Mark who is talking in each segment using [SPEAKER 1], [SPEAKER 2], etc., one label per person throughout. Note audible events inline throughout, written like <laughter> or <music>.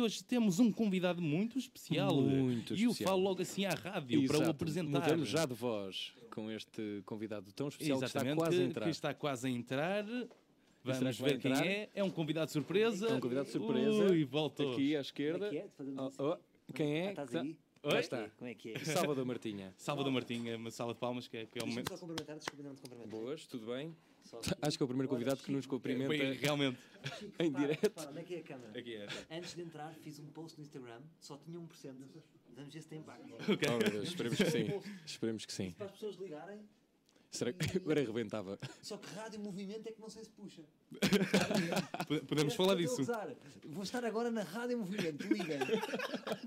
[SPEAKER 1] hoje temos um convidado muito especial.
[SPEAKER 2] Muito
[SPEAKER 1] e eu
[SPEAKER 2] especial.
[SPEAKER 1] falo logo assim à rádio para o
[SPEAKER 2] Exato.
[SPEAKER 1] apresentar.
[SPEAKER 2] Mudamos já de voz com este convidado tão especial
[SPEAKER 1] Exatamente,
[SPEAKER 2] que está quase a
[SPEAKER 1] que-
[SPEAKER 2] entrar.
[SPEAKER 1] que está quase a entrar.
[SPEAKER 2] Será
[SPEAKER 1] Vamos
[SPEAKER 2] que vai
[SPEAKER 1] ver quem
[SPEAKER 2] entrar?
[SPEAKER 1] é. É um convidado surpresa.
[SPEAKER 2] É um convidado de surpresa.
[SPEAKER 1] Ui, voltou.
[SPEAKER 2] Aqui à esquerda.
[SPEAKER 3] Como é que é? Fazemos
[SPEAKER 2] Oh,
[SPEAKER 3] assim.
[SPEAKER 2] oh, Quem é?
[SPEAKER 3] Ah, estás
[SPEAKER 2] Tá-
[SPEAKER 3] aí?
[SPEAKER 2] Cá
[SPEAKER 1] Oi?
[SPEAKER 2] está.
[SPEAKER 3] Como é que é?
[SPEAKER 2] Salvador Martinha.
[SPEAKER 1] Salva da Martinha, uma sala de palmas que é, que é o
[SPEAKER 3] Deixa-me
[SPEAKER 1] momento.
[SPEAKER 3] só cumprimentar, desculpa, não te cumprimentar.
[SPEAKER 2] Boas, tudo bem?
[SPEAKER 3] Só aqui.
[SPEAKER 2] Acho que é o primeiro convidado que nos cumprimenta.
[SPEAKER 1] Foi realmente.
[SPEAKER 3] Chico,
[SPEAKER 2] em
[SPEAKER 3] repara,
[SPEAKER 2] direto.
[SPEAKER 3] repara, onde é que é a câmera?
[SPEAKER 1] Aqui é.
[SPEAKER 3] Antes de entrar, fiz um post no Instagram, só tinha 1%. Vamos ver se tem impacto.
[SPEAKER 1] <laughs> Ok.
[SPEAKER 2] Oh, meu Deus, esperemos que sim. Esperemos que sim.
[SPEAKER 3] Para as pessoas ligarem,
[SPEAKER 2] Será que <laughs> agora arrebentava?
[SPEAKER 3] só que rádio movimento é que não sei se puxa.
[SPEAKER 1] P- Podemos
[SPEAKER 3] Parece
[SPEAKER 1] falar
[SPEAKER 3] que eu
[SPEAKER 1] disso.
[SPEAKER 3] estou a gozar. Vou estar agora na rádio
[SPEAKER 2] <laughs>
[SPEAKER 3] movimento, liguem.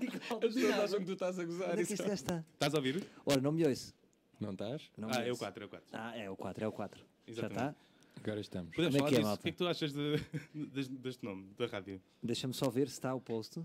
[SPEAKER 3] Diga,
[SPEAKER 2] As pessoas acham que
[SPEAKER 3] onde
[SPEAKER 2] tu estás a gozar.
[SPEAKER 3] é que este gajo
[SPEAKER 2] isso.
[SPEAKER 3] está?
[SPEAKER 1] Estás a ouvir?
[SPEAKER 3] Ora, não me ouço.
[SPEAKER 2] Não estás?
[SPEAKER 3] Não me
[SPEAKER 1] Ah, é o
[SPEAKER 3] ouço.
[SPEAKER 1] 4, é o 4.
[SPEAKER 3] Ah, é o 4, é o 4. Já está?
[SPEAKER 1] Exatamente.
[SPEAKER 2] Agora estamos.
[SPEAKER 1] Podemos
[SPEAKER 3] Como
[SPEAKER 1] falar
[SPEAKER 3] é que é,
[SPEAKER 1] disso. O
[SPEAKER 3] malta?
[SPEAKER 1] que é que tu achas de- <laughs> deste, deste nome, da rádio?
[SPEAKER 3] Deixa-me só ver se está o post.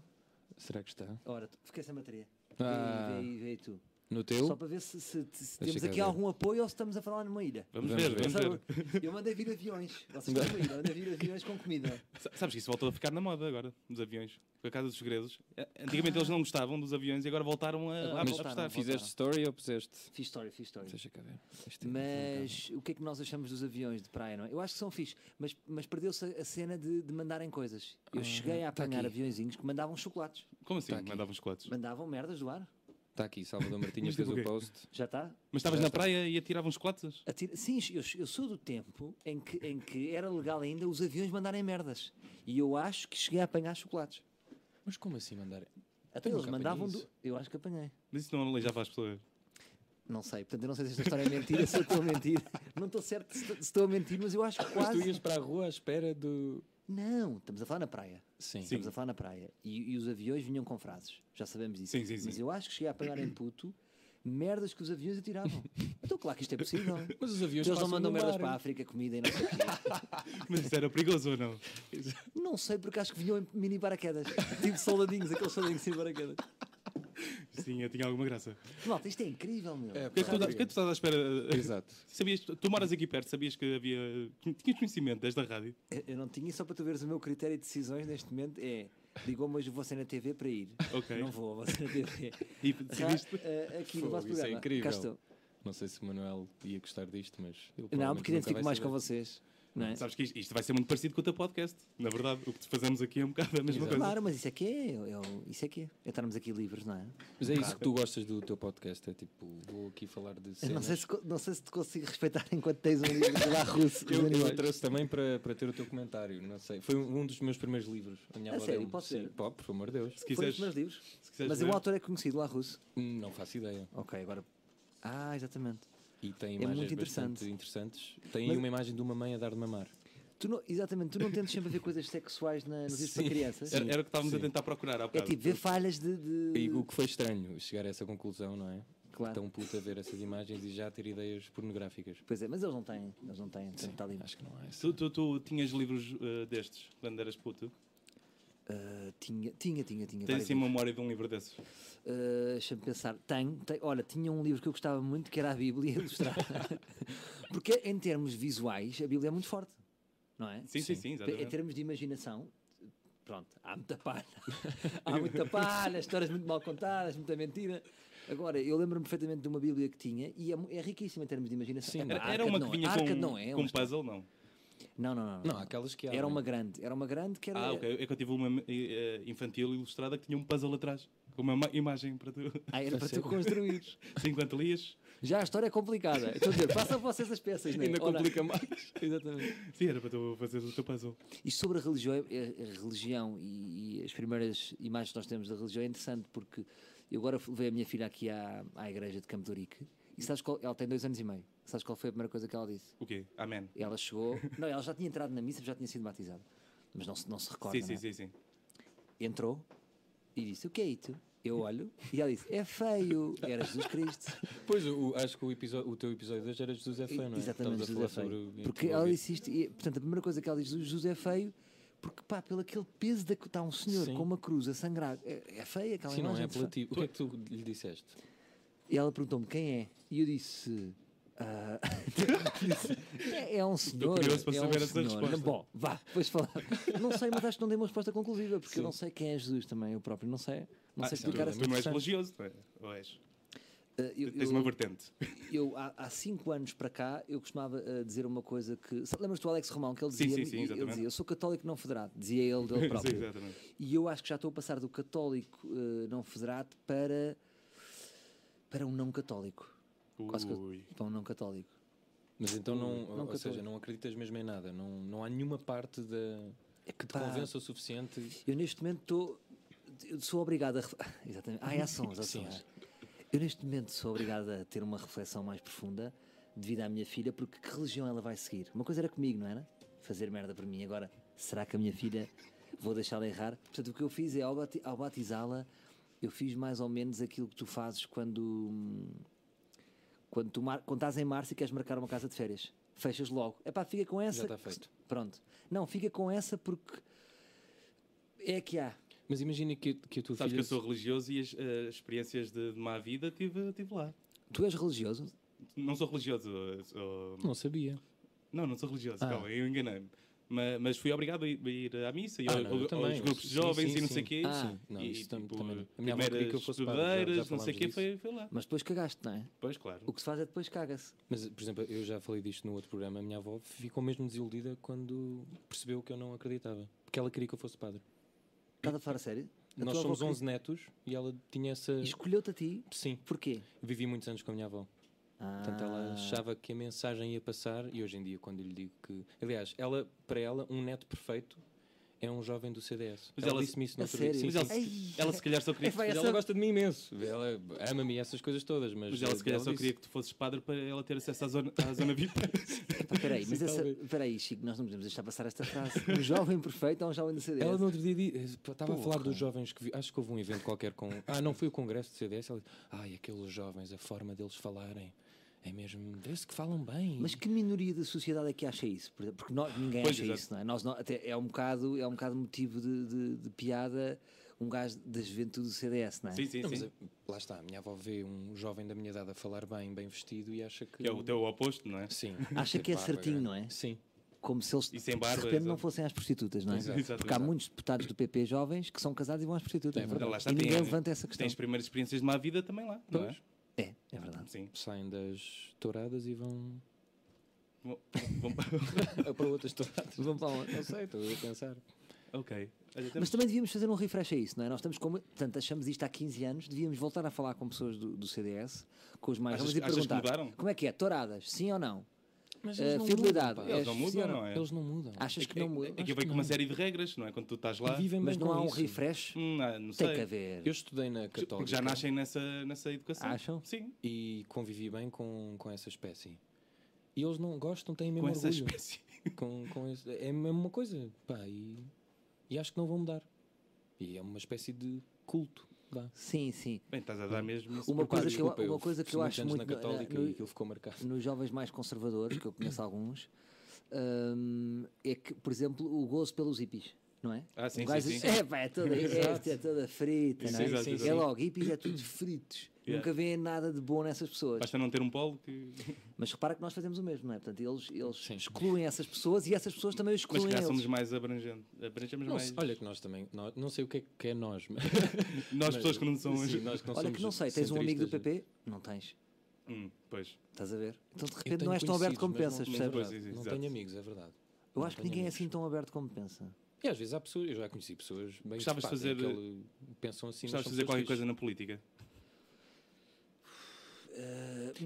[SPEAKER 2] Será que está?
[SPEAKER 3] Ora, tu- fiquei sem bateria.
[SPEAKER 2] Ah.
[SPEAKER 3] Vê aí, vê aí, vê aí tu.
[SPEAKER 2] No teu?
[SPEAKER 3] Só para ver se, se- se temos
[SPEAKER 2] cá
[SPEAKER 3] aqui
[SPEAKER 2] ver.
[SPEAKER 3] algum apoio ou se estamos a falar numa ilha.
[SPEAKER 1] Vamos,
[SPEAKER 2] Vamos
[SPEAKER 1] ver,
[SPEAKER 2] ver.
[SPEAKER 1] vamos ver.
[SPEAKER 3] Sabe, Eu mandei vir aviões. Vocês estão a ir, eu mandei vir aviões com comida.
[SPEAKER 1] Sa- Sabes que isso voltou a ficar na moda agora, dos aviões. Foi a casa dos segredos. Eh, Antigamente eles não gostavam dos aviões e agora voltaram a, a
[SPEAKER 3] Agora
[SPEAKER 2] Mas
[SPEAKER 3] voltaram,
[SPEAKER 1] apostar.
[SPEAKER 3] voltaram.
[SPEAKER 2] fizeste story ou puseste?
[SPEAKER 3] Fiz história, fiz história.
[SPEAKER 2] Deixa cá ver. Isto é-
[SPEAKER 3] Mas o que é que nós achamos dos aviões de praia, não é? Eu acho que são fixe, mas, mas perdeu-se a- a cena de, de mandarem coisas. Eu cheguei a
[SPEAKER 2] tá
[SPEAKER 3] apanhar
[SPEAKER 2] aqui.
[SPEAKER 3] aviõeszinhos que mandavam chocolates.
[SPEAKER 1] Como assim?
[SPEAKER 2] Tá aqui.
[SPEAKER 1] Mandavam chocolates.
[SPEAKER 3] Mandavam merdas do ar.
[SPEAKER 2] Está aqui, Salvador Martinhas
[SPEAKER 1] Mas tipo
[SPEAKER 2] fez
[SPEAKER 1] o
[SPEAKER 2] o
[SPEAKER 1] quê?
[SPEAKER 2] post.
[SPEAKER 3] Já está?
[SPEAKER 1] Mas estavas na praia e atiravam chocolates?
[SPEAKER 3] Atira- Sim, eu, eu sou do tempo em que, em que era legal ainda os aviões mandarem merdas. E eu acho que cheguei a apanhar chocolates.
[SPEAKER 2] Mas como assim mandar?
[SPEAKER 3] Até
[SPEAKER 2] Eu
[SPEAKER 3] eles
[SPEAKER 2] nunca
[SPEAKER 3] mandavam.
[SPEAKER 2] apanhei
[SPEAKER 3] do- Eu acho que apanhei.
[SPEAKER 1] Mas isso não aleijava as pessoas.
[SPEAKER 3] Não sei, portanto, eu não sei se esta história é mentira, se eu estou a mentir. Não estou certo se se estou a mentir, mas eu acho que
[SPEAKER 2] Mas
[SPEAKER 3] quase.
[SPEAKER 2] tu ias para a rua à espera do.
[SPEAKER 3] Não, estamos a falar na praia.
[SPEAKER 2] Sim.
[SPEAKER 3] Estamos a falar na praia. E, e os aviões vinham com frases, já sabemos disso.
[SPEAKER 1] Sim, sim, sim.
[SPEAKER 3] Mas eu acho que cheguei a apanhar em puto merdas que os aviões atiravam. Então, claro que isto é possível.
[SPEAKER 2] Mas os aviões
[SPEAKER 3] Eles
[SPEAKER 2] passam
[SPEAKER 3] não mandam
[SPEAKER 2] no
[SPEAKER 3] merdas
[SPEAKER 2] mar.
[SPEAKER 3] para a África, comida e não sei o quê.
[SPEAKER 1] Mas isso era perigoso ou não?
[SPEAKER 3] Não sei porque acho que vinham em
[SPEAKER 2] <laughs>
[SPEAKER 3] mini paraquedas. tipo soldadinhos, aqueles soldadinhos sem paraquedas.
[SPEAKER 1] Sim, eu tinha alguma graça.
[SPEAKER 3] Malta, isto é incrível, meu.
[SPEAKER 2] É,
[SPEAKER 1] O que é que tu, o que é que tu estás à espera?
[SPEAKER 2] <laughs> Exato.
[SPEAKER 1] Sabias, tu moras aqui perto, sabias que havia. Tinhas conhecimento desta rádio?
[SPEAKER 3] Eu- Eu não tinha, só para tu veres o meu critério de decisões neste momento é. Ligou-me hoje o Você na TV para ir.
[SPEAKER 1] Ok.
[SPEAKER 3] Não vou a Você
[SPEAKER 2] <laughs>
[SPEAKER 3] na TV.
[SPEAKER 1] E decidiste?
[SPEAKER 3] Ra- eh, aqui no
[SPEAKER 2] Fogo,
[SPEAKER 3] vosso
[SPEAKER 2] isso
[SPEAKER 3] programa.
[SPEAKER 2] é incrível.
[SPEAKER 3] Cá estou.
[SPEAKER 2] Não sei se o Manuel ia gostar disto, mas. ele
[SPEAKER 3] Não,
[SPEAKER 2] provavelmente nunca
[SPEAKER 3] porque identifico
[SPEAKER 2] vai
[SPEAKER 3] mais
[SPEAKER 2] saber.
[SPEAKER 3] com vocês. Não é?
[SPEAKER 1] Sabes que isto, isto vai ser muito parecido com o teu podcast. Na verdade, o que fazemos aqui é um bocado a mesma coisa.
[SPEAKER 3] Claro, mas isso é que é. eu- eu- isso é que é. É estarmos aqui livres, não é?
[SPEAKER 2] Mas é isso que tu gostas do teu podcast. É tipo, vou aqui falar de
[SPEAKER 3] Eu
[SPEAKER 2] cenas.
[SPEAKER 3] Não sei, se, co- não sei se te consigo respeitar enquanto tens um livro de lá russo.
[SPEAKER 2] Eu,
[SPEAKER 3] dos
[SPEAKER 2] eu a
[SPEAKER 3] animais.
[SPEAKER 2] trouxe também para, para ter o teu comentário. Não sei. Foi um um dos meus primeiros livros. A minha
[SPEAKER 3] A
[SPEAKER 2] avó
[SPEAKER 3] sério?
[SPEAKER 2] deu-me.
[SPEAKER 3] Pode
[SPEAKER 2] Sim,
[SPEAKER 3] ser?
[SPEAKER 2] Pode, por amor de Deus.
[SPEAKER 1] Se
[SPEAKER 3] Foi um
[SPEAKER 1] quiseres.
[SPEAKER 3] dos meus livros.
[SPEAKER 1] se quiseres
[SPEAKER 3] Mas
[SPEAKER 1] ver.
[SPEAKER 3] o autor é conhecido lá russo.
[SPEAKER 2] Hum, Não faço ideia.
[SPEAKER 3] Ok, agora. Ah, exatamente.
[SPEAKER 2] E tem
[SPEAKER 3] É muito
[SPEAKER 2] imagens
[SPEAKER 3] interessante.
[SPEAKER 2] bastante interessantes. Tem
[SPEAKER 3] Mas-
[SPEAKER 2] uma imagem de uma mãe a dar de mamar.
[SPEAKER 3] Tu não, exatamente, tu não tentas sempre ver coisas sexuais na, nos livros para crianças?
[SPEAKER 1] Era, era o que estávamos
[SPEAKER 2] Sim.
[SPEAKER 1] a tentar procurar há
[SPEAKER 3] É
[SPEAKER 1] bocado.
[SPEAKER 3] tipo, ver falhas de. de-
[SPEAKER 2] E o que foi estranho, chegar a essa conclusão, não é?
[SPEAKER 3] Claro.
[SPEAKER 2] Tão puta ver essas imagens e já ter ideias pornográficas.
[SPEAKER 3] Então, Pois é, mas eles não têm. Eles não têm. portanto, está ali.
[SPEAKER 2] Acho que não há essa.
[SPEAKER 1] Tu, tu, tu tinhas livros eh, destes quando eras puto?
[SPEAKER 3] Ah, tinha, tinha, tinha, tinha.
[SPEAKER 1] Tens
[SPEAKER 3] vários
[SPEAKER 1] assim
[SPEAKER 3] livros.
[SPEAKER 1] memória de um livro desses?
[SPEAKER 3] Uh, Deixa-me pensar. Tenho, tenho- olha, tinha um livro que eu gostava muito que era a Bíblia ilustrada. <laughs> Porque em termos visuais, a Bíblia é muito forte, não é?
[SPEAKER 1] Sim, sim, sim, exatamente.
[SPEAKER 3] Em termos de imaginação, pronto, há muita palha. <laughs> há muita palha, histórias muito mal contadas, muita mentira. Agora, eu lembro-me perfeitamente de uma Bíblia que tinha e é, mu- é riquíssima em termos de imaginação.
[SPEAKER 2] Sim,
[SPEAKER 3] A
[SPEAKER 1] Era,
[SPEAKER 3] Arca
[SPEAKER 1] era uma
[SPEAKER 3] não
[SPEAKER 1] que
[SPEAKER 3] é.
[SPEAKER 1] vinha
[SPEAKER 3] A
[SPEAKER 1] com,
[SPEAKER 3] Arca não é. é
[SPEAKER 1] com
[SPEAKER 3] uma
[SPEAKER 1] um
[SPEAKER 3] história-
[SPEAKER 1] puzzle, não?
[SPEAKER 3] Não, não, não.
[SPEAKER 2] Não, há aquelas que há,
[SPEAKER 3] Era
[SPEAKER 2] não é?
[SPEAKER 3] uma grande, era uma grande que era.
[SPEAKER 1] Ah, ok. É que eu tive uma eh, infantil ilustrada que tinha um puzzle atrás, com uma ma- imagem para tu. <laughs>
[SPEAKER 3] Ah, era para
[SPEAKER 2] Sim.
[SPEAKER 3] tu construir.
[SPEAKER 1] 50 lias.
[SPEAKER 3] <laughs> Já a história é complicada. Estou a dizer, façam vocês as peças, né?
[SPEAKER 2] Ainda
[SPEAKER 3] Ora,
[SPEAKER 2] complica
[SPEAKER 3] <laughs>
[SPEAKER 2] mais. Exatamente.
[SPEAKER 1] Sim, era para tu fazer o teu puzzle.
[SPEAKER 3] Isto sobre a religião, é, a- a religião e, e as primeiras imagens que nós temos da religião é interessante porque eu agora levei a minha filha aqui à, à igreja de Campo de Ourique e sabes qual, ela tem dois anos e meio. Sabes qual foi a primeira coisa que ela disse?
[SPEAKER 1] O quê? Amém.
[SPEAKER 3] Ela chegou, não, ela já tinha entrado na missa, já tinha sido batizada, mas não se, não se recorda.
[SPEAKER 1] Sim, sim,
[SPEAKER 3] não é?
[SPEAKER 1] sim, sim.
[SPEAKER 3] Entrou e disse: O que é isso? Eu olho e ela disse: É feio, era Jesus Cristo.
[SPEAKER 2] Pois, o- acho que o, episódio, o teu episódio de hoje era Jesus é feio, não é? Estavas
[SPEAKER 3] Exatamente,
[SPEAKER 2] a
[SPEAKER 3] Jesus é
[SPEAKER 2] falar
[SPEAKER 3] feio.
[SPEAKER 2] sobre o-
[SPEAKER 3] Porque ela disse isto, e, é, portanto, a primeira coisa que ela diz, Jesus é feio, porque pá, pelo aquele peso da que está um senhor
[SPEAKER 2] Sim.
[SPEAKER 3] com uma cruz a sangrar, é, é feia aquela
[SPEAKER 2] Sim, não
[SPEAKER 3] imagem.
[SPEAKER 2] é
[SPEAKER 3] de facto.
[SPEAKER 2] apelativo. O que é que tu lhe disseste?
[SPEAKER 3] E ela perguntou-me quem é, e eu disse, Ah, <laughs> é, é um senhor.
[SPEAKER 1] curioso para
[SPEAKER 3] é
[SPEAKER 1] saber
[SPEAKER 3] um
[SPEAKER 1] essa
[SPEAKER 3] senhor.
[SPEAKER 1] resposta.
[SPEAKER 3] Bom, vá,
[SPEAKER 2] <laughs>
[SPEAKER 3] depois falar. Não sei, mas acho que não dei uma resposta conclusiva, porque eu não sei quem é Jesus também, eu próprio não sei. Não
[SPEAKER 1] Ah,
[SPEAKER 3] sei
[SPEAKER 1] sim, tu,
[SPEAKER 3] explicar essa
[SPEAKER 1] tu não és
[SPEAKER 3] questão.
[SPEAKER 1] religioso, não é? Ou és?
[SPEAKER 3] Ah, eu-
[SPEAKER 1] Tens
[SPEAKER 3] eu-
[SPEAKER 1] uma vertente.
[SPEAKER 3] eu, há, há cinco anos para cá, eu costumava ah, dizer uma coisa que. sa- Lembras do Alex Romão, que ele
[SPEAKER 1] Sim,
[SPEAKER 3] dizia,
[SPEAKER 1] sim, sim,
[SPEAKER 3] ele
[SPEAKER 1] exatamente.
[SPEAKER 3] dizia: Eu sou católico não federado, dizia ele
[SPEAKER 1] <laughs>
[SPEAKER 3] dele
[SPEAKER 1] Sim,
[SPEAKER 3] próprio.
[SPEAKER 1] exatamente.
[SPEAKER 3] e eu acho que já estou a passar do católico ah, não federado para. para um não católico. Quase que eu-
[SPEAKER 1] Ui.
[SPEAKER 3] para um não católico.
[SPEAKER 2] Mas então não, ou-
[SPEAKER 3] Não
[SPEAKER 2] ou seja,
[SPEAKER 3] católico.
[SPEAKER 2] não acreditas mesmo em nada, não, não há nenhuma parte da
[SPEAKER 3] É
[SPEAKER 2] que te
[SPEAKER 3] pá.
[SPEAKER 2] convença o suficiente.
[SPEAKER 3] Eu neste momento estou. eu Sou obrigado a. ref- <laughs> Exatamente. Ah, é, Ai, há sons,
[SPEAKER 2] <laughs>
[SPEAKER 3] há
[SPEAKER 2] Sim.
[SPEAKER 3] sons. Eu neste momento sou obrigado a ter uma reflexão mais profunda devido à minha filha, porque que religião ela vai seguir? Uma coisa era comigo, não era? Fazer merda por mim. Agora, será que a minha filha vou deixá-la errar? Portanto, o que eu fiz é, ao bati- ao batizá-la, eu fiz mais ou menos aquilo que tu fazes quando. hum, Quando, tu mar... quando estás em março e queres marcar uma casa de férias, fechas logo. É pá, fica com essa.
[SPEAKER 2] está tá feito.
[SPEAKER 3] Pronto. Não, fica com essa porque é que há.
[SPEAKER 2] Mas imagina que, que a tua
[SPEAKER 1] Sabes que
[SPEAKER 2] filha.
[SPEAKER 1] eu sou religioso e as eh, experiências de, de má vida tive, tive lá.
[SPEAKER 3] Tu és religioso?
[SPEAKER 1] Não sou religioso. eh, sou-
[SPEAKER 2] Não sabia.
[SPEAKER 1] Não, não sou religioso,
[SPEAKER 2] Ah.
[SPEAKER 1] calma, eu enganei-me. Ma- Mas, fui obrigado a ir, a ir à missa e
[SPEAKER 2] Ah,
[SPEAKER 1] ao-
[SPEAKER 2] não, eu
[SPEAKER 1] ao-
[SPEAKER 2] também.
[SPEAKER 1] aos grupos
[SPEAKER 2] Sim,
[SPEAKER 1] de jovens
[SPEAKER 2] sim,
[SPEAKER 1] e não
[SPEAKER 2] sim.
[SPEAKER 1] sei o quê.
[SPEAKER 3] Ah,
[SPEAKER 2] Sim, não,
[SPEAKER 1] e,
[SPEAKER 2] isso tam-
[SPEAKER 1] tipo,
[SPEAKER 2] também. A minha avó queria que eu
[SPEAKER 1] primeiras
[SPEAKER 2] fosse padre, já- já
[SPEAKER 1] estudeiras, não sei o quê,
[SPEAKER 2] falámos
[SPEAKER 1] foi, foi lá.
[SPEAKER 3] Mas depois cagaste, não é?
[SPEAKER 1] Pois, claro.
[SPEAKER 3] O que se faz é depois caga-se.
[SPEAKER 2] Mas, por exemplo, eu já falei disto no outro programa. A minha avó ficou mesmo desiludida quando percebeu que eu não acreditava. Porque ela queria que eu fosse padre.
[SPEAKER 3] Estás a falar a sério? A
[SPEAKER 2] Nós
[SPEAKER 3] tua avó
[SPEAKER 2] somos 11 netos e ela tinha essa.
[SPEAKER 3] que- e Escolheu-te a ti?
[SPEAKER 2] Sim,
[SPEAKER 3] Porquê? Ah,
[SPEAKER 2] vivi muitos anos com a minha avó. Portanto,
[SPEAKER 1] Ah.
[SPEAKER 2] ela achava que a mensagem ia passar. E hoje em dia, quando eu lhe digo que. Aliás, ela, para ela, um neto perfeito é um jovem do CDS.
[SPEAKER 1] Mas
[SPEAKER 2] ela,
[SPEAKER 1] ela-
[SPEAKER 2] disse-me isso
[SPEAKER 3] A
[SPEAKER 2] no outro dia.
[SPEAKER 3] sério?
[SPEAKER 2] Sim,
[SPEAKER 1] Mas <laughs>
[SPEAKER 2] sim.
[SPEAKER 1] ela, se-
[SPEAKER 3] Ei.
[SPEAKER 1] ela se calhar só queria
[SPEAKER 3] É,
[SPEAKER 1] que
[SPEAKER 3] vai
[SPEAKER 1] tu-
[SPEAKER 2] Mas
[SPEAKER 1] ela-
[SPEAKER 2] ela gosta de mim imenso. Ela ama-me e essas coisas todas. Mas, eh,
[SPEAKER 1] mas ela se calhar só
[SPEAKER 2] disse-
[SPEAKER 1] queria que tu fosses padre para ela ter acesso à zona, à <laughs> zona VIP.
[SPEAKER 2] <laughs>
[SPEAKER 3] Epá, peraí, então, mas
[SPEAKER 2] é Sim,
[SPEAKER 3] essa...
[SPEAKER 2] talvez.
[SPEAKER 3] peraí, Chico, nós não podemos deixar passar esta frase.
[SPEAKER 2] <laughs>
[SPEAKER 3] Um jovem perfeito é um jovem do CDS.
[SPEAKER 2] Ela no outro dia di- estava a falar
[SPEAKER 3] Porra.
[SPEAKER 2] dos jovens que vi, acho que houve um evento qualquer com. Ah, não foi o congresso do CDS. Ela disse, ai, aqueles jovens, a forma deles falarem é mesmo. Desde que falam bem.
[SPEAKER 3] Mas que minoria da sociedade é que acha isso? Por exemplo, Porque nós, ninguém
[SPEAKER 1] Pois,
[SPEAKER 3] acha
[SPEAKER 1] exato.
[SPEAKER 3] isso, não é? Nós não- até é, um bocado, é um bocado motivo de, de- de piada um gajo da juventude do CDS, não é?
[SPEAKER 1] sim, sim,
[SPEAKER 2] Não, mas
[SPEAKER 1] sim.
[SPEAKER 2] a- lá está, a minha avó vê um jovem da minha idade a falar bem, bem vestido e acha que.
[SPEAKER 1] Que é o teu oposto, não é?
[SPEAKER 2] Sim.
[SPEAKER 3] <laughs> Acha que é
[SPEAKER 2] Barba
[SPEAKER 3] certinho,
[SPEAKER 2] grande.
[SPEAKER 3] não é?
[SPEAKER 2] Sim.
[SPEAKER 3] Como se eles
[SPEAKER 1] E sem
[SPEAKER 3] de
[SPEAKER 1] barba,
[SPEAKER 3] repente não
[SPEAKER 1] exato.
[SPEAKER 3] fossem às prostitutas, não é?
[SPEAKER 2] Exato,
[SPEAKER 3] Porque há muitos deputados do PP jovens que são casados e vão às prostitutas.
[SPEAKER 2] É
[SPEAKER 3] não
[SPEAKER 1] Então, lá está,
[SPEAKER 3] e
[SPEAKER 1] tem-
[SPEAKER 3] ninguém levanta essa questão.
[SPEAKER 1] Tens primeiras experiências de má vida também lá, não é?
[SPEAKER 2] Pois.
[SPEAKER 3] É, é verdade.
[SPEAKER 1] Sim.
[SPEAKER 2] Saem das touradas e vão. <laughs>
[SPEAKER 1] Bom, bom,
[SPEAKER 2] para outras touradas.
[SPEAKER 3] Vamos para uma-
[SPEAKER 2] Não sei, estou a pensar.
[SPEAKER 1] <laughs> ok. Olha,
[SPEAKER 3] Mas
[SPEAKER 1] temos-
[SPEAKER 3] também devíamos fazer um refresh a isso, não é? Nós estamos como. Portanto, achamos isto há 15 anos, devíamos voltar a falar com pessoas do, do CDS, com os mais
[SPEAKER 1] Achas-
[SPEAKER 3] jovens e
[SPEAKER 1] achas que
[SPEAKER 3] perguntar.
[SPEAKER 1] mudaram?
[SPEAKER 3] Como é que é? Touradas? Sim ou não?
[SPEAKER 2] Mas
[SPEAKER 3] Eh, fidelidade.
[SPEAKER 2] mudam, pá.
[SPEAKER 1] Eles não
[SPEAKER 3] és-
[SPEAKER 1] mudam, não é?
[SPEAKER 2] Eles não mudam.
[SPEAKER 3] Achas que não muda?
[SPEAKER 1] Aqui vem com uma série de regras, não é? Quando tu estás lá,
[SPEAKER 2] Vivem
[SPEAKER 3] Mas
[SPEAKER 2] bem
[SPEAKER 3] não
[SPEAKER 2] com
[SPEAKER 3] há um
[SPEAKER 2] isso.
[SPEAKER 3] refresh?
[SPEAKER 1] hum, ah, não
[SPEAKER 3] Tem que
[SPEAKER 1] sei.
[SPEAKER 3] haver.
[SPEAKER 2] Eu estudei na Católica.
[SPEAKER 1] Porque já nascem nessa, nessa educação.
[SPEAKER 3] é Acham?
[SPEAKER 1] Sim.
[SPEAKER 2] e convivi bem com, com essa espécie. E eles não gostam, têm mesmo
[SPEAKER 1] Com essa
[SPEAKER 2] orgulho.
[SPEAKER 1] espécie. <laughs>
[SPEAKER 2] Com, com esse- é a mesma coisa. Pá, e, e acho que não vão mudar. E é uma espécie de culto. vá.
[SPEAKER 3] Sim, sim.
[SPEAKER 1] Bem, estás a dar
[SPEAKER 3] Um
[SPEAKER 1] mesmo isso.
[SPEAKER 3] Uma
[SPEAKER 2] Pá,
[SPEAKER 3] coisa que eu-
[SPEAKER 2] desculpa,
[SPEAKER 3] uma coisa que
[SPEAKER 2] fiz
[SPEAKER 3] eu acho
[SPEAKER 2] anos
[SPEAKER 3] muito
[SPEAKER 2] na
[SPEAKER 3] na- na-
[SPEAKER 2] Católica
[SPEAKER 3] no-
[SPEAKER 2] e aquilo ficou marcado.
[SPEAKER 3] nos jovens mais conservadores, que eu conheço alguns, hum, é que, por exemplo, o gozo pelos hippies, não é?
[SPEAKER 1] Ah, sim,
[SPEAKER 3] um gajo
[SPEAKER 1] sim,
[SPEAKER 3] diz,
[SPEAKER 1] sim.
[SPEAKER 3] "Epá, é toda,
[SPEAKER 2] Exato.
[SPEAKER 3] é toda frita, não é?
[SPEAKER 1] Sim, exato,
[SPEAKER 3] é
[SPEAKER 1] exato.
[SPEAKER 3] logo, hippies é tudo fritos.
[SPEAKER 1] Yeah.
[SPEAKER 3] Nunca vêem nada de bom nessas pessoas.
[SPEAKER 1] Basta não ter um polo que.
[SPEAKER 3] Mas repara que nós fazemos o mesmo, não é? Portanto, eles, eles
[SPEAKER 2] Sim.
[SPEAKER 3] excluem essas pessoas e essas pessoas também
[SPEAKER 1] Mas
[SPEAKER 3] os
[SPEAKER 1] se
[SPEAKER 3] excluem
[SPEAKER 1] calhar
[SPEAKER 3] a
[SPEAKER 1] somos
[SPEAKER 3] eles.
[SPEAKER 1] mais abrangentes. Abrangemos
[SPEAKER 2] Não
[SPEAKER 1] mais.
[SPEAKER 2] sei- olha que nós também, nós- não sei o que é que é nós. Mas,
[SPEAKER 1] <laughs> Nós,
[SPEAKER 2] mas-
[SPEAKER 1] pessoas que não somos.
[SPEAKER 2] sim, nós que não
[SPEAKER 3] Olha
[SPEAKER 2] somos
[SPEAKER 3] que não sei, tens um amigo do
[SPEAKER 1] é?
[SPEAKER 2] centristas,
[SPEAKER 3] PP? Não tens.
[SPEAKER 1] Hum, pois.
[SPEAKER 3] Estás a ver? Então, de
[SPEAKER 2] eu
[SPEAKER 3] repente,
[SPEAKER 2] tenho
[SPEAKER 3] não és tão
[SPEAKER 2] conhecidos,
[SPEAKER 3] aberto
[SPEAKER 2] mas
[SPEAKER 3] como
[SPEAKER 2] não-
[SPEAKER 3] pensas,
[SPEAKER 2] não-
[SPEAKER 3] percebes?
[SPEAKER 1] Pois,
[SPEAKER 2] Não,
[SPEAKER 1] exato.
[SPEAKER 2] tenho amigos, é verdade.
[SPEAKER 3] Eu
[SPEAKER 2] não
[SPEAKER 3] acho que
[SPEAKER 2] tenho
[SPEAKER 3] ninguém é
[SPEAKER 2] amigos.
[SPEAKER 3] assim tão aberto como pensa.
[SPEAKER 2] E às vezes há pessoas, eu já conheci pessoas bem
[SPEAKER 1] Gostavas de
[SPEAKER 2] pá, têm
[SPEAKER 1] fazer-
[SPEAKER 2] aquele- pensam assim,
[SPEAKER 1] Gostavas de fazer
[SPEAKER 2] mas são pessoas
[SPEAKER 1] qualquer
[SPEAKER 2] fixes.
[SPEAKER 1] coisa na política?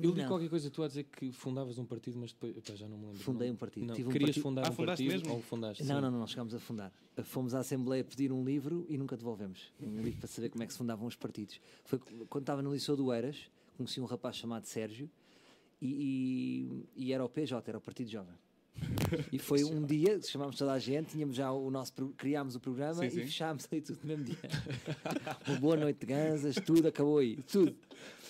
[SPEAKER 2] Eu li
[SPEAKER 3] Não.
[SPEAKER 2] qualquer coisa, tu a dizer que fundavas um partido, mas depois epá, já não me lembro.
[SPEAKER 3] Fundei
[SPEAKER 2] Não-
[SPEAKER 3] um partido.
[SPEAKER 2] Não,
[SPEAKER 3] Tive um
[SPEAKER 2] querias
[SPEAKER 3] partido-
[SPEAKER 2] fundar
[SPEAKER 1] Ah,
[SPEAKER 2] um
[SPEAKER 1] fundaste
[SPEAKER 2] partido
[SPEAKER 1] mesmo?
[SPEAKER 2] ou fundaste?
[SPEAKER 3] Não,
[SPEAKER 2] sim.
[SPEAKER 3] não, não, não chegámos a fundar. Fomos à Assembleia pedir um livro e nunca devolvemos. Um livro para saber como é que se fundavam os partidos. Foi cu- quando estava no Liceu do Eiras, conheci um rapaz chamado Sérgio e, e- e era o PJ, era o Partido Jovem. E foi um dia, chamámos toda a gente, tínhamos já o nosso, pro- criámos o programa
[SPEAKER 1] Sim,
[SPEAKER 3] e
[SPEAKER 1] sim.
[SPEAKER 3] <laughs> fechámos ali tudo no mesmo dia. Uma boa noite de ganzas, tudo acabou aí, tudo.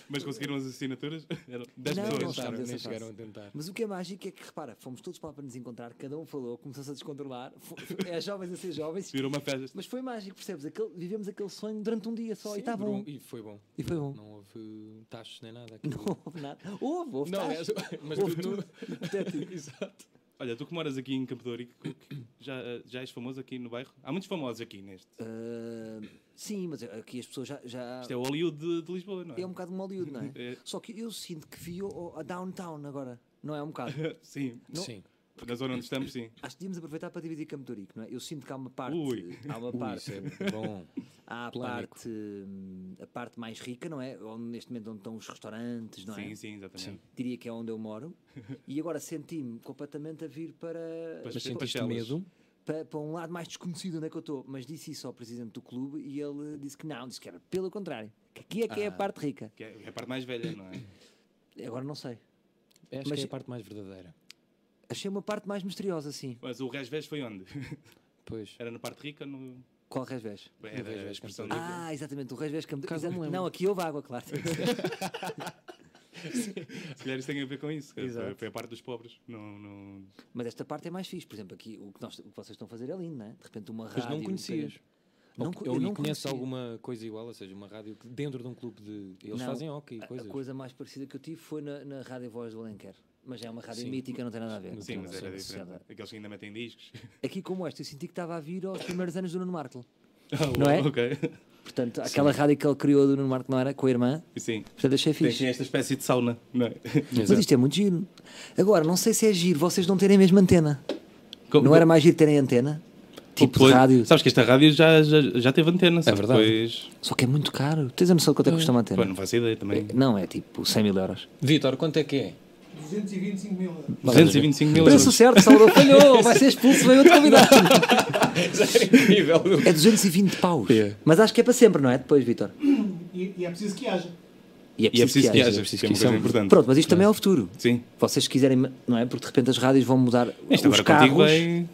[SPEAKER 1] Mas conseguiram as
[SPEAKER 3] <laughs>
[SPEAKER 1] assinaturas? Eram 10
[SPEAKER 3] Não,
[SPEAKER 1] pessoas.
[SPEAKER 3] não sabe
[SPEAKER 2] Tentaram,
[SPEAKER 3] dessa
[SPEAKER 2] nem
[SPEAKER 3] fase.
[SPEAKER 2] chegaram a tentar.
[SPEAKER 3] Mas o que é mágico é que, repara, fomos todos para lá para nos encontrar, cada um falou, começou-se a descontrolar, fo- é jovens a ser jovens,
[SPEAKER 1] Virou uma festa.
[SPEAKER 3] mas foi mágico, percebes? Aquele- vivemos aquele sonho durante um dia só e
[SPEAKER 2] Sim,
[SPEAKER 3] está
[SPEAKER 2] durou
[SPEAKER 3] bom.
[SPEAKER 2] um- E foi bom.
[SPEAKER 3] E foi bom.
[SPEAKER 2] Não houve taxas nem nada. aquilo-
[SPEAKER 3] <laughs> Não houve nada. Houve, houve.
[SPEAKER 2] Não,
[SPEAKER 3] tacho.
[SPEAKER 2] é- mas
[SPEAKER 3] Houve
[SPEAKER 2] tu- tu-
[SPEAKER 3] Hipotético.
[SPEAKER 2] Exato.
[SPEAKER 1] Olha, tu que moras aqui em Campo de Ourique, que- que já, eh, já és famoso aqui no bairro? Há muitos famosos aqui neste.
[SPEAKER 3] Ah, sim, mas aqui as pessoas já. já-
[SPEAKER 1] Isto é o Hollywood de, de Lisboa, não é?
[SPEAKER 3] é um bocado como Hollywood,
[SPEAKER 1] <laughs>
[SPEAKER 3] não é?
[SPEAKER 1] É.
[SPEAKER 3] Só que eu sinto que vi o- o- a downtown agora, não é? Um bocado.
[SPEAKER 1] <laughs> Sim,
[SPEAKER 3] Não-
[SPEAKER 2] Sim.
[SPEAKER 1] na zona onde estamos, sim.
[SPEAKER 3] Acho que devíamos aproveitar para dividir Campo de Ourique, não é? Eu sinto que há uma parte.
[SPEAKER 1] Ui.
[SPEAKER 3] Há uma
[SPEAKER 2] <laughs> Ui,
[SPEAKER 3] parte.
[SPEAKER 2] isso é
[SPEAKER 3] <laughs>
[SPEAKER 2] bom.
[SPEAKER 3] Há a
[SPEAKER 2] Polémico.
[SPEAKER 3] parte, hum, a parte mais rica, não é? Onde, neste momento onde estão os restaurantes, não é?
[SPEAKER 1] Sim, sim, exatamente.
[SPEAKER 3] Diria que é onde eu moro. E agora senti-me completamente a vir para,
[SPEAKER 1] Pois,
[SPEAKER 2] Mas
[SPEAKER 1] Sim,
[SPEAKER 2] sentiste
[SPEAKER 1] pastelas.
[SPEAKER 2] medo?
[SPEAKER 3] para, para um lado mais desconhecido onde é que eu estou. Mas disse isso ao presidente do clube e ele disse que não, disse que era pelo contrário. Que aqui é que é a
[SPEAKER 2] Ah.
[SPEAKER 3] parte rica.
[SPEAKER 1] Que é, é a parte mais velha, não é?
[SPEAKER 3] Agora não sei.
[SPEAKER 2] Acho
[SPEAKER 3] Mas-
[SPEAKER 2] que é a parte mais verdadeira.
[SPEAKER 3] Achei uma parte mais misteriosa, sim.
[SPEAKER 1] Mas o Resvés foi onde? <laughs>
[SPEAKER 2] Pois.
[SPEAKER 1] Era na parte rica? No...
[SPEAKER 3] Qual revés?
[SPEAKER 1] Era
[SPEAKER 2] Resvés,
[SPEAKER 1] a expressão
[SPEAKER 2] Campo de
[SPEAKER 1] de...
[SPEAKER 3] Ah, exatamente, o revés Campo de
[SPEAKER 2] Caso
[SPEAKER 3] Exato.
[SPEAKER 2] me lembro.
[SPEAKER 3] Não, aqui houve água, claro. <laughs>
[SPEAKER 1] Se calhar isso tem a ver com isso. que foi-
[SPEAKER 3] Exato.
[SPEAKER 1] Foi a parte dos pobres. Não, não...
[SPEAKER 3] Mas esta parte é mais fixe. Por exemplo, aqui o que, nós- o que vocês estão a fazer é lindo, não é? De repente uma
[SPEAKER 2] Mas
[SPEAKER 3] rádio.
[SPEAKER 2] não conhecias.
[SPEAKER 3] Não,
[SPEAKER 2] Ou-
[SPEAKER 3] co-
[SPEAKER 2] ou
[SPEAKER 3] eu
[SPEAKER 2] lhe
[SPEAKER 3] não
[SPEAKER 2] conheces
[SPEAKER 3] conhecia.
[SPEAKER 2] alguma coisa igual, ou seja, uma rádio que dentro de um clube de. Eles
[SPEAKER 3] Não,
[SPEAKER 2] fazem hockey
[SPEAKER 3] A-
[SPEAKER 2] e coisas.
[SPEAKER 3] A coisa mais parecida que eu tive foi na, na Rádio Voz do Alenquer. Mas é uma rádio
[SPEAKER 2] Sim.
[SPEAKER 3] mítica, não tem nada a ver.
[SPEAKER 2] Mas
[SPEAKER 1] Sim,
[SPEAKER 2] Não,
[SPEAKER 1] mas
[SPEAKER 2] sim,
[SPEAKER 1] era
[SPEAKER 3] sim,
[SPEAKER 1] diferente.
[SPEAKER 3] sim.
[SPEAKER 1] Aqueles que ainda metem
[SPEAKER 3] <laughs>
[SPEAKER 1] discos.
[SPEAKER 3] Aqui como esta, eu senti que estava a vir aos primeiros anos do Nuno Marco.
[SPEAKER 1] <laughs> Ah,
[SPEAKER 3] é?
[SPEAKER 1] Ok.
[SPEAKER 3] Portanto, aquela rádio que ele criou do Nuno Marco não era com a irmã.
[SPEAKER 1] Sim.
[SPEAKER 3] Portanto, achei
[SPEAKER 1] Tem
[SPEAKER 3] fixe.
[SPEAKER 1] tem esta espécie de sauna, não é?
[SPEAKER 3] Mas isto é muito giro. Agora, não sei se é giro vocês não terem a mesma antena.
[SPEAKER 1] Como-
[SPEAKER 3] <laughs> Não era mais giro terem antena? Tipo de
[SPEAKER 1] Pois,
[SPEAKER 3] rádio. É
[SPEAKER 1] Sabes que esta rádio já, já, já teve antena. só que
[SPEAKER 2] verdade.
[SPEAKER 1] Depois...
[SPEAKER 3] Só que é muito caro. Tens a noção de quanto é que custa uma
[SPEAKER 1] Pô,
[SPEAKER 3] antena?
[SPEAKER 1] não faço ideia também.
[SPEAKER 3] Não, é tipo 100 mil euros.
[SPEAKER 2] Vitor, quanto é que é?
[SPEAKER 4] 225 mil.
[SPEAKER 1] 225 mil
[SPEAKER 3] Preço
[SPEAKER 1] euros.
[SPEAKER 3] certo, Salvador falhou, vai ser expulso, veio outro convidado.
[SPEAKER 1] <laughs>
[SPEAKER 2] é <laughs> incrível.
[SPEAKER 3] É 220 paus.
[SPEAKER 2] É.
[SPEAKER 3] Mas acho que é para sempre, não é? Depois, Vitor.
[SPEAKER 4] E, e é preciso que haja.
[SPEAKER 1] E é preciso que haja,
[SPEAKER 2] é preciso
[SPEAKER 1] que é uma
[SPEAKER 2] que
[SPEAKER 1] coisa
[SPEAKER 2] isso-
[SPEAKER 1] importante.
[SPEAKER 3] Pronto, mas isto também é o futuro.
[SPEAKER 1] Sim.
[SPEAKER 3] Vocês se quiserem, não é? Porque de repente as rádios vão mudar
[SPEAKER 1] Isto
[SPEAKER 3] os
[SPEAKER 1] agora contigo
[SPEAKER 3] carros.
[SPEAKER 1] vai...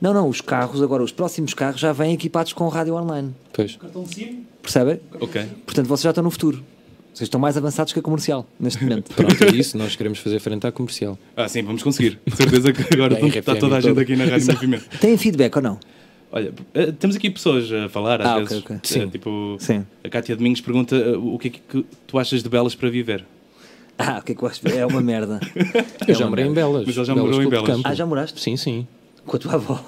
[SPEAKER 3] Não, não, os carros agora, os próximos carros já vêm equipados com rádio online.
[SPEAKER 2] Pois.
[SPEAKER 4] Cartão SIM,
[SPEAKER 3] Percebem?
[SPEAKER 1] Ok.
[SPEAKER 3] Portanto, vocês já estão no futuro. Vocês estão mais avançados que a comercial neste
[SPEAKER 1] <laughs>
[SPEAKER 3] momento.
[SPEAKER 2] Pronto, é isso. Nós queremos fazer frente à comercial.
[SPEAKER 1] Ah, sim, vamos conseguir. De certeza que agora <laughs>
[SPEAKER 2] Bem,
[SPEAKER 1] está
[SPEAKER 2] RFM
[SPEAKER 1] toda a gente
[SPEAKER 2] toda.
[SPEAKER 1] aqui na Rádio Movimento.
[SPEAKER 3] Têm feedback ou não?
[SPEAKER 1] Olha, eh, temos aqui pessoas a falar às
[SPEAKER 3] Ah, ok,
[SPEAKER 1] vezes.
[SPEAKER 3] ok.
[SPEAKER 1] Eh,
[SPEAKER 2] Sim.
[SPEAKER 1] Tipo,
[SPEAKER 3] Sim.
[SPEAKER 1] a Cátia Domingos pergunta eh, o que é que tu achas de belas para viver?
[SPEAKER 3] Ah, o que é que eu acho? É uma
[SPEAKER 1] <laughs>
[SPEAKER 3] merda.
[SPEAKER 2] Eu
[SPEAKER 3] É
[SPEAKER 2] já
[SPEAKER 3] uma
[SPEAKER 2] morei em
[SPEAKER 3] merda.
[SPEAKER 2] Belas.
[SPEAKER 1] um Mas ele já morou em
[SPEAKER 2] Clube de
[SPEAKER 1] Belas.
[SPEAKER 2] Campo.
[SPEAKER 3] Ah, já moraste?
[SPEAKER 2] Sim, sim.
[SPEAKER 3] Com a tua avó.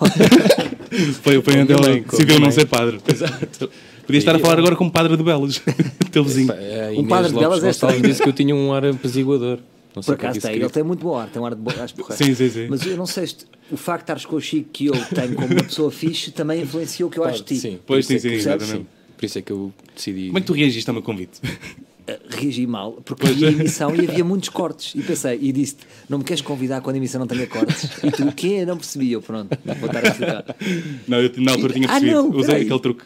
[SPEAKER 1] Foi o pai
[SPEAKER 2] minha
[SPEAKER 1] dela
[SPEAKER 2] mãe,
[SPEAKER 1] que
[SPEAKER 2] com a
[SPEAKER 1] decidiu
[SPEAKER 2] minha
[SPEAKER 1] não
[SPEAKER 2] mãe.
[SPEAKER 1] ser padre. <laughs> Exato. Podias estar a falar agora como padre de belas. <laughs> Teu vizinho.
[SPEAKER 2] A
[SPEAKER 3] Um padre de
[SPEAKER 2] Inês
[SPEAKER 3] Belas é
[SPEAKER 2] Lopes Gonçalves
[SPEAKER 3] estranho.
[SPEAKER 2] disse que eu tinha um ar apaziguador. Não
[SPEAKER 3] Por
[SPEAKER 2] sei
[SPEAKER 3] acaso
[SPEAKER 2] porque
[SPEAKER 3] tem,
[SPEAKER 2] isso
[SPEAKER 3] ele tem muito bom ar, tem um ar de boa às porras.
[SPEAKER 1] Sim, sim, sim.
[SPEAKER 3] Mas eu não sei se o facto de estares com o Chico que eu tenho como uma pessoa fixe também influenciou o um que eu acho de ti.
[SPEAKER 2] Sim,
[SPEAKER 1] Pois,
[SPEAKER 2] por isso
[SPEAKER 1] sim,
[SPEAKER 2] é que-
[SPEAKER 1] sim, exatamente.
[SPEAKER 2] Por isso é que eu decidi.
[SPEAKER 1] Como é que tu reagiste ao meu convite? <laughs>
[SPEAKER 3] Ah, reagi mal, porque vi
[SPEAKER 1] é.
[SPEAKER 3] a emissão e havia muitos cortes. E pensei, e disse-te, não me queres convidar quando a emissão não tenha cortes? E tu, o quê? Eu não percebi. Eu, pronto, vou estar a explicar.
[SPEAKER 1] Não, eu na altura tinha
[SPEAKER 3] Ah,
[SPEAKER 1] percebido.
[SPEAKER 3] não,
[SPEAKER 1] Usei
[SPEAKER 3] peraí.
[SPEAKER 1] aquele truque.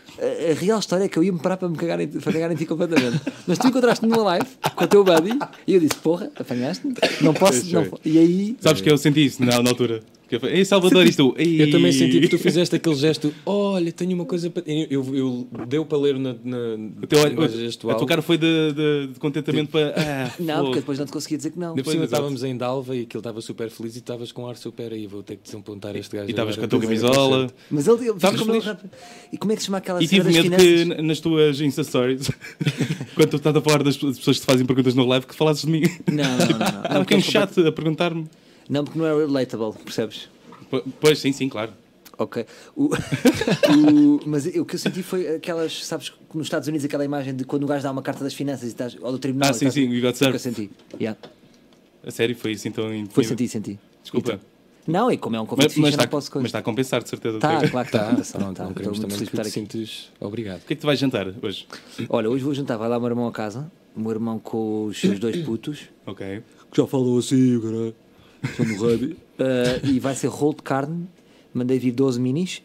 [SPEAKER 3] A, a real história é que eu ia-me parar para me cagar em, para cagar em ti completamente. Mas tu encontraste-me numa live com o teu buddy e eu disse, porra, apanhaste-me? Não posso. Não, po-". e aí,
[SPEAKER 1] Sabes que eu senti isso na, na altura. Que eu falei, Ei, Salvador, isto.
[SPEAKER 2] Eu também senti
[SPEAKER 1] <laughs>
[SPEAKER 2] que tu fizeste aquele gesto, olha, tenho uma coisa para. Eu, eu, eu- deu para ler na, na,
[SPEAKER 1] O teu olho-
[SPEAKER 2] na
[SPEAKER 1] o- a
[SPEAKER 2] gestual.
[SPEAKER 1] tua cara foi de, de- de contentamento para. Ah,
[SPEAKER 3] Tipo- <laughs> não,
[SPEAKER 1] fogo.
[SPEAKER 3] porque depois não te conseguia dizer que não.
[SPEAKER 2] Ainda por
[SPEAKER 1] Pois,
[SPEAKER 2] cima
[SPEAKER 1] exato.
[SPEAKER 2] estávamos em Dalva e aquilo estava super feliz e estavas com um ar super aí, vou ter que desapontar este gajo.
[SPEAKER 1] E estavas com
[SPEAKER 2] agora,
[SPEAKER 1] a tua
[SPEAKER 2] primeiro
[SPEAKER 1] camisola.
[SPEAKER 2] concerto."
[SPEAKER 3] Mas ele, ele
[SPEAKER 1] Sabes como
[SPEAKER 3] respondeu
[SPEAKER 1] diz?
[SPEAKER 3] rápido. E como é que se chama aquela
[SPEAKER 1] E
[SPEAKER 3] cena
[SPEAKER 1] tive
[SPEAKER 3] das
[SPEAKER 1] medo
[SPEAKER 3] finanças?
[SPEAKER 1] que n- nas tuas Insta
[SPEAKER 3] <laughs>
[SPEAKER 1] Stories, quando tu estás a falar das das pessoas que te fazem perguntas no live, que falasses de mim. <laughs>
[SPEAKER 3] Não, não, não.
[SPEAKER 1] Está um
[SPEAKER 3] não. Não, porque
[SPEAKER 1] bocadinho
[SPEAKER 3] ele-
[SPEAKER 1] chato a perguntar-me.
[SPEAKER 3] Não, porque não era relatable, percebes?
[SPEAKER 1] Po- Pois, sim, sim, claro.
[SPEAKER 3] Ok.
[SPEAKER 1] <laughs>
[SPEAKER 3] O- o- mas o que eu senti foi aquelas, sabes, que nos Estados Unidos aquela imagem de quando o gajo dá uma carta das finanças e estás, ou do tribunal.
[SPEAKER 1] Ah,
[SPEAKER 3] e
[SPEAKER 1] sim,
[SPEAKER 3] estás-
[SPEAKER 1] sim, you got
[SPEAKER 3] Foi o que eu
[SPEAKER 1] served.
[SPEAKER 3] senti. Yeah.
[SPEAKER 1] A sério, foi assim tão
[SPEAKER 3] Foi
[SPEAKER 1] indefinido.
[SPEAKER 3] senti, senti.
[SPEAKER 1] Desculpa.
[SPEAKER 3] Não, e como é um convite
[SPEAKER 1] Mas,
[SPEAKER 3] fixe,
[SPEAKER 1] mas
[SPEAKER 3] eu
[SPEAKER 1] está,
[SPEAKER 3] não posso
[SPEAKER 1] mas
[SPEAKER 3] coisa.
[SPEAKER 1] está a compensar, de certeza.
[SPEAKER 3] Tá,
[SPEAKER 1] Ter-
[SPEAKER 3] claro que
[SPEAKER 2] Tá,
[SPEAKER 3] está.
[SPEAKER 2] pronto, não queremos também que tu te
[SPEAKER 3] Ah, então estar aqui.
[SPEAKER 2] sintes obrigado.
[SPEAKER 1] O que é que tu vais jantar hoje?
[SPEAKER 3] Olha, hoje vou jantar, vai lá o meu irmão a casa, o meu irmão com os seus dois putos,
[SPEAKER 1] Ok.
[SPEAKER 3] que já falam assim, caralho, são no rugby. Ah, e vai ser rolo de carne, mandei vir 12 minis.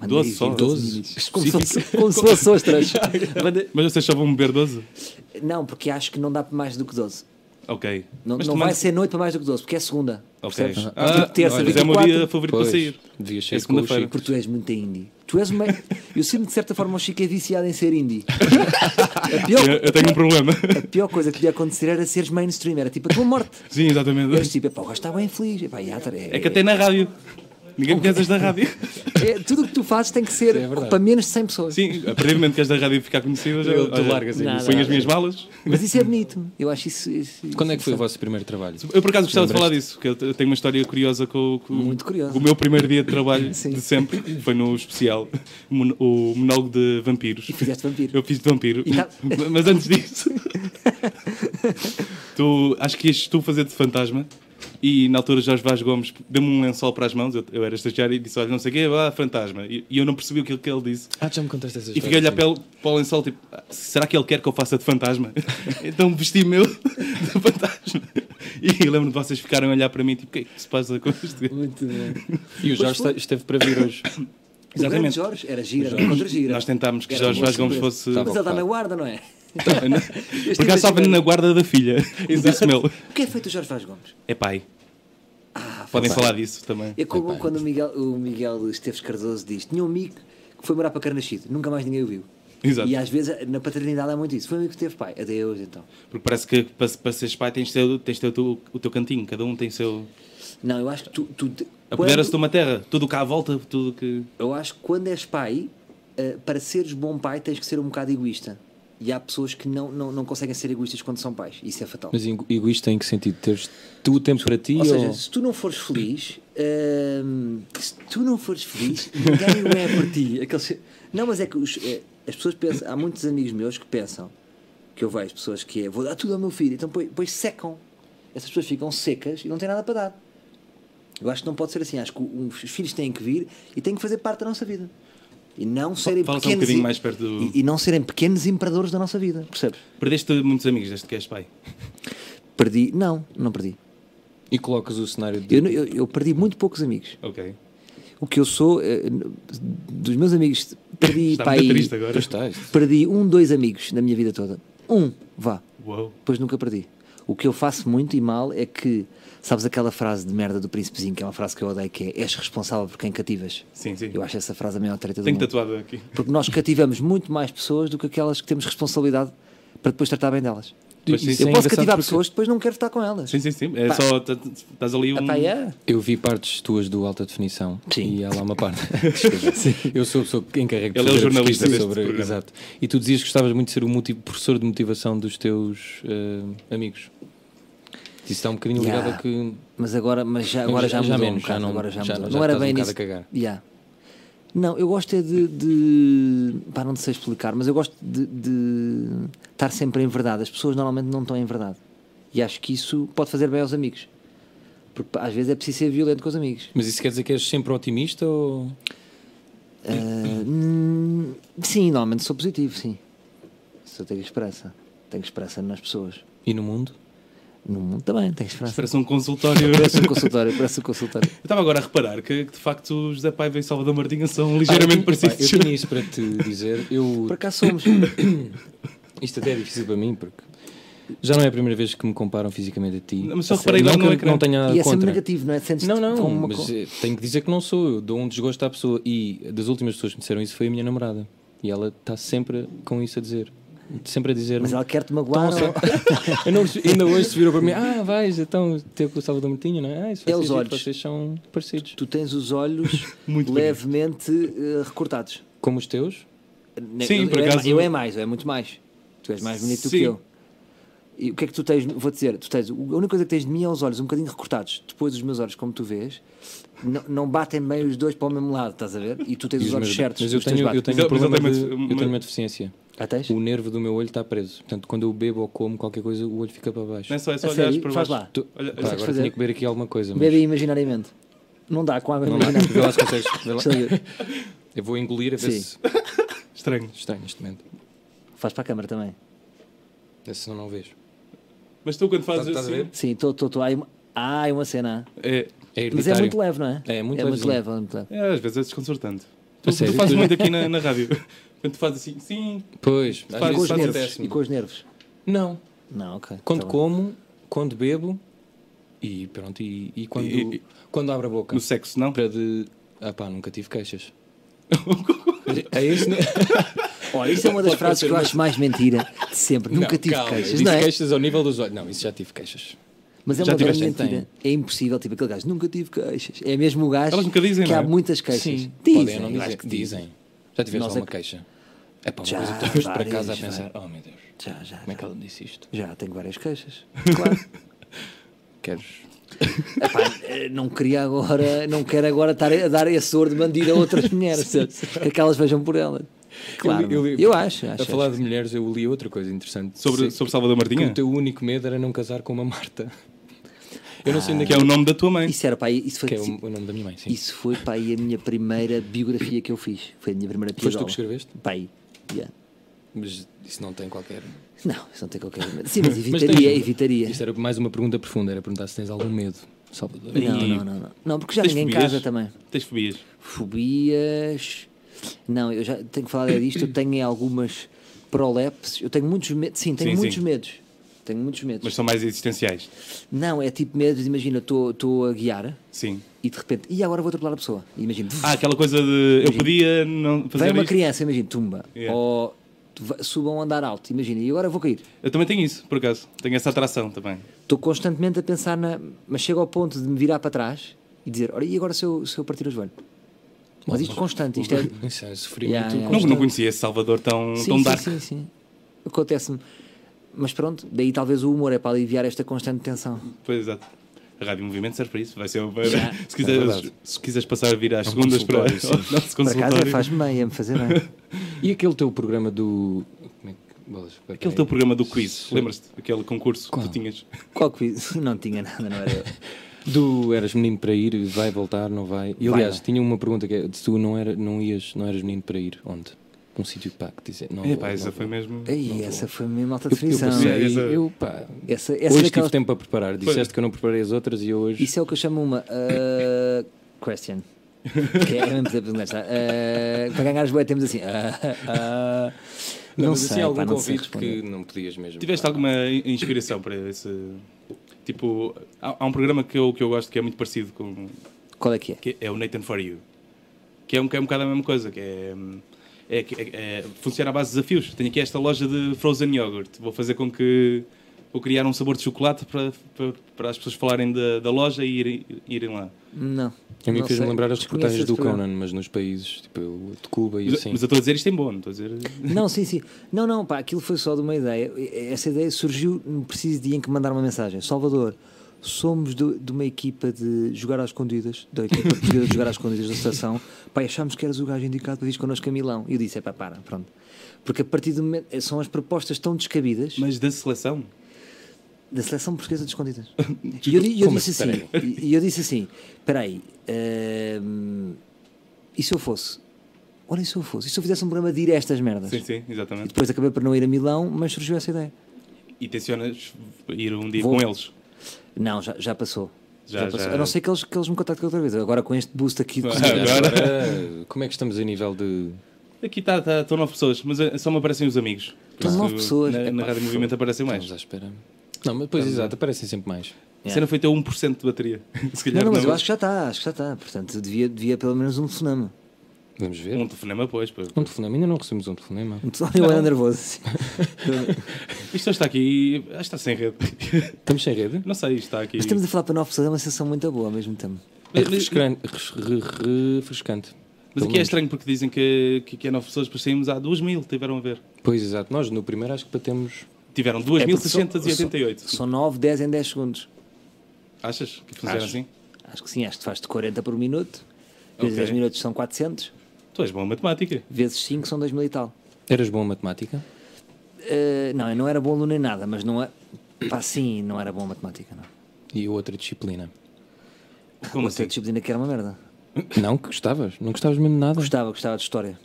[SPEAKER 3] Mandei
[SPEAKER 1] 12
[SPEAKER 3] vir
[SPEAKER 1] só?
[SPEAKER 3] 12
[SPEAKER 1] <laughs>
[SPEAKER 3] minis. Como se fosse- como
[SPEAKER 2] <laughs>
[SPEAKER 3] se fossem ostras. Mandei-
[SPEAKER 1] Mas vocês só vão beber 12?
[SPEAKER 3] Não, porque acho que não dá para mais do que 12.
[SPEAKER 1] Ok.
[SPEAKER 3] Não,
[SPEAKER 1] Mas
[SPEAKER 3] não
[SPEAKER 1] tu
[SPEAKER 3] vai
[SPEAKER 1] mandas-
[SPEAKER 3] ser noite para mais do que 12, porque é segunda.
[SPEAKER 1] Ok.
[SPEAKER 3] Percebes?
[SPEAKER 1] Ah,
[SPEAKER 3] tipo terça,
[SPEAKER 1] olha, mas é o meu
[SPEAKER 3] 24.
[SPEAKER 1] dia favorito para sair.
[SPEAKER 2] Devia ser
[SPEAKER 1] É
[SPEAKER 2] com o
[SPEAKER 1] segunda-feira.
[SPEAKER 2] Chico.
[SPEAKER 3] Porque tu és muito indie. Tu és uma... Eu sinto que, de certa forma o Chico é viciado em
[SPEAKER 1] <laughs>
[SPEAKER 3] ser indie. A
[SPEAKER 1] Eu,
[SPEAKER 3] pior,
[SPEAKER 1] eu tenho um problema. <laughs>
[SPEAKER 3] a pior coisa que podia acontecer era seres mainstream, era tipo a tua morte.
[SPEAKER 1] Sim,
[SPEAKER 3] Eles
[SPEAKER 1] exatamente.
[SPEAKER 3] tipo, "Epá, o gajo está bem feliz. Epá, e há- é,
[SPEAKER 1] É que até na rádio. Ninguém
[SPEAKER 3] <laughs>
[SPEAKER 1] me conheces da rádio.
[SPEAKER 3] é- tudo o que tu fazes tem que ser
[SPEAKER 2] é verdade.
[SPEAKER 3] para menos de 100 pessoas.
[SPEAKER 1] Sim, a partir do momento que és da rádio ficar conhecida, já
[SPEAKER 2] Eu- tu
[SPEAKER 1] olha,
[SPEAKER 2] largas aí.
[SPEAKER 3] Nada.
[SPEAKER 1] Põe as minhas balas.
[SPEAKER 3] Mas isso é bonito. Eu acho isso. isso-
[SPEAKER 2] Quando é que
[SPEAKER 3] isso
[SPEAKER 2] foi o vosso primeiro trabalho?
[SPEAKER 1] Eu por acaso gostava de falar disso, que eu te- tenho uma história curiosa com, com-
[SPEAKER 3] Muito curiosa.
[SPEAKER 1] com o meu primeiro dia de trabalho
[SPEAKER 3] <laughs> Sim.
[SPEAKER 1] de sempre, foi no especial, o mon- o monólogo de vampiros.
[SPEAKER 3] E fizeste vampiro.
[SPEAKER 1] Eu fiz de vampiro.
[SPEAKER 3] E tá-
[SPEAKER 1] <laughs> Mas antes
[SPEAKER 3] <laughs>
[SPEAKER 1] disso, tu, acho que ias tu fazer de fantasma. E na altura Jorge Vaz Gomes deu-me um lençol para as mãos, eu, eu era estagiário, e disse: Olha, não sei o quê, vá, fantasma. E, e eu não percebi o que, que ele disse.
[SPEAKER 2] Ah, já me contaste essa
[SPEAKER 1] E
[SPEAKER 2] história.
[SPEAKER 1] fiquei a olhar
[SPEAKER 2] sim.
[SPEAKER 1] para, ele- para o lençol, tipo, "Ah, será que ele quer que eu faça de fantasma? <laughs> então vesti meu de fantasma. E lembro-me de vocês ficarem a olhar para mim, tipo, o que é que se passa com este gajo?"
[SPEAKER 3] Muito bom.
[SPEAKER 2] E o Jorge este- esteve para vir
[SPEAKER 1] <coughs>
[SPEAKER 2] hoje.
[SPEAKER 3] O grande
[SPEAKER 1] Exatamente.
[SPEAKER 3] Jorge era gira, era contra gira.
[SPEAKER 1] Nós tentámos que
[SPEAKER 3] Era
[SPEAKER 1] Jorge
[SPEAKER 3] uma
[SPEAKER 1] Vaz Gomes
[SPEAKER 3] surpresa.
[SPEAKER 1] fosse. Então,
[SPEAKER 2] Tá bom.
[SPEAKER 3] Mas
[SPEAKER 1] Porque
[SPEAKER 3] ele está na guarda, não é? tipo
[SPEAKER 1] já estava na guarda da filha. <laughs> Disse-me ele.
[SPEAKER 3] O que é feito o Jorge Vaz Gomes? Ah,
[SPEAKER 1] É pai. Podem falar disso também.
[SPEAKER 3] É como
[SPEAKER 2] Epá.
[SPEAKER 3] quando o Miguel, o Miguel Esteves Cardoso diz: tinha um amigo que foi morar para Carnaxide, nunca mais ninguém o viu.
[SPEAKER 1] Exato.
[SPEAKER 3] E às vezes na paternidade há muito isso. Foi um amigo que teve pai, até hoje então.
[SPEAKER 1] Porque parece que para, para seres pai tens de ter, tens de ter o, teu, o teu cantinho, cada um tem o seu.
[SPEAKER 3] Não, eu acho que tu. tu te-
[SPEAKER 1] Apodera-se de
[SPEAKER 3] quando-
[SPEAKER 1] uma terra, tudo cá à volta, tudo que.
[SPEAKER 3] Eu acho que quando és pai, eh, para seres bom pai, tens que ser um bocado egoísta. E há pessoas que não, não, não conseguem ser egoístas quando são pais. Isso é fatal.
[SPEAKER 2] Mas ego- egoísta em que sentido? Teres tu o tempo para ti
[SPEAKER 3] Ou
[SPEAKER 2] ou...
[SPEAKER 3] seja, se tu não fores feliz, hum, se tu não fores feliz, ninguém o é por ti. Aqueles- Não, mas é que os- é, as pessoas pensam, há muitos amigos meus que pensam, que eu vejo pessoas que é, vou dar tudo ao meu filho, então depois, depois secam. Essas pessoas ficam secas e não têm nada para dar. Eu acho que não pode ser assim. Acho que o- os filhos têm que vir e têm que fazer parte da nossa vida. E não serem
[SPEAKER 1] Fala só um
[SPEAKER 3] pequenos
[SPEAKER 1] bocadinho
[SPEAKER 3] im-
[SPEAKER 1] mais perto do-
[SPEAKER 3] e, e não serem pequenos imperadores da nossa vida, percebes?
[SPEAKER 1] Perdeste muitos amigos desde que és pai.
[SPEAKER 3] Perdi, não, não perdi.
[SPEAKER 2] E colocas o cenário de...
[SPEAKER 3] Eu, eu- eu perdi muito poucos amigos.
[SPEAKER 1] Ok.
[SPEAKER 3] O que eu sou, eh, n- dos meus amigos, perdi
[SPEAKER 1] Está
[SPEAKER 3] pá,
[SPEAKER 1] muito
[SPEAKER 3] aí-
[SPEAKER 1] triste agora.
[SPEAKER 2] Tu estás.
[SPEAKER 3] perdi um, dois amigos na minha vida toda. Um, vá,
[SPEAKER 1] Uou.
[SPEAKER 3] depois nunca perdi. O que eu faço muito e mal é que, sabes aquela frase de merda do príncipezinho, que é uma frase que eu odeio, que é és responsável por quem cativas.
[SPEAKER 1] Sim, sim.
[SPEAKER 3] Eu acho essa frase a maior treta do
[SPEAKER 1] Tenho
[SPEAKER 3] mundo.
[SPEAKER 1] tatuado aqui.
[SPEAKER 3] Porque nós cativamos muito mais pessoas do que aquelas que temos responsabilidade para depois tratar bem delas.
[SPEAKER 1] Pois sim.
[SPEAKER 2] Isso é
[SPEAKER 3] Eu posso
[SPEAKER 2] engraçado
[SPEAKER 3] cativar
[SPEAKER 2] porque
[SPEAKER 3] pessoas, depois não quero estar com elas.
[SPEAKER 1] Sim, sim, sim. É
[SPEAKER 3] Pá.
[SPEAKER 1] só. t- t- Estás ali um.
[SPEAKER 3] Ah, pá, é?
[SPEAKER 2] Eu vi partes tuas do Alta Definição
[SPEAKER 3] Sim.
[SPEAKER 2] e há lá uma
[SPEAKER 3] <laughs>
[SPEAKER 2] parte. Sim. eu sou a pessoa que encarrego de
[SPEAKER 1] Ele é o
[SPEAKER 2] fazer a
[SPEAKER 1] jornalista
[SPEAKER 2] pesquisa
[SPEAKER 1] deste
[SPEAKER 2] sobre.
[SPEAKER 1] programa.
[SPEAKER 2] Exato. E tu dizias que gostavas muito de ser o multi- professor de motivação dos teus eh, amigos. Isso está um bocadinho ligado
[SPEAKER 3] Yeah.
[SPEAKER 2] a que.
[SPEAKER 3] Mas agora, mas já, agora já,
[SPEAKER 2] já
[SPEAKER 3] mudou
[SPEAKER 2] menos,
[SPEAKER 3] um
[SPEAKER 2] já
[SPEAKER 3] bocado,
[SPEAKER 2] não-
[SPEAKER 3] agora já,
[SPEAKER 2] já
[SPEAKER 3] mudou.
[SPEAKER 2] não- já
[SPEAKER 3] não era
[SPEAKER 2] estás um
[SPEAKER 3] bem
[SPEAKER 2] bocado
[SPEAKER 3] nisso.
[SPEAKER 2] a cagar.
[SPEAKER 3] Yeah. Não, eu gosto é de, de. Pá, não sei explicar, mas eu gosto de, de estar sempre em verdade. As pessoas normalmente não estão em verdade. E acho que isso pode fazer bem aos amigos. Porque pá, às vezes é preciso ser violento com os amigos.
[SPEAKER 2] Mas isso quer dizer que és sempre otimista ou.
[SPEAKER 3] Ah, hum, sim, normalmente sou positivo, sim. Só tenho esperança. Tenho esperança nas pessoas.
[SPEAKER 2] E no mundo?
[SPEAKER 3] No mundo também,
[SPEAKER 1] <laughs>
[SPEAKER 3] tenho esperança.
[SPEAKER 1] Parece um
[SPEAKER 3] <laughs>
[SPEAKER 1] consultório.
[SPEAKER 3] Parece um consultório, parece um consultório.
[SPEAKER 1] Eu estava agora a reparar que, que, de facto o José Paiva e Salvador Martinha são ligeiramente
[SPEAKER 2] Ah, eu tinha- epá,
[SPEAKER 1] parecidos.
[SPEAKER 2] Eu tinha isso para te dizer. Eu,
[SPEAKER 3] Por acaso somos.
[SPEAKER 2] isto até é difícil para mim porque. Já não é a primeira vez que me comparam fisicamente a ti.
[SPEAKER 1] Não, mas só
[SPEAKER 2] A sério,
[SPEAKER 1] reparei logo
[SPEAKER 2] não
[SPEAKER 1] no
[SPEAKER 2] que eu
[SPEAKER 1] ecrã.
[SPEAKER 2] não tenho nada
[SPEAKER 3] E é sempre
[SPEAKER 2] Ah, contra.
[SPEAKER 3] negativo, não é? Sentes-te
[SPEAKER 2] Não, não,
[SPEAKER 3] com uma
[SPEAKER 2] mas
[SPEAKER 3] co-
[SPEAKER 2] eh, tenho que dizer que não sou. Eu dou um desgosto à pessoa. E das últimas pessoas que me disseram isso foi a minha namorada. E ela está sempre com isso a dizer. Sempre a dizer.
[SPEAKER 3] Mas ela quer-te magoar. ou-
[SPEAKER 2] <laughs> eu não, ainda hoje se virou para mim. Ah, vais, então, ter com o Salvador Martinho, não é? Ah, isso vai
[SPEAKER 3] É
[SPEAKER 2] ser
[SPEAKER 3] os
[SPEAKER 2] giro,
[SPEAKER 3] olhos.
[SPEAKER 2] Vocês são parecidos.
[SPEAKER 3] Tu tens os olhos
[SPEAKER 1] <laughs> Muito
[SPEAKER 3] levemente eh, recortados.
[SPEAKER 2] Como os teus?
[SPEAKER 1] Sim,
[SPEAKER 3] eu,
[SPEAKER 1] por
[SPEAKER 3] eu é
[SPEAKER 1] acaso-
[SPEAKER 3] ma- eu é mais, eu é muito mais. Tu és mais bonito do que
[SPEAKER 1] Sim.
[SPEAKER 3] eu. E o que é que tu tens? Vou dizer, tu tens, a única coisa que tens de mim é os olhos um bocadinho recortados. Depois os meus olhos, como tu vês, não, não batem bem os dois para o mesmo lado, estás a ver? E tu tens
[SPEAKER 2] E
[SPEAKER 3] os, olhos
[SPEAKER 2] meus-
[SPEAKER 3] certos.
[SPEAKER 2] Mas eu
[SPEAKER 3] os teus
[SPEAKER 2] tenho, eu
[SPEAKER 3] batem.
[SPEAKER 2] tenho
[SPEAKER 1] Mas
[SPEAKER 2] um
[SPEAKER 1] ele- mas ele
[SPEAKER 2] problema
[SPEAKER 1] tem
[SPEAKER 2] de-
[SPEAKER 1] uma-
[SPEAKER 2] eu tenho uma deficiência.
[SPEAKER 3] Ah, tens?
[SPEAKER 2] O nervo do meu olho está preso. Portanto, quando eu bebo ou como qualquer coisa, o olho fica para baixo.
[SPEAKER 1] Não é só, é só
[SPEAKER 3] A
[SPEAKER 1] olhares
[SPEAKER 3] sério?
[SPEAKER 1] para
[SPEAKER 3] Faz
[SPEAKER 1] baixo.
[SPEAKER 3] lá.
[SPEAKER 2] Tu-
[SPEAKER 1] Olha,
[SPEAKER 2] pá,
[SPEAKER 1] olha,
[SPEAKER 2] agora
[SPEAKER 3] fazer?
[SPEAKER 2] tinha que beber aqui alguma coisa. Mas...
[SPEAKER 3] Bebe aí imaginariamente. Não dá com água
[SPEAKER 2] Não dá.
[SPEAKER 3] imaginariamente.
[SPEAKER 2] Vê lá se consegues. Vê lá.
[SPEAKER 3] <laughs> Deixa eu ver.
[SPEAKER 2] Eu vou engolir a ver
[SPEAKER 3] Sim.
[SPEAKER 2] se.
[SPEAKER 1] estranho.
[SPEAKER 2] Estranho neste momento.
[SPEAKER 3] Faz para a câmara também.
[SPEAKER 2] Esse não, não vejo.
[SPEAKER 1] Mas tu quando fazes
[SPEAKER 2] Estás Tá, a
[SPEAKER 1] assim.
[SPEAKER 2] ver?
[SPEAKER 3] Sim, estou, estou, estou. Há aí uma- há aí uma cena. ah.
[SPEAKER 1] É,
[SPEAKER 2] É
[SPEAKER 3] Mas é
[SPEAKER 2] hereditário.
[SPEAKER 3] muito leve, não é?
[SPEAKER 2] É, muito
[SPEAKER 3] é muito
[SPEAKER 2] levezinho.
[SPEAKER 3] leve. é muito leve.
[SPEAKER 1] é, às vezes é desconcertante.
[SPEAKER 2] A
[SPEAKER 1] Tu, tu
[SPEAKER 2] sério?
[SPEAKER 1] fazes
[SPEAKER 3] <laughs>
[SPEAKER 1] muito aqui na, na rádio. Quando tu fazes assim, sim,
[SPEAKER 2] Pois, às
[SPEAKER 1] Faz-
[SPEAKER 3] E
[SPEAKER 2] vezes
[SPEAKER 3] com
[SPEAKER 1] faz
[SPEAKER 3] os
[SPEAKER 2] faz um
[SPEAKER 1] o
[SPEAKER 3] nervos.
[SPEAKER 1] teste.
[SPEAKER 2] acontece-me.
[SPEAKER 3] E com os nervos.
[SPEAKER 2] Não,
[SPEAKER 3] Não, ok.
[SPEAKER 2] quando
[SPEAKER 3] tá bem.
[SPEAKER 2] como, quando bebo e pronto, e, e quando,
[SPEAKER 1] E- e-
[SPEAKER 2] quando abro a boca.
[SPEAKER 1] No sexo, não?
[SPEAKER 2] Para de. Ah pá, nunca tive queixas. é isso? né?
[SPEAKER 3] Olha, isso é uma das
[SPEAKER 2] Pode
[SPEAKER 3] frases
[SPEAKER 2] parecer
[SPEAKER 3] que eu
[SPEAKER 2] uma-
[SPEAKER 3] acho mais mentira de sempre. Nunca
[SPEAKER 2] Não,
[SPEAKER 3] tive
[SPEAKER 2] calma,
[SPEAKER 3] queixas,
[SPEAKER 2] disse
[SPEAKER 3] não é?
[SPEAKER 2] queixas ao nível dos olhos. Não, isso já tive queixas.
[SPEAKER 3] Mas é
[SPEAKER 2] Já
[SPEAKER 3] uma grande
[SPEAKER 2] tiveste?
[SPEAKER 3] mentira. É impossível, tipo aquele gajo, nunca tive queixas. É mesmo o gajo
[SPEAKER 1] Elas nunca dizem,
[SPEAKER 3] que
[SPEAKER 1] não é?
[SPEAKER 3] há muitas queixas.
[SPEAKER 2] Podem
[SPEAKER 3] dizem,
[SPEAKER 2] não
[SPEAKER 3] eu acho
[SPEAKER 2] dizer.
[SPEAKER 3] que
[SPEAKER 2] dizem. Já tiveste
[SPEAKER 3] Nós é
[SPEAKER 2] alguma
[SPEAKER 3] que-
[SPEAKER 2] queixa? É pá, uma
[SPEAKER 3] Já,
[SPEAKER 2] coisa que tu foste para
[SPEAKER 3] várias,
[SPEAKER 2] casa a
[SPEAKER 3] vá.
[SPEAKER 2] pensar, oh meu Deus,
[SPEAKER 3] Já, já,
[SPEAKER 2] como é que ela me disse isto?
[SPEAKER 3] já tenho várias queixas. <laughs> Claro.
[SPEAKER 2] Queres?
[SPEAKER 3] Epá, eh, não queria agora, não quero agora estar a dar esse ouro de bandido a
[SPEAKER 2] <laughs>
[SPEAKER 3] outras mulheres, sabes? que elas vejam por elas. Claro, eu,
[SPEAKER 2] Eu li- eu li-
[SPEAKER 3] acho, acho.
[SPEAKER 2] a falar de mulheres, eu li outra coisa interessante.
[SPEAKER 1] Sobre,
[SPEAKER 2] Sei
[SPEAKER 1] sobre Salvador
[SPEAKER 2] que
[SPEAKER 1] Martinha?
[SPEAKER 2] o teu único medo era não casar com uma Marta. Eu não sei onde é
[SPEAKER 1] Que é o nome da tua mãe.
[SPEAKER 3] Isso era para aí, isso foi,
[SPEAKER 2] que é o, o nome da minha mãe, sim.
[SPEAKER 3] isso foi para aí a minha primeira biografia que eu fiz. Foi a minha primeira
[SPEAKER 2] Foste tu
[SPEAKER 3] piadola.
[SPEAKER 2] que escreveste?
[SPEAKER 3] Para aí. yeah.
[SPEAKER 2] Mas isso não tem qualquer.
[SPEAKER 3] Não, isso não tem qualquer. Sim, mas
[SPEAKER 2] Mas
[SPEAKER 3] evitaria,
[SPEAKER 2] tens-
[SPEAKER 3] evitaria.
[SPEAKER 2] Isto é era mais uma pergunta profunda, era perguntar se tens algum medo, Salvador.
[SPEAKER 3] Não, não, não, não. Não, porque já
[SPEAKER 1] Tens
[SPEAKER 3] ninguém
[SPEAKER 1] fobias?
[SPEAKER 3] casa também.
[SPEAKER 1] Tens fobias.
[SPEAKER 3] Fobias. Não, eu já tenho que falar é disto. Eu tenho algumas prolepses. Eu tenho muitos medos. Sim, tenho
[SPEAKER 1] Sim,
[SPEAKER 3] muitos
[SPEAKER 1] sim.
[SPEAKER 3] medos. Tenho muitos medos.
[SPEAKER 1] Mas são mais existenciais.
[SPEAKER 3] Não, é tipo medos. Imagina, estou a guiar
[SPEAKER 1] Sim.
[SPEAKER 3] e de repente. E agora vou atropelar a pessoa. E Imagina.
[SPEAKER 1] Ah, aquela coisa de eu podia não
[SPEAKER 3] Vem
[SPEAKER 1] fazer
[SPEAKER 3] uma
[SPEAKER 1] isto.
[SPEAKER 3] criança, imagina, tumba.
[SPEAKER 1] Yeah.
[SPEAKER 3] Ou tu va- suba um andar alto. Imagina, e agora vou cair.
[SPEAKER 1] Eu também tenho isso, por acaso. Tenho essa atração também.
[SPEAKER 3] Estou constantemente a pensar na. Mas chego ao ponto de me virar para trás e dizer: Olha, e agora se eu, se eu partir o joelho? Mas isto é constante, isto é.
[SPEAKER 2] Isso é sofrimento.
[SPEAKER 3] Yeah, yeah.
[SPEAKER 1] Não, não
[SPEAKER 3] Constante.
[SPEAKER 1] conhecia esse Salvador tão,
[SPEAKER 3] Sim,
[SPEAKER 1] tão
[SPEAKER 3] sim,
[SPEAKER 1] dark.
[SPEAKER 3] sim, sim. Acontece-me. Mas pronto, daí talvez o humor é para aliviar esta constante tensão.
[SPEAKER 1] Pois, exato. A Rádio Movimento serve para isso. Vai ser uma-
[SPEAKER 3] Já.
[SPEAKER 1] <laughs> se, quiseres,
[SPEAKER 2] É verdade. É um
[SPEAKER 1] se quiseres passar a vir às segundas para <laughs>
[SPEAKER 2] consultório,
[SPEAKER 1] o nosso
[SPEAKER 2] sim.
[SPEAKER 3] Por acaso é,
[SPEAKER 1] consultório.
[SPEAKER 3] faz-me bem, é-me fazer bem.
[SPEAKER 2] <laughs> E aquele teu programa do. Como é que. Bolas, espera
[SPEAKER 1] Aquele
[SPEAKER 2] aí.
[SPEAKER 1] teu programa do quiz,
[SPEAKER 2] Sim.
[SPEAKER 1] lembras-te? Aquele concurso
[SPEAKER 2] Qual?
[SPEAKER 1] que tu tinhas.
[SPEAKER 3] Qual quiz? Não tinha nada, não era eu.
[SPEAKER 2] Do eras menino para ir, vai voltar, não vai. E
[SPEAKER 3] Vai,
[SPEAKER 2] aliás,
[SPEAKER 3] não.
[SPEAKER 2] tinha uma pergunta que é: se tu não, era, não, ias, não eras menino para ir, onde? Um sítio pá, que dizer. Não,
[SPEAKER 1] É,
[SPEAKER 2] vou,
[SPEAKER 1] pá,
[SPEAKER 2] não
[SPEAKER 1] essa
[SPEAKER 2] vou.
[SPEAKER 1] foi mesmo.
[SPEAKER 3] Ei, essa foi mesmo alta
[SPEAKER 2] Eu, eu
[SPEAKER 3] definição.
[SPEAKER 2] passei,
[SPEAKER 1] Essa-
[SPEAKER 2] eu pá.
[SPEAKER 3] Essa, essa
[SPEAKER 2] Hoje
[SPEAKER 3] daquelas-
[SPEAKER 2] tive tempo para preparar. Disseste que eu não preparei as outras e hoje.
[SPEAKER 3] Isso é o que eu chamo uma ah, question. Que é mesmo dizer para os mulheres, tá? Ah, para ganhar as boias temos assim. ah, ah. não,
[SPEAKER 2] mas
[SPEAKER 3] sei,
[SPEAKER 2] assim, algum
[SPEAKER 3] pá, não sei
[SPEAKER 2] convite que
[SPEAKER 3] responder.
[SPEAKER 2] não podias mesmo.
[SPEAKER 1] Tiveste
[SPEAKER 2] pá.
[SPEAKER 1] alguma in- inspiração para esse. Tipo, há, há um programa que eu, que eu gosto que é muito parecido com.
[SPEAKER 3] Qual é que é?
[SPEAKER 1] que é o Nathan For You. Que é um, que é um bocado a mesma coisa, que é. hum, é, que- é- é- funciona à base de desafios. Tenho aqui esta loja de frozen yogurt. Vou fazer com que. Vou criar um sabor de chocolate para, para, para as pessoas falarem da, da loja e irem, irem lá.
[SPEAKER 3] Não.
[SPEAKER 2] A mim
[SPEAKER 3] não
[SPEAKER 2] fez-me
[SPEAKER 3] sei.
[SPEAKER 2] lembrar as
[SPEAKER 3] Desconheço
[SPEAKER 2] reportagens
[SPEAKER 3] esse
[SPEAKER 2] do
[SPEAKER 3] programa.
[SPEAKER 2] Conan, mas nos países, tipo eu- de Cuba e
[SPEAKER 1] Mas,
[SPEAKER 2] assim.
[SPEAKER 1] mas eu estou a dizer isto em bom, estou a dizer.
[SPEAKER 3] Não, sim, sim. Não, não, pá, aquilo foi só de uma ideia. Essa ideia surgiu no preciso dia em que mandaram uma mensagem. Salvador, somos do- de uma equipa de jogar às escondidas, da equipa portuguesa de jogar às escondidas da seleção. Pá, achámos que eras o gajo indicado para vir connosco a Milão. E eu disse, é pá, para, pronto. Porque a partir do momento, eh, são as propostas tão descabidas
[SPEAKER 1] Mas da seleção.
[SPEAKER 3] da seleção portuguesa de escondidas. E eu, di- eu
[SPEAKER 2] Como
[SPEAKER 3] disse
[SPEAKER 2] assim?
[SPEAKER 3] assim, e e eu disse assim, espera aí, hum, e se eu fosse? Olha, e se eu fosse? E se eu fizesse um programa de ir a estas merdas?
[SPEAKER 1] Sim, sim,
[SPEAKER 3] E
[SPEAKER 1] exatamente.
[SPEAKER 3] depois acabei por não ir a Milão, mas surgiu essa ideia.
[SPEAKER 1] E tencionas ir um dia
[SPEAKER 3] Vou.
[SPEAKER 1] com eles.
[SPEAKER 3] Não, já, já passou.
[SPEAKER 1] Já,
[SPEAKER 3] passou.
[SPEAKER 1] já.
[SPEAKER 3] A não ser que eles, que eles me contactem outra vez. Agora com este boost aqui. de-
[SPEAKER 1] <laughs> Ah,
[SPEAKER 2] Agora,
[SPEAKER 1] Agora.
[SPEAKER 2] como é que estamos a nível de.
[SPEAKER 1] Aqui estão tá, tá, nove pessoas, mas eh, só me aparecem os amigos. Por
[SPEAKER 3] Estão
[SPEAKER 1] isso,
[SPEAKER 3] nove pessoas.
[SPEAKER 1] Na, na
[SPEAKER 3] Epá,
[SPEAKER 1] Rádio
[SPEAKER 3] fogo.
[SPEAKER 1] Movimento aparecem mais.
[SPEAKER 2] Estamos à espera. Não, mas pois exato, aparecem sempre mais.
[SPEAKER 1] A cena foi ter 1% de bateria. <laughs> Se calhar
[SPEAKER 3] Não, não, mas eu acho que já está, acho que já está. Portanto, devia, devia pelo menos um telefonema.
[SPEAKER 2] Vamos ver.
[SPEAKER 1] Um telefonema, pois. pois.
[SPEAKER 2] Um telefonema, ainda não recebemos um telefonema.
[SPEAKER 3] Um telefonema. Eu
[SPEAKER 1] <laughs>
[SPEAKER 3] era nervoso.
[SPEAKER 1] Isto hoje está aqui, acho que está sem rede. <laughs>
[SPEAKER 2] Estamos sem rede?
[SPEAKER 1] Não sei, isto está aqui.
[SPEAKER 3] Mas estamos a falar para nove pessoas, é uma sensação muito boa ao mesmo tempo.
[SPEAKER 2] É
[SPEAKER 1] Mas- mas-
[SPEAKER 2] refrescante. res- re- refrescante.
[SPEAKER 1] Mas
[SPEAKER 2] Pelo
[SPEAKER 1] aqui é
[SPEAKER 2] menos.
[SPEAKER 1] estranho porque dizem que, que, que é 9 pessoas, depois saímos há 2 mil, tiveram a ver.
[SPEAKER 2] Pois exato, nós no primeiro acho que batemos.
[SPEAKER 1] Tiveram
[SPEAKER 3] É porque
[SPEAKER 1] 2.688.
[SPEAKER 3] São nove, dez em dez segundos.
[SPEAKER 1] Achas que funciona
[SPEAKER 3] Acho.
[SPEAKER 1] assim?
[SPEAKER 3] Acho que sim, acho que faz de 40 por minuto. Vezes
[SPEAKER 1] Ok.
[SPEAKER 3] 10 minutos são 400,
[SPEAKER 1] Tu és bom em matemática.
[SPEAKER 3] vezes 5 são 2 mil e tal.
[SPEAKER 2] Eras bom em matemática?
[SPEAKER 3] Eh, não, eu não era bom aluno em nada, mas não é. Pá, sim, não era bom em matemática, não.
[SPEAKER 2] E outra disciplina.
[SPEAKER 1] Como
[SPEAKER 3] Outra
[SPEAKER 1] assim?
[SPEAKER 3] disciplina que era é uma merda.
[SPEAKER 2] Não, que gostavas. Não gostavas mesmo de nada.
[SPEAKER 3] Gostava, gostava de história.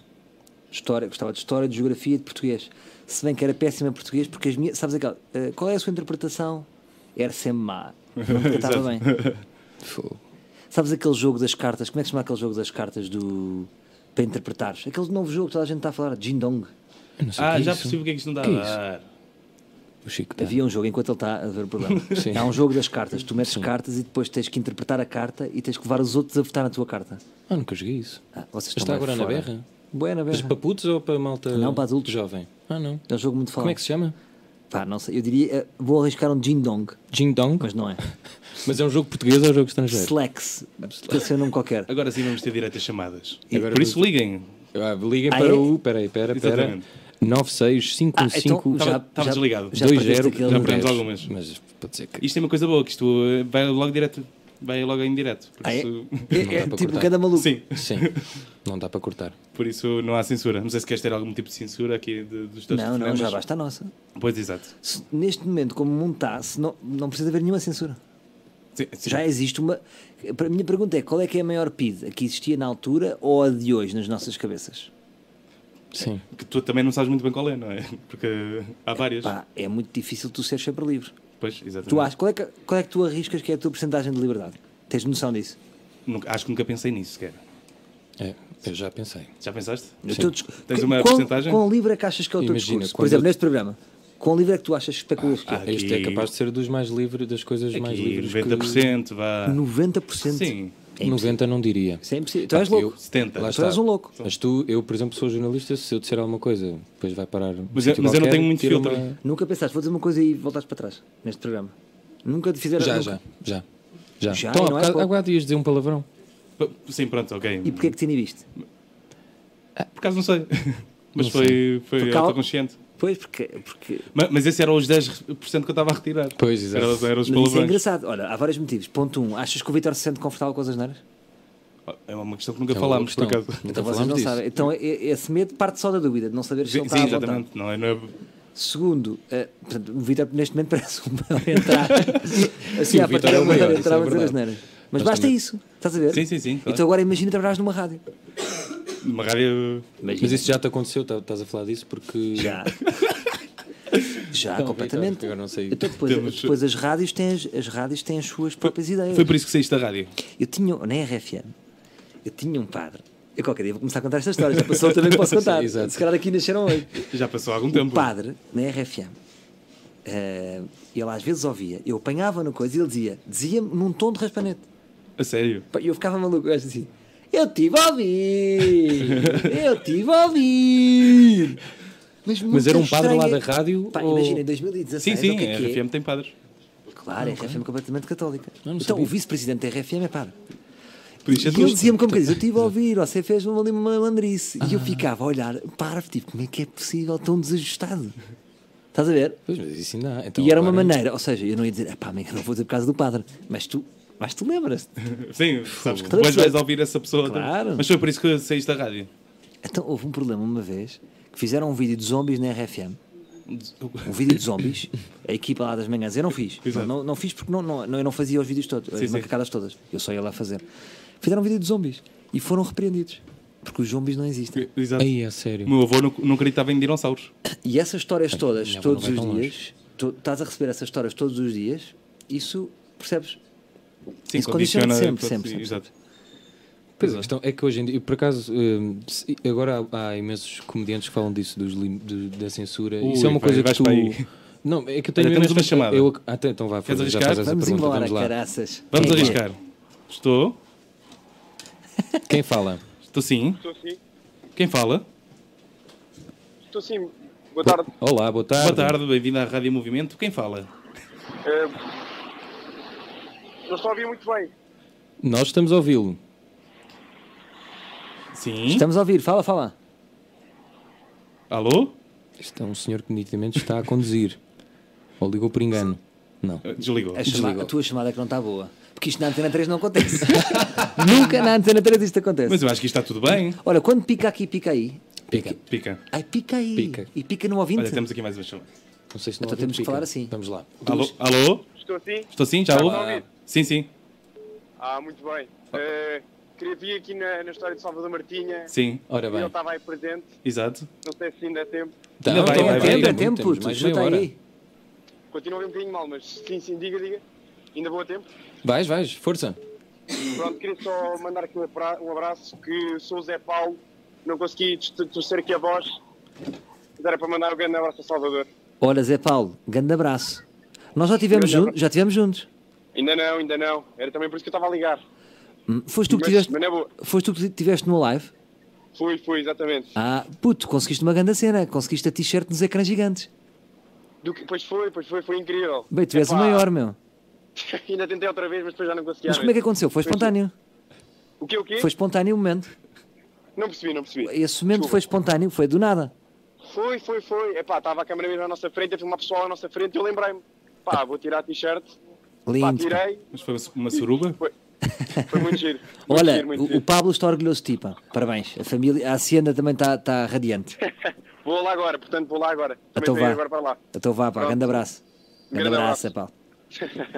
[SPEAKER 3] História, gostava de história, de geografia, de português. Se bem que era péssima em português, porque as minhas. Sabes aquela? eh, qual é a sua interpretação? Era
[SPEAKER 2] <laughs>
[SPEAKER 3] sempre má. Nunca estava bem.
[SPEAKER 2] Fogo.
[SPEAKER 3] Sabes aquele jogo das cartas? Como é que se chama aquele jogo das cartas do. para interpretares? Aquele novo jogo que toda a gente está a falar, Jin Dong.
[SPEAKER 2] Eu não sei o
[SPEAKER 1] Ah,
[SPEAKER 2] que é
[SPEAKER 1] já
[SPEAKER 2] isso.
[SPEAKER 1] percebi o que é que isto não dá
[SPEAKER 2] Que é
[SPEAKER 1] a dar.
[SPEAKER 2] O Chico tá.
[SPEAKER 3] Havia um jogo, enquanto ele está a ver o problema.
[SPEAKER 2] <laughs> Sim.
[SPEAKER 3] Há um jogo das cartas. Tu metes
[SPEAKER 2] Sim.
[SPEAKER 3] cartas e depois tens que interpretar a carta e tens que levar os outros a votar na tua carta.
[SPEAKER 2] Ah, nunca joguei isso.
[SPEAKER 3] Ah, vocês
[SPEAKER 2] Mas está
[SPEAKER 3] estão bem
[SPEAKER 2] agora na
[SPEAKER 3] fora.
[SPEAKER 2] berra?
[SPEAKER 3] Boa na
[SPEAKER 2] Mas
[SPEAKER 3] berra.
[SPEAKER 2] para putos ou para malta
[SPEAKER 3] Não, para adultos.
[SPEAKER 2] jovem? Ah, não.
[SPEAKER 3] É um jogo muito falado.
[SPEAKER 2] Como é que se chama?
[SPEAKER 3] Pá, não sei. Eu diria, eh, vou arriscar um Jin Dong,
[SPEAKER 2] Jing Dong?
[SPEAKER 3] mas não é.
[SPEAKER 2] <laughs> Mas é um jogo português ou é um jogo estrangeiro?
[SPEAKER 3] Slex. Deve ser um nome qualquer.
[SPEAKER 1] Agora sim vamos ter direito a chamadas.
[SPEAKER 2] E agora
[SPEAKER 1] Por isso liguem.
[SPEAKER 2] Ah, liguem
[SPEAKER 3] Ah,
[SPEAKER 2] para
[SPEAKER 3] é?
[SPEAKER 2] o. Espera aí, espera, espera.
[SPEAKER 1] Exatamente.
[SPEAKER 3] Ah, então
[SPEAKER 2] 96515.
[SPEAKER 1] já- estava desligado.
[SPEAKER 3] Já perdeste
[SPEAKER 2] 2-0,
[SPEAKER 3] aquele-
[SPEAKER 1] já perdemos
[SPEAKER 2] dez.
[SPEAKER 1] algumas.
[SPEAKER 2] Mas pode ser que.
[SPEAKER 1] Isto é uma coisa boa, que isto eh, vai logo direto. Vai logo em direto. Por
[SPEAKER 3] Ah, é?
[SPEAKER 1] isso, <laughs>
[SPEAKER 2] Não
[SPEAKER 3] É,
[SPEAKER 2] dá
[SPEAKER 3] é
[SPEAKER 2] para
[SPEAKER 3] tipo
[SPEAKER 2] cortar.
[SPEAKER 3] cada maluco.
[SPEAKER 1] Sim,
[SPEAKER 2] Sim, não dá para cortar.
[SPEAKER 1] por isso não há censura. Não sei se queres ter algum tipo de censura aqui de- dos teus
[SPEAKER 3] Não, não, já
[SPEAKER 1] telefonemas.
[SPEAKER 3] basta a nossa.
[SPEAKER 1] Pois, exato.
[SPEAKER 3] Se- neste momento, como o mundo está, se não, não precisa haver nenhuma censura.
[SPEAKER 1] Sim, sim.
[SPEAKER 3] Já existe uma. Para- A minha pergunta é: qual é que é a maior PID? A que existia na altura ou a de hoje nas nossas cabeças?
[SPEAKER 2] Sim.
[SPEAKER 1] Que tu também não sabes muito bem qual é, não é? <laughs> Porque há várias.
[SPEAKER 3] Pá, é muito difícil tu seres sempre livre.
[SPEAKER 1] Pois, exatamente.
[SPEAKER 3] Tu achas, qual, é que, qual é que tu arriscas que é a tua porcentagem de liberdade? Tens noção disso?
[SPEAKER 1] Nunca- acho que nunca pensei nisso sequer.
[SPEAKER 2] É, eu já pensei.
[SPEAKER 1] Já pensaste?
[SPEAKER 3] O teu discu-
[SPEAKER 1] Tens
[SPEAKER 3] que-
[SPEAKER 1] uma
[SPEAKER 3] quão,
[SPEAKER 1] porcentagem?
[SPEAKER 3] Quão livre é que achas que é o teu
[SPEAKER 2] Imagina,
[SPEAKER 3] discurso? Por
[SPEAKER 2] quando
[SPEAKER 3] exemplo,
[SPEAKER 2] eu-
[SPEAKER 3] neste programa, quão livre é que tu achas que especulas que é?
[SPEAKER 1] Aqui-
[SPEAKER 2] Este é capaz de ser dos mais livres, das coisas mais
[SPEAKER 1] Aqui,
[SPEAKER 2] livres.
[SPEAKER 1] 90%,
[SPEAKER 2] Ah,
[SPEAKER 1] vá.
[SPEAKER 3] 90%?
[SPEAKER 1] Sim,
[SPEAKER 2] Que... 90 não diria.
[SPEAKER 3] Isso é impossível. Tu és louco.
[SPEAKER 2] Eu-
[SPEAKER 1] 70.
[SPEAKER 2] Lá
[SPEAKER 3] Tu
[SPEAKER 2] está.
[SPEAKER 3] és um louco.
[SPEAKER 2] Mas tu, eu, por exemplo, sou jornalista, se eu disser alguma coisa, depois vai parar. num
[SPEAKER 1] Mas eu-
[SPEAKER 2] sítio
[SPEAKER 1] mas eu não
[SPEAKER 2] qualquer,
[SPEAKER 1] tenho muito
[SPEAKER 2] tira
[SPEAKER 1] filtro.
[SPEAKER 2] uma-
[SPEAKER 3] Nunca pensaste, vou dizer uma coisa e voltaste para trás neste programa. Nunca te fizeram.
[SPEAKER 2] Já,
[SPEAKER 3] nunca.
[SPEAKER 2] já, já. Já.
[SPEAKER 3] um Já,
[SPEAKER 2] então,
[SPEAKER 3] e
[SPEAKER 2] há
[SPEAKER 3] não é
[SPEAKER 2] bocado,
[SPEAKER 3] pouco.
[SPEAKER 2] agora ias dizer um palavrão.
[SPEAKER 1] P- Sim, pronto, ok.
[SPEAKER 3] E porquê é que te inibiste?
[SPEAKER 1] Por acaso não sei. <laughs> Mas
[SPEAKER 2] Não
[SPEAKER 1] foi, foi
[SPEAKER 3] Porque há-
[SPEAKER 1] autoconsciente.
[SPEAKER 3] Pois, porque. porque...
[SPEAKER 1] Ma- Mas esse era os 10% que eu estava a retirar.
[SPEAKER 2] Pois, exato.
[SPEAKER 1] Era, eram os
[SPEAKER 3] Mas isso é
[SPEAKER 1] palavrões.
[SPEAKER 3] engraçado. Olha, há vários motivos. Ponto 1. Um, achas que o Vitor se sente confortável com as asneiras?
[SPEAKER 1] É uma questão que nunca
[SPEAKER 2] É uma
[SPEAKER 1] falámos, por
[SPEAKER 2] boa questão.
[SPEAKER 1] acaso.
[SPEAKER 3] Então
[SPEAKER 2] Nunca
[SPEAKER 3] vocês
[SPEAKER 2] falámos
[SPEAKER 3] não
[SPEAKER 2] disso.
[SPEAKER 3] sabem. Então e- e- esse medo parte só da dúvida, de não saber se
[SPEAKER 1] Sim,
[SPEAKER 3] ele
[SPEAKER 1] sim,
[SPEAKER 3] está à vontade.
[SPEAKER 1] exatamente. Não é, não é-
[SPEAKER 3] Segundo, eh, portanto, o Vitor neste momento <laughs> parece um maior entrar. assim,
[SPEAKER 2] Sim,
[SPEAKER 3] à
[SPEAKER 2] o Vítor
[SPEAKER 3] partida,
[SPEAKER 2] é o
[SPEAKER 3] um maior
[SPEAKER 2] maior, isso
[SPEAKER 3] entrava
[SPEAKER 2] é
[SPEAKER 3] a dizer
[SPEAKER 2] verdade.
[SPEAKER 3] asneiras. Mas
[SPEAKER 2] Mas
[SPEAKER 3] basta
[SPEAKER 2] também-
[SPEAKER 3] isso, estás a ver?
[SPEAKER 1] Sim, sim, sim. Claro.
[SPEAKER 3] Então agora imagina trabalhares numa rádio.
[SPEAKER 1] Uma rádio.
[SPEAKER 2] Mas isso já te aconteceu, tá- estás a falar disso porque.
[SPEAKER 3] <laughs> Já. Já,
[SPEAKER 2] Então,
[SPEAKER 3] completamente.
[SPEAKER 2] Vitor, eu não sei.
[SPEAKER 3] Então, depois,
[SPEAKER 1] Temos-
[SPEAKER 3] depois as, rádios têm as, as rádios têm as suas próprias ideias.
[SPEAKER 1] Foi por isso que saíste da rádio.
[SPEAKER 3] Eu tinha, na RFM, eu tinha um padre. Eu qualquer dia vou começar a contar esta história, já passou
[SPEAKER 2] <laughs>
[SPEAKER 3] também que posso contar.
[SPEAKER 2] Exato.
[SPEAKER 3] Se calhar aqui nasceram hoje.
[SPEAKER 1] Já passou há algum
[SPEAKER 3] O
[SPEAKER 1] tempo.
[SPEAKER 3] padre, na RFM, eh, ele às vezes ouvia, eu apanhava no coisa e ele dizia, dizia-me num tom de raspanete.
[SPEAKER 1] A sério.
[SPEAKER 3] Pá, E eu ficava maluco, eu acho assim. Eu tive a ouvir! Eu tive a ouvir! Mas,
[SPEAKER 2] Mas
[SPEAKER 3] muito
[SPEAKER 2] era um padre lá da
[SPEAKER 3] estranha-
[SPEAKER 2] rádio?
[SPEAKER 3] Pá,
[SPEAKER 2] ou-
[SPEAKER 3] imagina, em 2016.
[SPEAKER 1] Sim,
[SPEAKER 3] o
[SPEAKER 1] sim,
[SPEAKER 3] que é
[SPEAKER 1] a
[SPEAKER 3] que é?
[SPEAKER 1] RFM tem padres.
[SPEAKER 3] Claro, a RFM completamente católica.
[SPEAKER 2] Não, não
[SPEAKER 3] então,
[SPEAKER 2] sabia. é
[SPEAKER 3] o vice-presidente da RFM é padre.
[SPEAKER 1] Podias
[SPEAKER 3] E
[SPEAKER 1] ser
[SPEAKER 3] ele
[SPEAKER 1] tu.
[SPEAKER 3] dizia-me como que diz, eu estive a ouvir, você fez uma, uma landrice. E eu
[SPEAKER 2] Ah.
[SPEAKER 3] ficava a olhar, parvo, tipo, como é que é possível, tão desajustado? Estás a ver?
[SPEAKER 2] Pois, mas isso ainda há. Então,
[SPEAKER 3] e era uma
[SPEAKER 2] agora-
[SPEAKER 3] maneira, ou seja, eu não ia dizer, "Epá, amigo, não vou dizer por causa do padre, mas tu, mas tu
[SPEAKER 2] <laughs>
[SPEAKER 3] lembras-te.
[SPEAKER 1] Sim, sabes que
[SPEAKER 3] Estás a
[SPEAKER 1] depois vais
[SPEAKER 3] perceber?
[SPEAKER 1] ouvir essa pessoa. também.
[SPEAKER 3] Claro.
[SPEAKER 1] Mas foi por isso que saíste da rádio.
[SPEAKER 3] Então houve um problema uma vez que fizeram um vídeo de zombies na RFM. Um vídeo de
[SPEAKER 2] <laughs>
[SPEAKER 3] zombies, a equipa lá das manhãs, eu não fiz.
[SPEAKER 1] Exato.
[SPEAKER 3] Não, não, não fiz porque não, não, não- eu não fazia os vídeos todos,
[SPEAKER 1] Sim,
[SPEAKER 3] as
[SPEAKER 1] sim.
[SPEAKER 3] macacadas todas. Eu só ia lá fazer. Fizeram um vídeo de zombies e foram repreendidos. Porque os zombies não existem.
[SPEAKER 1] Exato.
[SPEAKER 2] Aí, é
[SPEAKER 1] O
[SPEAKER 2] sério.
[SPEAKER 1] meu avô não, não acreditava em dinossauros.
[SPEAKER 3] E essas histórias todas,
[SPEAKER 2] minha avó
[SPEAKER 3] todos
[SPEAKER 2] não vai
[SPEAKER 3] os
[SPEAKER 2] tão longe.
[SPEAKER 3] dias, tu estás a receber essas histórias todos os dias, isso percebes?
[SPEAKER 1] Sim,
[SPEAKER 3] Isso condiciona sempre,
[SPEAKER 1] todo-
[SPEAKER 3] sempre, sempre,
[SPEAKER 1] Exato.
[SPEAKER 2] Pois a questão é que hoje em dia, por acaso, hum, se- agora há, há imensos comediantes que falam disso, dos lim- do- da censura.
[SPEAKER 1] Ui,
[SPEAKER 2] Isso é uma
[SPEAKER 1] vai,
[SPEAKER 2] coisa que
[SPEAKER 1] vais
[SPEAKER 2] tu.
[SPEAKER 1] para aí.
[SPEAKER 2] Não, é que eu tenho.
[SPEAKER 1] Olha,
[SPEAKER 2] mesmo
[SPEAKER 1] temos uma
[SPEAKER 2] esta-
[SPEAKER 1] chamada.
[SPEAKER 2] Eu, ah, tá, então vá,
[SPEAKER 1] Queres
[SPEAKER 2] Fernando, já
[SPEAKER 1] arriscar?
[SPEAKER 2] faz essa
[SPEAKER 3] Vamos
[SPEAKER 2] pergunta.
[SPEAKER 3] embora,
[SPEAKER 2] vamos lá.
[SPEAKER 3] caraças.
[SPEAKER 1] Vamos
[SPEAKER 3] Quem é?
[SPEAKER 1] arriscar. Estou?
[SPEAKER 2] Quem fala?
[SPEAKER 1] Estou sim.
[SPEAKER 5] Estou sim,
[SPEAKER 1] Quem fala?
[SPEAKER 5] estou sim. Boa tarde.
[SPEAKER 2] Olá, boa tarde.
[SPEAKER 1] Boa tarde, bem-vindo à Rádio Movimento. Quem fala?
[SPEAKER 5] Eh, não estou a ouvir muito bem.
[SPEAKER 2] Nós estamos a ouvi-lo.
[SPEAKER 1] Sim.
[SPEAKER 3] Estamos a ouvir, fala, fala.
[SPEAKER 1] Alô?
[SPEAKER 2] Isto é um senhor que nitidamente está a conduzir. Ou ligou por engano. Não.
[SPEAKER 1] Desligou.
[SPEAKER 3] A, chama-
[SPEAKER 2] Desligou.
[SPEAKER 3] a tua chamada é que não está boa. Porque isto na Antena 3 não acontece. <laughs> Nunca na Antena 3 isto acontece.
[SPEAKER 1] Mas eu acho que isto está tudo bem.
[SPEAKER 3] Olha, quando pica aqui, pica aí.
[SPEAKER 2] Pica.
[SPEAKER 1] Pica.
[SPEAKER 3] Ai, pica aí.
[SPEAKER 2] Pica.
[SPEAKER 3] E pica no ouvinte.
[SPEAKER 1] Olha, temos aqui mais uma chamada.
[SPEAKER 2] Não sei se não
[SPEAKER 3] Então
[SPEAKER 2] ouvi,
[SPEAKER 3] temos que
[SPEAKER 2] pica.
[SPEAKER 3] falar assim.
[SPEAKER 2] Vamos lá.
[SPEAKER 1] Alô? Alô?
[SPEAKER 5] Estou sim?
[SPEAKER 1] Estou sim? Já
[SPEAKER 5] Estás
[SPEAKER 1] ouve?
[SPEAKER 5] a ouvir?
[SPEAKER 1] Sim, sim.
[SPEAKER 5] Ah, muito bem. Eh, queria vir aqui na, na história de Salvador Martinha.
[SPEAKER 1] Sim.
[SPEAKER 2] Ora
[SPEAKER 5] Ele
[SPEAKER 2] bem.
[SPEAKER 5] estava aí presente.
[SPEAKER 1] Exato.
[SPEAKER 5] Não sei se ainda é tempo.
[SPEAKER 2] Tá,
[SPEAKER 1] Ainda vai,
[SPEAKER 2] então,
[SPEAKER 1] vai,
[SPEAKER 3] é
[SPEAKER 1] vai.
[SPEAKER 2] ainda
[SPEAKER 3] tempo, é
[SPEAKER 2] muito,
[SPEAKER 3] tempo,
[SPEAKER 2] temos
[SPEAKER 3] puto.
[SPEAKER 2] mais meia
[SPEAKER 3] Chuta
[SPEAKER 2] hora.
[SPEAKER 3] aí.
[SPEAKER 5] Continua a ouvir um bocadinho mal, mas sim, sim, diga, diga. Ainda vou a tempo.
[SPEAKER 2] Vais, vais, força.
[SPEAKER 5] Pronto, queria só mandar aqui um abra- um abraço, que sou o Zé Paulo. Não consegui torcer aqui a voz. Mas era para mandar um grande abraço a Salvador.
[SPEAKER 3] Olha, Zé Paulo, grande abraço. Nós já tivemos,
[SPEAKER 5] Grande
[SPEAKER 3] juntos, já tivemos juntos.
[SPEAKER 5] Ainda não, ainda não. Era também por isso que eu estava a ligar.
[SPEAKER 3] Hum, Foste tu que
[SPEAKER 5] Mas-
[SPEAKER 3] tiveste,
[SPEAKER 5] mas não é boa.
[SPEAKER 3] foste tu que tiveste no live?
[SPEAKER 5] Fui, fui, exatamente.
[SPEAKER 3] Ah, puto, conseguiste uma grande cena. Conseguiste a t-shirt nos ecrãs gigantes.
[SPEAKER 5] Do que, pois foi, pois foi, foi incrível.
[SPEAKER 3] Bem, tu és o
[SPEAKER 5] Epá,
[SPEAKER 3] maior, meu.
[SPEAKER 5] <laughs> Ainda tentei outra vez, mas depois já não consegui.
[SPEAKER 3] Mas como é que aconteceu? Foi
[SPEAKER 5] Pois é.
[SPEAKER 3] espontâneo.
[SPEAKER 5] O quê, o quê?
[SPEAKER 3] Foi espontâneo o momento.
[SPEAKER 5] Não percebi, não percebi.
[SPEAKER 3] Esse momento
[SPEAKER 5] Desculpa.
[SPEAKER 3] foi espontâneo, foi do nada.
[SPEAKER 5] Foi, foi, foi. Epá, estava a câmera mesmo à nossa frente, a filmar pessoal à nossa frente e eu lembrei-me. Pá, vou tirar a t-shirt. Pá,
[SPEAKER 3] Lindo. pá.
[SPEAKER 5] tirei.
[SPEAKER 1] Mas foi uma suruba?
[SPEAKER 5] Foi
[SPEAKER 3] <laughs>
[SPEAKER 5] muito giro. Muito
[SPEAKER 3] Olha,
[SPEAKER 5] giro, muito
[SPEAKER 3] o, o
[SPEAKER 5] giro.
[SPEAKER 3] Pablo está orgulhoso de ti, pá. Parabéns. A família, a Hacienda também está está
[SPEAKER 5] <laughs>
[SPEAKER 3] radiante.
[SPEAKER 5] Vou lá agora, portanto, vou lá agora. Também
[SPEAKER 3] Então vá.
[SPEAKER 5] tenho ir é, agora para lá.
[SPEAKER 3] Então vá, pá.
[SPEAKER 5] Pronto.
[SPEAKER 3] Grande abraço. Grande
[SPEAKER 5] Grande
[SPEAKER 3] abraço,
[SPEAKER 5] abraço.
[SPEAKER 3] Zé Paulo.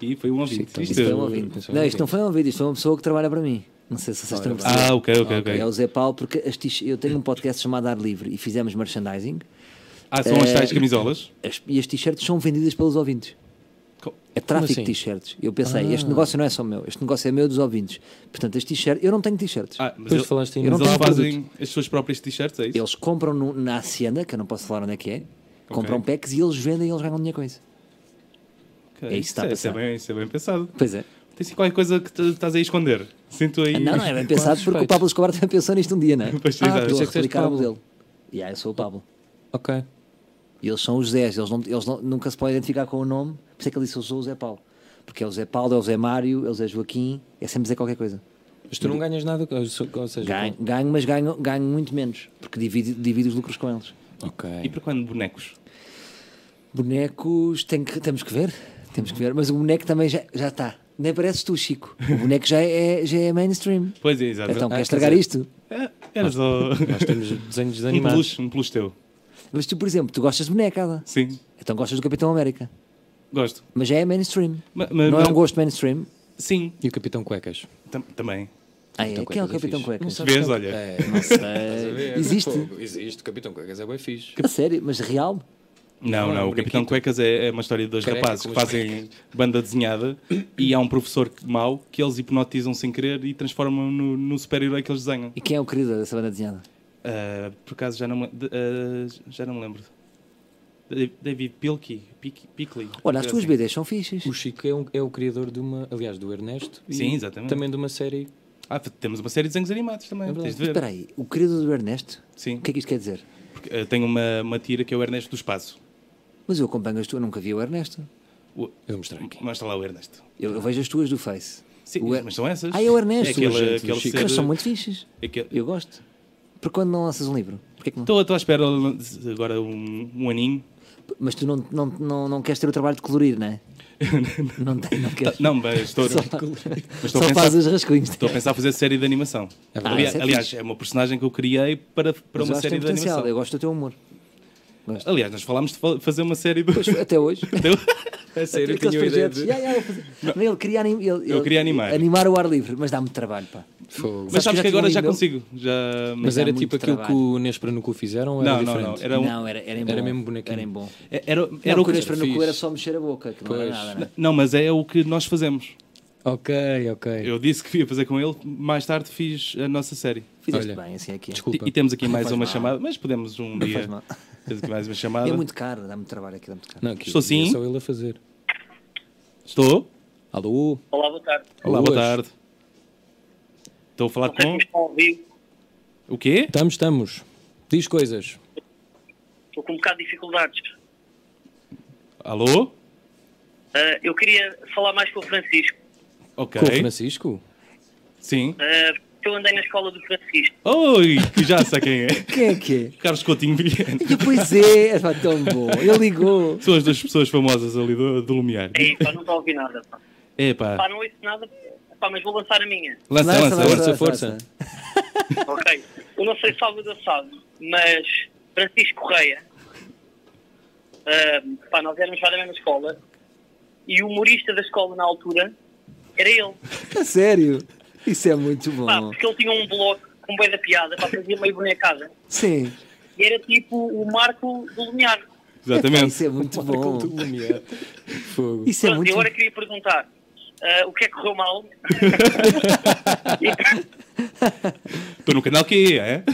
[SPEAKER 1] E foi um ouvinte.
[SPEAKER 2] Sim,
[SPEAKER 3] Isto foi um
[SPEAKER 2] Eu-
[SPEAKER 3] ouvinte.
[SPEAKER 2] pensava
[SPEAKER 3] Não,
[SPEAKER 2] que
[SPEAKER 3] isto não foi um ouvinte, isto foi uma pessoa que trabalha para mim. Não sei se vocês estão a perceber.
[SPEAKER 1] Ah, ok, ok,
[SPEAKER 3] É
[SPEAKER 1] ok.
[SPEAKER 3] o Zé Paulo, porque as tis- eu tenho um podcast chamado Ar Livre e fizemos merchandising
[SPEAKER 1] Ah, são as
[SPEAKER 3] É.
[SPEAKER 1] tais camisolas?
[SPEAKER 3] as- e as t-shirts são vendidas pelos ouvintes.
[SPEAKER 1] Co-
[SPEAKER 3] É tráfico
[SPEAKER 2] assim?
[SPEAKER 3] de t-shirts. Eu pensei,
[SPEAKER 1] Ah.
[SPEAKER 3] este negócio não é só meu, este negócio é meu dos ouvintes. Portanto, as t-shirts, eu não tenho t-shirts.
[SPEAKER 1] Ah, mas
[SPEAKER 2] Depois
[SPEAKER 1] ele-
[SPEAKER 2] falaste em-
[SPEAKER 1] mas
[SPEAKER 2] Eu não
[SPEAKER 1] eles
[SPEAKER 2] tenho
[SPEAKER 1] fazem as suas próprias t-shirts, é isso?
[SPEAKER 3] Eles compram no- na Hacienda, que eu não posso falar onde é que é, compram packs e eles vendem e eles ganham dinheiro com isso.
[SPEAKER 1] Ok.
[SPEAKER 3] é isso que está a
[SPEAKER 1] Isso é
[SPEAKER 3] pensar.
[SPEAKER 1] bem, isso é bem pensado.
[SPEAKER 3] Pois é.
[SPEAKER 1] Tem assim qualquer coisa que te- estás aí a esconder. Sinto aí.
[SPEAKER 3] Não, não
[SPEAKER 1] <laughs>
[SPEAKER 3] é bem pensado porque o Pablo Escobar também pensou nisto um dia, não é?
[SPEAKER 1] Pois, exato.
[SPEAKER 3] ah, estou
[SPEAKER 1] Isso
[SPEAKER 3] a
[SPEAKER 1] é que
[SPEAKER 2] disseste
[SPEAKER 3] replicar o
[SPEAKER 2] Pablo.
[SPEAKER 3] modelo. Yeah, eu sou o Pablo.
[SPEAKER 2] Ok.
[SPEAKER 3] E eles são os 10, eles, não, eles não- nunca se podem identificar com o nome, por isso é que ele disse eu sou o Zé Paulo. Porque é o Zé Paulo, é o Zé Mário, é o Zé Joaquim, é sempre dizer qualquer coisa.
[SPEAKER 2] Mas tu não ganhas nada, ou se- ou seja,
[SPEAKER 3] Ganho, ganho mas ganho, ganho muito menos, porque divido, divido os lucros com eles.
[SPEAKER 2] Ok.
[SPEAKER 1] E para quando bonecos?
[SPEAKER 3] Bonecos, tem que- temos que ver, temos que ver, mas o boneco também já, já está. Nem pareces tu, Chico. O boneco já é, já é mainstream.
[SPEAKER 1] Pois é, exato.
[SPEAKER 3] Então,
[SPEAKER 2] Ah,
[SPEAKER 3] queres
[SPEAKER 2] quer
[SPEAKER 3] estragar
[SPEAKER 2] dizer-
[SPEAKER 3] isto?
[SPEAKER 1] É, Era só. <laughs>
[SPEAKER 2] Nós temos desenhos
[SPEAKER 1] Um
[SPEAKER 2] animados.
[SPEAKER 1] peluche, um peluche teu.
[SPEAKER 3] Mas tu, por exemplo, tu gostas de boneca, Ada?
[SPEAKER 1] Sim,
[SPEAKER 3] Então gostas do Capitão América.
[SPEAKER 1] gosto.
[SPEAKER 3] Mas já é mainstream.
[SPEAKER 1] Ma- ma-
[SPEAKER 3] Não é
[SPEAKER 1] ma-
[SPEAKER 3] um gosto mainstream.
[SPEAKER 1] Sim,
[SPEAKER 2] E o Capitão Cuecas.
[SPEAKER 1] tam- também.
[SPEAKER 3] Ah, é. Quem é o Capitão Cueca?
[SPEAKER 2] Não
[SPEAKER 3] Não
[SPEAKER 2] sabes
[SPEAKER 1] Vês,
[SPEAKER 2] quem é o-
[SPEAKER 1] olha.
[SPEAKER 2] É,
[SPEAKER 3] sei. Existe.
[SPEAKER 2] Fogo, Existe. Capitão Cuecas é bem fixe.
[SPEAKER 3] A sério, mas real?
[SPEAKER 1] Não,
[SPEAKER 2] Não,
[SPEAKER 1] não,
[SPEAKER 2] é um
[SPEAKER 1] o Capitão
[SPEAKER 2] bonequito.
[SPEAKER 1] Cuecas é, é uma história de dois
[SPEAKER 2] Careca
[SPEAKER 1] rapazes
[SPEAKER 2] com
[SPEAKER 1] que
[SPEAKER 2] as
[SPEAKER 1] fazem banda desenhada e há um professor que- mau que eles hipnotizam sem querer e transformam no, no super-herói que eles desenham.
[SPEAKER 3] E quem é o querido dessa banda desenhada?
[SPEAKER 1] Ah, por acaso já não, me- de- ah, já não me lembro. Da- David Pilkey, Pic- Pickley.
[SPEAKER 3] Olha, as
[SPEAKER 1] coisa
[SPEAKER 3] tuas
[SPEAKER 1] assim.
[SPEAKER 3] BDs são fixas.
[SPEAKER 2] O Chico é, um- é o criador de uma, aliás, do Ernesto. e
[SPEAKER 1] Sim, exatamente.
[SPEAKER 2] Também de uma série.
[SPEAKER 1] Ah, f- temos uma série de desenhos animados também.
[SPEAKER 2] É
[SPEAKER 1] tens
[SPEAKER 2] verdade.
[SPEAKER 1] de ver.
[SPEAKER 3] Espera aí, o querido do Ernesto?
[SPEAKER 1] Sim,
[SPEAKER 3] O que é que isto quer dizer?
[SPEAKER 1] porque, ah, tenho uma, uma tira que é o Ernesto do Espaço.
[SPEAKER 3] Mas eu acompanho as tuas, eu nunca vi o Ernesto.
[SPEAKER 2] Eu vou mostrar aqui.
[SPEAKER 1] Mostra lá o Ernesto.
[SPEAKER 3] Eu, eu vejo as tuas do Face.
[SPEAKER 1] Sim,
[SPEAKER 3] O Er-
[SPEAKER 1] mas são essas.
[SPEAKER 3] Ah, é o Ernesto.
[SPEAKER 1] É aquele,
[SPEAKER 2] Gente,
[SPEAKER 1] aquele
[SPEAKER 2] Chico.
[SPEAKER 1] ser-
[SPEAKER 3] Mas são muito fixas.
[SPEAKER 1] aquele-
[SPEAKER 3] Eu gosto. Porque quando não lanças um livro? Porquê que não?
[SPEAKER 1] É Estou estou à espera de- agora um, um aninho.
[SPEAKER 3] Mas tu não, não, não, não queres ter o trabalho de colorir,
[SPEAKER 1] <laughs>
[SPEAKER 3] não é? não, tem- não queres.
[SPEAKER 1] Tá, Não, <laughs> mas estou,
[SPEAKER 3] Só,
[SPEAKER 1] mas estou a,
[SPEAKER 3] só fazes
[SPEAKER 1] pensar,
[SPEAKER 3] os rascunhos.
[SPEAKER 1] estou a pensar fazer série de animação.
[SPEAKER 2] É verdade.
[SPEAKER 1] aliás,
[SPEAKER 3] Ah, isso é
[SPEAKER 1] aliás,
[SPEAKER 3] fixe.
[SPEAKER 1] é uma personagem que eu criei para, para
[SPEAKER 3] Mas eu
[SPEAKER 1] uma
[SPEAKER 3] acho que
[SPEAKER 1] série
[SPEAKER 3] tem
[SPEAKER 1] de
[SPEAKER 3] potencial,
[SPEAKER 1] animação.
[SPEAKER 3] Eu gosto do teu humor.
[SPEAKER 1] Aliás, nós falámos de fa- fazer uma série de.
[SPEAKER 3] Pois,
[SPEAKER 1] <laughs>
[SPEAKER 3] É até hoje. <laughs>
[SPEAKER 1] A série
[SPEAKER 3] Aqueles projetos. Ya, ya, eu fazia- Não, ele queria anim- ele-
[SPEAKER 1] Eu
[SPEAKER 3] ele-
[SPEAKER 1] queria animar.
[SPEAKER 3] Animar o ar livre, mas dá muito trabalho, pá.
[SPEAKER 2] Fogo.
[SPEAKER 1] Mas
[SPEAKER 3] Sabes que
[SPEAKER 1] sabes
[SPEAKER 3] eu
[SPEAKER 1] que
[SPEAKER 3] já
[SPEAKER 1] agora
[SPEAKER 3] tinha
[SPEAKER 1] já
[SPEAKER 3] um e-mail?
[SPEAKER 1] consigo. Já...
[SPEAKER 2] Mas
[SPEAKER 3] Mas é- dá
[SPEAKER 2] era
[SPEAKER 3] muito
[SPEAKER 2] tipo aquilo que
[SPEAKER 3] trabalho.
[SPEAKER 2] o Nespranuco fizeram? Ou
[SPEAKER 1] Não,
[SPEAKER 2] era
[SPEAKER 1] não, não.
[SPEAKER 2] diferente?
[SPEAKER 1] Era, um-
[SPEAKER 3] Não, era, era em bom.
[SPEAKER 2] Era mesmo bonequinho.
[SPEAKER 3] Era em bom.
[SPEAKER 1] era, É, era
[SPEAKER 3] Era
[SPEAKER 1] o
[SPEAKER 3] o que
[SPEAKER 1] que.
[SPEAKER 2] era
[SPEAKER 3] no cu
[SPEAKER 2] fixe.
[SPEAKER 3] era é só mexer a boca, que não
[SPEAKER 2] Pois.
[SPEAKER 3] era nada, não é?
[SPEAKER 1] Não, mas é o que nós fazemos.
[SPEAKER 2] Ok,
[SPEAKER 3] É.
[SPEAKER 2] ok.
[SPEAKER 1] Eu disse que ia fazer com ele, mais tarde fiz a nossa série.
[SPEAKER 3] Fizeste
[SPEAKER 2] Olha,
[SPEAKER 3] bem, assim aqui.
[SPEAKER 1] E,
[SPEAKER 2] Desculpa.
[SPEAKER 1] e temos aqui mais
[SPEAKER 3] faz
[SPEAKER 1] uma
[SPEAKER 3] mal.
[SPEAKER 1] chamada, mas podemos um
[SPEAKER 3] Não
[SPEAKER 1] dia.
[SPEAKER 3] faz mal.
[SPEAKER 1] Temos aqui mais
[SPEAKER 3] <laughs>
[SPEAKER 1] uma chamada.
[SPEAKER 3] É muito caro, dá muito trabalho aqui, dá muito caro.
[SPEAKER 2] Não, que
[SPEAKER 1] Estou
[SPEAKER 2] eu-
[SPEAKER 1] sim.
[SPEAKER 2] é só ele a fazer.
[SPEAKER 1] Estou?
[SPEAKER 2] Alô?
[SPEAKER 6] Olá, boa tarde.
[SPEAKER 1] Olá,
[SPEAKER 2] Boas.
[SPEAKER 1] boa tarde. Estou a falar
[SPEAKER 6] Não sei se
[SPEAKER 1] com.
[SPEAKER 6] me estão a ouvir.
[SPEAKER 1] O quê?
[SPEAKER 2] Estamos, estamos. Diz coisas.
[SPEAKER 6] Estou com um bocado de dificuldades.
[SPEAKER 1] Alô?
[SPEAKER 6] Ah, eu queria falar mais com o Francisco.
[SPEAKER 1] Ok.
[SPEAKER 2] Com o Francisco?
[SPEAKER 1] Sim.
[SPEAKER 6] Ah, eu andei na escola do Francisco.
[SPEAKER 1] Oi, que já sei quem é. <laughs>
[SPEAKER 3] Quem é que é?
[SPEAKER 1] Carlos Coutinho Vilhena.
[SPEAKER 3] E, Pois é, é pá, tão bom. Ele ligou.
[SPEAKER 1] São as duas pessoas famosas ali do, do Lumiar.
[SPEAKER 6] Aí, pá, não estou a ouvir nada. Pá, Pá,
[SPEAKER 1] Epá,
[SPEAKER 6] não ouço nada, pá, mas vou lançar a minha.
[SPEAKER 1] lança,
[SPEAKER 3] Lança,
[SPEAKER 1] lança,
[SPEAKER 3] lança,
[SPEAKER 1] lança.
[SPEAKER 2] Força, força.
[SPEAKER 6] Ok? Eu não sei se Salva da sabe, mas Francisco Correia, ah, pá, nós éramos para a mesma escola e o humorista da escola na altura era ele.
[SPEAKER 3] A sério. Isso é muito bom.
[SPEAKER 6] Pá, porque ele tinha um bloco com bué da piada, pá, fazia meio bonecada.
[SPEAKER 3] Sim.
[SPEAKER 6] E era tipo o Marco do Lumiar.
[SPEAKER 3] Epá,
[SPEAKER 1] Exatamente.
[SPEAKER 3] Isso é muito bom.
[SPEAKER 2] Fogo.
[SPEAKER 3] Isso é
[SPEAKER 6] Pronto, e
[SPEAKER 3] muito
[SPEAKER 6] agora queria perguntar ah, o que é que
[SPEAKER 3] <laughs>
[SPEAKER 6] correu mal.
[SPEAKER 1] Estou no canal que é, é?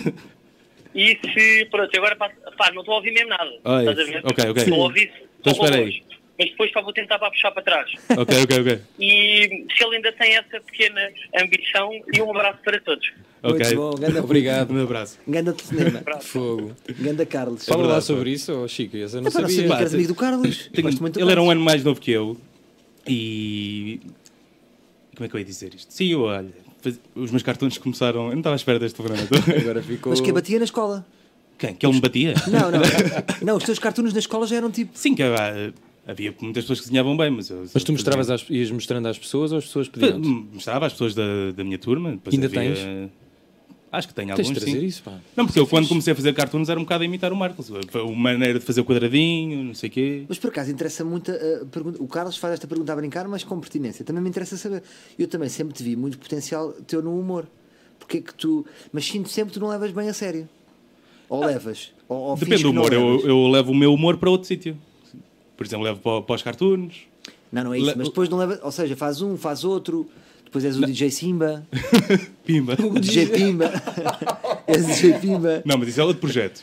[SPEAKER 6] e, E se, pronto, eu agora passo, pá, não estou a ouvir mesmo nada.
[SPEAKER 1] Ah,
[SPEAKER 6] estás a
[SPEAKER 1] isso.
[SPEAKER 6] ver?
[SPEAKER 1] Ok, ok.
[SPEAKER 6] Estou a ouvir
[SPEAKER 1] Então
[SPEAKER 6] só
[SPEAKER 1] espera aí.
[SPEAKER 6] robôs. Mas depois só vou tentar para puxar para trás.
[SPEAKER 1] Ok, ok, ok.
[SPEAKER 6] E se ele ainda tem essa pequena ambição, e um abraço para todos.
[SPEAKER 1] Ok.
[SPEAKER 3] Muito bom, grande-
[SPEAKER 2] Obrigado.
[SPEAKER 1] Um abraço.
[SPEAKER 3] Ganda telefonema.
[SPEAKER 2] Fogo.
[SPEAKER 3] Ganda Carlos. É
[SPEAKER 1] É
[SPEAKER 2] Fala lá
[SPEAKER 1] verdade, Então,
[SPEAKER 2] sobre isso, oh, Chico. Eu não
[SPEAKER 3] Pá, não
[SPEAKER 2] sabia.
[SPEAKER 3] sei,
[SPEAKER 1] pá,
[SPEAKER 3] que és
[SPEAKER 1] te-
[SPEAKER 3] amigo do Carlos.
[SPEAKER 1] Tenho-
[SPEAKER 3] Gosto muito do
[SPEAKER 1] ele era um
[SPEAKER 3] Carlos.
[SPEAKER 1] ano mais novo que eu e. Como é que eu ia dizer isto? Sim, eu olha. faz- Os meus cartões começaram. Eu não estava à espera deste programa.
[SPEAKER 2] <laughs> Agora ficou.
[SPEAKER 3] Mas que é batia na escola.
[SPEAKER 1] Quem? Que ele me batia?
[SPEAKER 3] Não, não. não, os teus cartoons na escola já eram tipo.
[SPEAKER 1] Sim, que ah, havia muitas pessoas que desenhavam bem, mas eu.
[SPEAKER 2] Mas tu mostravas às, ias mostrando às pessoas ou as pessoas
[SPEAKER 1] Pe-
[SPEAKER 2] pediam?
[SPEAKER 1] Mostrava às pessoas da, da minha turma. depois
[SPEAKER 2] Ainda
[SPEAKER 1] havia-
[SPEAKER 2] tens?
[SPEAKER 1] Acho que tenho
[SPEAKER 2] Tens de
[SPEAKER 1] alguns,
[SPEAKER 2] trazer
[SPEAKER 1] sim.
[SPEAKER 2] isso, é pá.
[SPEAKER 1] Não, porque eu quando comecei a fazer cartoons era um bocado a imitar o Marcos. Foi Uma maneira de fazer o quadradinho, não sei o quê.
[SPEAKER 3] Mas por acaso interessa muito a, a pergunta. O Carlos faz esta pergunta a brincar, mas com pertinência. Também me interessa saber. Eu também sempre te vi muito potencial teu no humor. Porque é que tu. Mas sinto sempre que tu não levas bem a sério. Ou levas. Ou, ou
[SPEAKER 1] Ah, Depende
[SPEAKER 3] finges
[SPEAKER 1] do
[SPEAKER 3] que não
[SPEAKER 1] humor. Eu,
[SPEAKER 3] levas.
[SPEAKER 1] eu levo o meu humor para outro sítio. Por exemplo, levo para, para os cartoons.
[SPEAKER 3] Não, não é isso.
[SPEAKER 1] Le-
[SPEAKER 3] Mas depois não levas. Ou seja, faz um, faz outro. Depois és o
[SPEAKER 1] <laughs>
[SPEAKER 3] DJ Simba.
[SPEAKER 1] Pimba.
[SPEAKER 3] <laughs> O DJ Pimba. és o DJ Pimba.
[SPEAKER 1] Não, mas isso é outro projeto.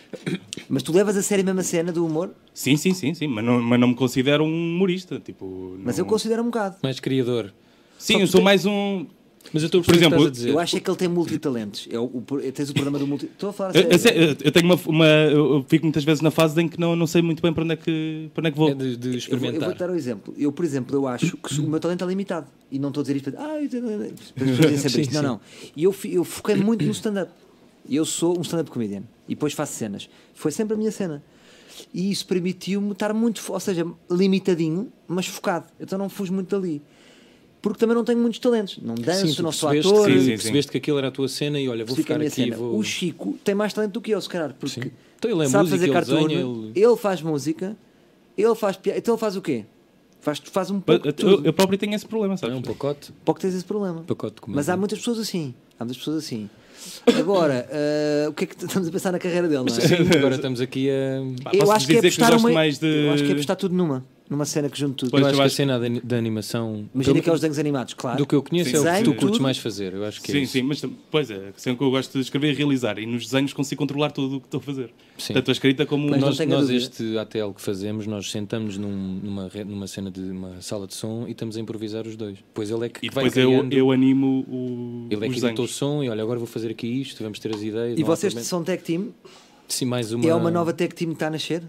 [SPEAKER 3] Mas tu levas a sério mesmo a cena do humor.
[SPEAKER 1] Sim, sim, sim, sim. Mas não, mas não me considero um humorista. Tipo,
[SPEAKER 3] Mas
[SPEAKER 1] não-
[SPEAKER 3] eu considero um bocado.
[SPEAKER 2] Mais criador.
[SPEAKER 1] Sim, eu sou mais um.
[SPEAKER 2] Mas eu estou a
[SPEAKER 1] Por
[SPEAKER 2] perceber o que
[SPEAKER 1] exemplo,
[SPEAKER 2] estás a dizer.
[SPEAKER 3] Eu acho é que ele tem multitalentos. É o, o, pro- tens o problema do multi. Estou a falar a
[SPEAKER 1] Eu, é- eu sei-
[SPEAKER 3] sério.
[SPEAKER 1] eu- eu tenho uma, uma- eu eu fico muitas vezes na fase em que não, não sei muito bem para onde é que, para onde é que vou.
[SPEAKER 2] É de, de
[SPEAKER 3] Eu vou, eu
[SPEAKER 2] experimentar.
[SPEAKER 3] vou dar um exemplo. Eu, por exemplo, eu acho que o meu talento é limitado. E não estou a dizer isto para. Ah,
[SPEAKER 2] <laughs>
[SPEAKER 3] eu tenho- as pessoas dizem sempre
[SPEAKER 2] Sim,
[SPEAKER 3] isto. Não,
[SPEAKER 2] sim.
[SPEAKER 3] não. E eu, fi- eu foquei muito no stand-up. Eu sou um stand-up comedian. E depois faço cenas. Foi sempre a minha cena. E isso permitiu-me estar muito. fo- Ou seja, limitadinho, mas focado. Então não fujo muito dali. Porque também não tenho muitos talentos. Não um danço,
[SPEAKER 2] tu
[SPEAKER 3] não sou
[SPEAKER 2] percebeste
[SPEAKER 3] ator.
[SPEAKER 2] que-
[SPEAKER 1] Sim, sim, sim.
[SPEAKER 2] percebeste que aquilo era a tua cena e olha, vou
[SPEAKER 3] Fica
[SPEAKER 2] ficar
[SPEAKER 3] a minha
[SPEAKER 2] aqui e
[SPEAKER 3] cena.
[SPEAKER 2] vou.
[SPEAKER 3] O Chico tem mais talento do que eu, se calhar, porque
[SPEAKER 2] Sim. Então ele é músico,
[SPEAKER 3] sabe fazer
[SPEAKER 2] ele
[SPEAKER 3] cartoon,
[SPEAKER 2] desenha,
[SPEAKER 3] ele...
[SPEAKER 2] ele-
[SPEAKER 3] faz música, ele faz piada. Então ele faz o quê? Faz, faz um
[SPEAKER 1] Mas
[SPEAKER 3] pouco de
[SPEAKER 1] eu-
[SPEAKER 3] tudo.
[SPEAKER 1] Eu, próprio tenho esse problema,
[SPEAKER 2] É
[SPEAKER 1] sabes?
[SPEAKER 2] um pacote.
[SPEAKER 3] Pouco tens esse problema.
[SPEAKER 2] Pacote de comédia.
[SPEAKER 3] Mas há muitas pessoas assim. Há muitas pessoas assim. Agora, eh, o que é que estamos a pensar na carreira dele, não é?
[SPEAKER 2] Sim, agora estamos aqui
[SPEAKER 1] <laughs>
[SPEAKER 2] a.
[SPEAKER 1] Pá,
[SPEAKER 3] Eu
[SPEAKER 1] posso-vos
[SPEAKER 3] acho, que é
[SPEAKER 1] dizer
[SPEAKER 3] apostar
[SPEAKER 1] gosto
[SPEAKER 3] uma...
[SPEAKER 1] mais de.
[SPEAKER 3] eu acho que é apostar tudo numa. Numa cena que junte tudo.
[SPEAKER 1] Pois,
[SPEAKER 2] eu
[SPEAKER 1] eu
[SPEAKER 2] acho que a
[SPEAKER 1] acho-
[SPEAKER 2] cena da da animação.
[SPEAKER 3] Imagina
[SPEAKER 2] pelo-
[SPEAKER 3] aqueles desenhos animados, claro.
[SPEAKER 2] Do que eu conheço
[SPEAKER 1] Sim,
[SPEAKER 2] é o que
[SPEAKER 3] desenho,
[SPEAKER 2] tu curtes
[SPEAKER 3] tudo.
[SPEAKER 2] mais fazer. Eu acho que é
[SPEAKER 1] Sim,
[SPEAKER 2] isso.
[SPEAKER 1] sim, mas tam- pois é, que sempre que eu gosto de escrever e realizar, e nos desenhos consigo controlar tudo o que estou a fazer.
[SPEAKER 2] Sim.
[SPEAKER 1] Tanto a escrita como
[SPEAKER 3] Mas não
[SPEAKER 2] nós,
[SPEAKER 3] tenho a
[SPEAKER 2] nós
[SPEAKER 3] dúvida.
[SPEAKER 2] este ATL que fazemos, nós sentamos num- numa, re- numa cena de uma sala de som e estamos a improvisar os dois. Depois ele é que
[SPEAKER 1] E
[SPEAKER 2] vai
[SPEAKER 1] depois eu,
[SPEAKER 2] criando,
[SPEAKER 1] eu animo o,
[SPEAKER 2] ele é
[SPEAKER 1] os
[SPEAKER 2] que editou o
[SPEAKER 1] desenhos.
[SPEAKER 2] som e olha, agora vou fazer aqui isto, vamos ter as ideias.
[SPEAKER 3] E
[SPEAKER 2] não há
[SPEAKER 3] vocês
[SPEAKER 2] problema.
[SPEAKER 3] são tech team?
[SPEAKER 2] Sim, mais uma...
[SPEAKER 3] É uma nova tech team que está a nascer?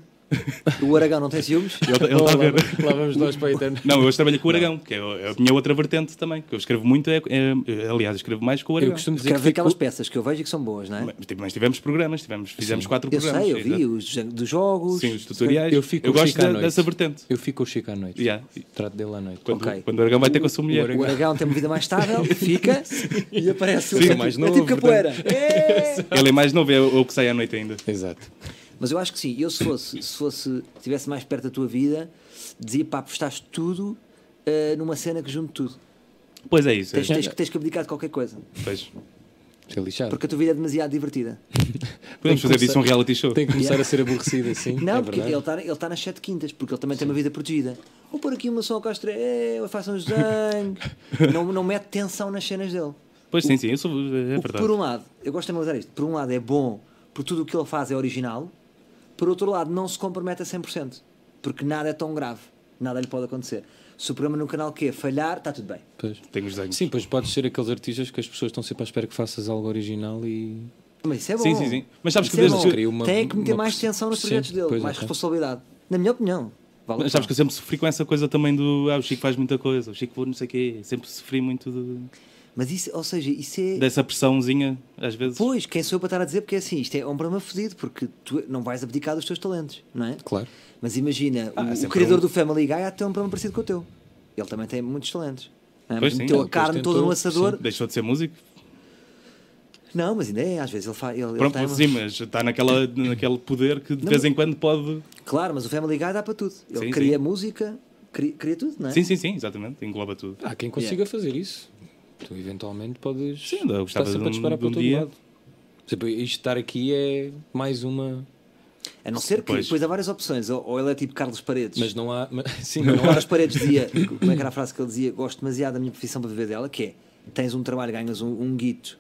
[SPEAKER 3] o Aragão não tem ciúmes?
[SPEAKER 1] Ele tá- ele está a ver.
[SPEAKER 2] Lá vamos nós para a internet.
[SPEAKER 1] Não, eu hoje trabalho com o Aragão, que é a a minha outra vertente também, que eu escrevo muito, é, é- aliás, eu escrevo mais com o
[SPEAKER 2] Eu
[SPEAKER 1] Aragão.
[SPEAKER 2] costumo dizer
[SPEAKER 3] Quero
[SPEAKER 2] que
[SPEAKER 3] ver
[SPEAKER 2] fico-
[SPEAKER 3] aquelas peças que eu vejo e que são boas, não é?
[SPEAKER 1] Mas, tipo, mas tivemos programas, tivemos, fizemos quatro
[SPEAKER 3] Eu
[SPEAKER 1] programas.
[SPEAKER 3] sei, eu vi
[SPEAKER 1] exato.
[SPEAKER 3] os dos- dos jogos.
[SPEAKER 1] Sim, os tutoriais.
[SPEAKER 2] Eu fico com o
[SPEAKER 1] gosto
[SPEAKER 2] Chico à
[SPEAKER 1] da-
[SPEAKER 2] noite.
[SPEAKER 1] dessa vertente.
[SPEAKER 2] Eu fico com o Chico à noite.
[SPEAKER 1] Yeah.
[SPEAKER 2] Trato dele à noite.
[SPEAKER 1] Quando,
[SPEAKER 3] Ok.
[SPEAKER 1] quando o Aragão vai ter com a sua mulher.
[SPEAKER 3] O Aragão tem uma vida mais
[SPEAKER 2] <laughs>
[SPEAKER 3] estável, fica e aparece.
[SPEAKER 2] Sim,
[SPEAKER 3] é
[SPEAKER 2] mais
[SPEAKER 3] tipo- é
[SPEAKER 2] novo,
[SPEAKER 3] tipo capoeira. É!
[SPEAKER 1] Ele é mais novo, é o o que sai à noite ainda.
[SPEAKER 2] Exato.
[SPEAKER 3] Mas eu acho que sim, eu se fosse, se fosse, estivesse mais perto da tua vida, dizia pá, apostaste tudo eh, numa cena que junte tudo.
[SPEAKER 1] Pois é isso. é.
[SPEAKER 3] Tens, tens, que- tens que abdicar de qualquer coisa,
[SPEAKER 1] Pois.
[SPEAKER 2] É lixado.
[SPEAKER 3] porque a tua vida é demasiado divertida.
[SPEAKER 1] Podemos fazer
[SPEAKER 2] começar-
[SPEAKER 1] disso um reality show.
[SPEAKER 2] Tem que começar a ser aborrecido assim.
[SPEAKER 3] Não,
[SPEAKER 2] é
[SPEAKER 3] porque
[SPEAKER 2] verdade.
[SPEAKER 3] ele está ele tá nas sete quintas, porque ele também tem uma vida protegida. Ou pôr aqui uma som ao castro, eh, ou façam os
[SPEAKER 2] <laughs>
[SPEAKER 3] desenhos. não, não mete tensão nas cenas dele.
[SPEAKER 1] Pois sim, sim, eu sou, é
[SPEAKER 3] O que, por
[SPEAKER 1] verdade.
[SPEAKER 3] um lado, eu gosto de analisar isto, por um lado é bom, porque tudo o que ele faz é original, por outro lado não se compromete a 100%, porque nada é tão grave, nada lhe pode acontecer. Se o programa no canal Q falhar, está tudo bem.
[SPEAKER 2] Pois.
[SPEAKER 1] Tenho os desenhos.
[SPEAKER 2] Sim, pois podes ser aqueles artistas que as pessoas estão sempre à espera que faças algo original e.
[SPEAKER 3] Mas isso é bom.
[SPEAKER 1] Sim, sim, sim. Mas sabes
[SPEAKER 3] Isso
[SPEAKER 1] que
[SPEAKER 3] é
[SPEAKER 1] desde
[SPEAKER 3] bom.
[SPEAKER 1] que-
[SPEAKER 2] Cria uma-
[SPEAKER 3] Tem que meter
[SPEAKER 2] uma
[SPEAKER 3] mais
[SPEAKER 2] perce-
[SPEAKER 3] atenção nos
[SPEAKER 2] Sim,
[SPEAKER 3] projetos dele,
[SPEAKER 2] pois, é,
[SPEAKER 3] mais
[SPEAKER 2] ok.
[SPEAKER 3] responsabilidade. Na minha opinião. Vale
[SPEAKER 1] Mas
[SPEAKER 3] o
[SPEAKER 1] sabes que eu
[SPEAKER 3] pena.
[SPEAKER 1] sempre sofri com essa coisa também do. Ah, o Chico faz muita coisa, o Chico não sei o quê. Sempre sofri muito de-
[SPEAKER 3] Mas isso, ou seja, isso é.
[SPEAKER 1] dessa pressãozinha, às vezes.
[SPEAKER 3] Pois, quem sou eu para estar a dizer? Porque é assim, isto é um problema fodido, porque tu não vais abdicar dos teus talentos, não é?
[SPEAKER 2] Claro.
[SPEAKER 3] Mas imagina, o-
[SPEAKER 1] é
[SPEAKER 3] o,
[SPEAKER 1] sempre
[SPEAKER 3] criador
[SPEAKER 1] um-
[SPEAKER 3] do Family Guy há até um problema parecido com o teu. Ele também tem muitos talentos. não é?
[SPEAKER 1] Pois sim,
[SPEAKER 3] Meteu
[SPEAKER 1] ele
[SPEAKER 3] a
[SPEAKER 2] depois
[SPEAKER 3] carne toda
[SPEAKER 2] tentou,
[SPEAKER 3] no assador.
[SPEAKER 1] Deixou de ser músico.
[SPEAKER 3] Não, mas ainda é, às vezes ele faz. Ele, ele
[SPEAKER 1] Pronto,
[SPEAKER 3] tem- um-
[SPEAKER 1] sim, mas está naquela, naquele poder que de vez em quando pode.
[SPEAKER 3] Claro, mas o Family Guy dá para tudo. Ele
[SPEAKER 1] Sim,
[SPEAKER 3] cria
[SPEAKER 1] sim.
[SPEAKER 3] música, cria, cria tudo, não é? Ah,
[SPEAKER 1] Sim, sim, sim, exatamente. Engloba tudo.
[SPEAKER 2] Há quem consiga fazer isso. Tu eventualmente podes.
[SPEAKER 1] Sim, eu gostava
[SPEAKER 2] estar
[SPEAKER 1] de
[SPEAKER 2] sempre
[SPEAKER 1] um-
[SPEAKER 2] a disparar
[SPEAKER 1] de
[SPEAKER 2] para
[SPEAKER 1] um
[SPEAKER 2] todo
[SPEAKER 1] dia.
[SPEAKER 2] lado. Por exemplo, isto estar aqui é mais uma.
[SPEAKER 3] A não ser que
[SPEAKER 1] Pois.
[SPEAKER 3] depois há várias opções. Ou, ou ele é tipo Carlos Paredes.
[SPEAKER 2] Mas não há. mas- <laughs> Sim, mas
[SPEAKER 3] Não,
[SPEAKER 1] <laughs>
[SPEAKER 2] não há.
[SPEAKER 3] Carlos Paredes dizia, como é que era a frase que ele dizia? Gosto demasiado da minha profissão para viver dela, que é tens um trabalho, ganhas um, um guito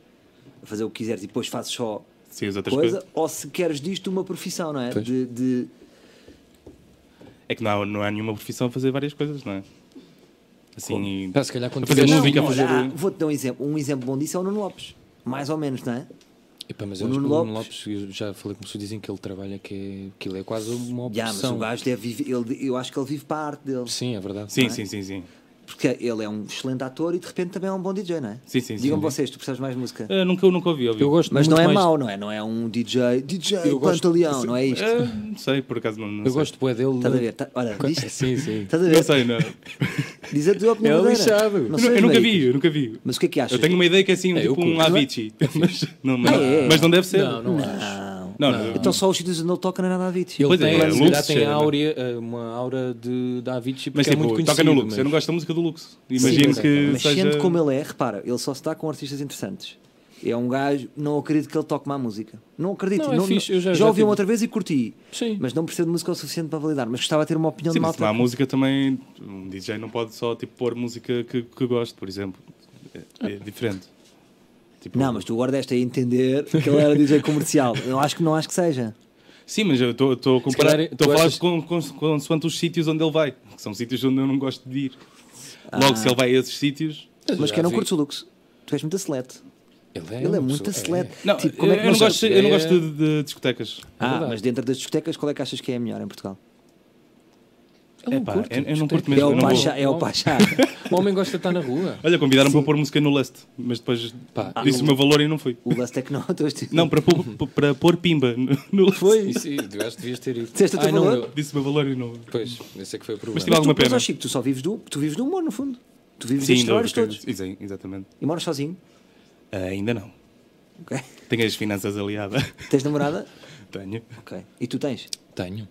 [SPEAKER 3] a fazer o que quiseres e depois fazes só
[SPEAKER 1] Sim, as outras
[SPEAKER 3] coisa,
[SPEAKER 1] coisas.
[SPEAKER 3] ou se queres disto uma profissão, não é?
[SPEAKER 2] Pois.
[SPEAKER 3] De, de-
[SPEAKER 1] É que não, não há nenhuma profissão a fazer várias coisas, não é? Assim,
[SPEAKER 2] Pá, se calhar quando
[SPEAKER 1] A fazer
[SPEAKER 2] fizeste-
[SPEAKER 1] música, a fazer.
[SPEAKER 3] Ah, Vou-te dar um exemplo. Um exemplo bom disso é o Nuno Lopes. Mais ou menos, não é?
[SPEAKER 2] Epá, mas
[SPEAKER 3] O
[SPEAKER 2] eu acho que o
[SPEAKER 3] Nuno
[SPEAKER 2] Nuno Lopes, eu já falei como se dizem que ele trabalha, que é, que ele é quase uma
[SPEAKER 3] Já, mas o
[SPEAKER 2] opção.
[SPEAKER 3] gajo deve viver, ele, eu acho que ele vive para a arte dele.
[SPEAKER 2] Sim, é verdade.
[SPEAKER 1] Sim, sim, sim, sim.
[SPEAKER 3] Porque ele é um excelente ator e de repente também é um bom DJ, não é?
[SPEAKER 1] Sim, sim, sim.
[SPEAKER 3] Digam vocês, tu percebes mais de música.
[SPEAKER 1] Ah, nunca, nunca ouvi, ouvi.
[SPEAKER 2] Eu gosto
[SPEAKER 3] Mas
[SPEAKER 2] muito
[SPEAKER 3] não é
[SPEAKER 2] mais,
[SPEAKER 3] mau, não é? Não é um DJ, DJ
[SPEAKER 2] Eu gosto-
[SPEAKER 3] Pantaleão, não é isto?
[SPEAKER 1] Ah, não sei, por acaso não, não
[SPEAKER 2] Eu
[SPEAKER 1] sei.
[SPEAKER 2] gosto bué dele.
[SPEAKER 3] Estás a ver? Tá,
[SPEAKER 1] <laughs>
[SPEAKER 3] olha,
[SPEAKER 2] Co-
[SPEAKER 3] viste?
[SPEAKER 2] Sim, sim.
[SPEAKER 3] Estás a
[SPEAKER 1] Não
[SPEAKER 3] ver?
[SPEAKER 1] sei, não.
[SPEAKER 3] Diz a tua opinião.
[SPEAKER 2] É
[SPEAKER 3] verdadeira.
[SPEAKER 2] lixado.
[SPEAKER 3] Não
[SPEAKER 2] Eu
[SPEAKER 1] Eu,
[SPEAKER 3] sei,
[SPEAKER 1] eu nunca
[SPEAKER 3] Henrique.
[SPEAKER 1] vi, eu nunca vi.
[SPEAKER 3] Mas o que é que achas?
[SPEAKER 1] Eu tenho uma ideia que é assim, um,
[SPEAKER 2] É, eu
[SPEAKER 1] tipo um
[SPEAKER 2] curto.
[SPEAKER 1] Avicii. <laughs> Mas não, mas,
[SPEAKER 3] Ah, é?
[SPEAKER 1] mas não deve ser.
[SPEAKER 2] Não, não acho.
[SPEAKER 3] Não.
[SPEAKER 1] Não, não.
[SPEAKER 3] Então só os sítios onde ele toca não é nada a vídeo.
[SPEAKER 2] Ele
[SPEAKER 1] Pois
[SPEAKER 2] tem,
[SPEAKER 1] é,
[SPEAKER 2] se
[SPEAKER 1] Lux,
[SPEAKER 2] calhar, tem
[SPEAKER 1] cheira,
[SPEAKER 2] a
[SPEAKER 1] não é?
[SPEAKER 2] áurea, eh, uma aura de, da Avicii, porque
[SPEAKER 1] Mas
[SPEAKER 2] é muito
[SPEAKER 1] tipo,
[SPEAKER 2] conhecido.
[SPEAKER 1] toca no Lux.
[SPEAKER 2] mas-
[SPEAKER 1] Eu não gosto da música do Lux.
[SPEAKER 3] Sim,
[SPEAKER 1] Imagino
[SPEAKER 3] mas- é,
[SPEAKER 1] que
[SPEAKER 3] Mas
[SPEAKER 1] seja...
[SPEAKER 3] sendo como ele é, repara, ele só se dá com artistas interessantes. É um gajo, não acredito que ele toque má música. Não acredito.
[SPEAKER 2] Não, é fixe, eu já-
[SPEAKER 3] já,
[SPEAKER 2] já
[SPEAKER 3] ouvi
[SPEAKER 2] tive-
[SPEAKER 3] uma outra vez e curti.
[SPEAKER 2] Sim.
[SPEAKER 3] Mas não percebo de música o suficiente para validar. Mas gostava de ter uma opinião
[SPEAKER 1] Sim,
[SPEAKER 3] de
[SPEAKER 1] mas
[SPEAKER 3] malta.
[SPEAKER 1] não há música também. Um DJ não pode só tipo, pôr música que, que goste, por exemplo. É, é diferente. Tipo,
[SPEAKER 3] Não, mas tu agora deste aí a entender que ele era DJ comercial. Eu acho que não acho que seja.
[SPEAKER 1] Sim, mas eu estou a comparar.
[SPEAKER 2] calhar,
[SPEAKER 1] Estou
[SPEAKER 2] tu
[SPEAKER 1] a falar
[SPEAKER 2] achas-
[SPEAKER 1] com, com, consoante os sítios onde ele vai, que são sítios onde eu não gosto de ir. Logo, se ele vai a esses sítios.
[SPEAKER 3] Mas
[SPEAKER 2] já
[SPEAKER 3] quem não
[SPEAKER 2] vi.
[SPEAKER 3] curte o luxo? Tu és muito acelete.
[SPEAKER 2] Ele é,
[SPEAKER 3] Ele é
[SPEAKER 2] uma
[SPEAKER 3] muito
[SPEAKER 2] pessoa-
[SPEAKER 3] acelete.
[SPEAKER 1] Não,
[SPEAKER 3] Tipo,
[SPEAKER 1] eu,
[SPEAKER 3] como é que
[SPEAKER 1] eu não
[SPEAKER 3] nós-
[SPEAKER 1] gosto, eu não
[SPEAKER 2] É-
[SPEAKER 1] gosto de, de discotecas.
[SPEAKER 3] Ah,
[SPEAKER 2] verdade.
[SPEAKER 3] mas dentro das discotecas, qual é que achas que é a melhor em Portugal?
[SPEAKER 2] É. Ele não
[SPEAKER 1] Epá,
[SPEAKER 2] curte,
[SPEAKER 1] eu- eu não
[SPEAKER 2] respeito.
[SPEAKER 1] curto mesmo,
[SPEAKER 3] é
[SPEAKER 1] eu
[SPEAKER 3] o
[SPEAKER 1] não vou.
[SPEAKER 3] Pachá. É o Pachá.
[SPEAKER 2] O homem gosta de estar na rua.
[SPEAKER 1] Olha, convidaram-me para pôr música no Lust, mas depois
[SPEAKER 2] Pá,
[SPEAKER 1] disse o meu valor e não fui.
[SPEAKER 3] o Lust é que não. <laughs> tu és-
[SPEAKER 1] Não, para pôr, para pôr pimba no, no Lust.
[SPEAKER 2] Foi. Isso, e tu acho que devias ter ido.
[SPEAKER 3] Disseste o teu
[SPEAKER 2] Ai, não,
[SPEAKER 3] valor?
[SPEAKER 2] eu-
[SPEAKER 1] Disse o meu valor e não.
[SPEAKER 2] Pois, esse é que foi o problema.
[SPEAKER 1] Mas tive alguma
[SPEAKER 3] Tu, mas, ó,
[SPEAKER 1] pena.
[SPEAKER 3] Chico, tu só vives do, tu vives do humor, no fundo. Tu vives
[SPEAKER 1] Sim,
[SPEAKER 3] destes
[SPEAKER 1] ainda
[SPEAKER 3] trabalhos
[SPEAKER 1] porque-
[SPEAKER 3] todos.
[SPEAKER 1] Sim, exatamente.
[SPEAKER 3] E moras sozinho.
[SPEAKER 1] Ah, ainda não.
[SPEAKER 3] Ok. <laughs>
[SPEAKER 1] Tenho as finanças aliadas.
[SPEAKER 3] Tens namorada?
[SPEAKER 1] <laughs> Tenho.
[SPEAKER 3] Ok. E tu tens?
[SPEAKER 1] tipo,
[SPEAKER 2] Tenho.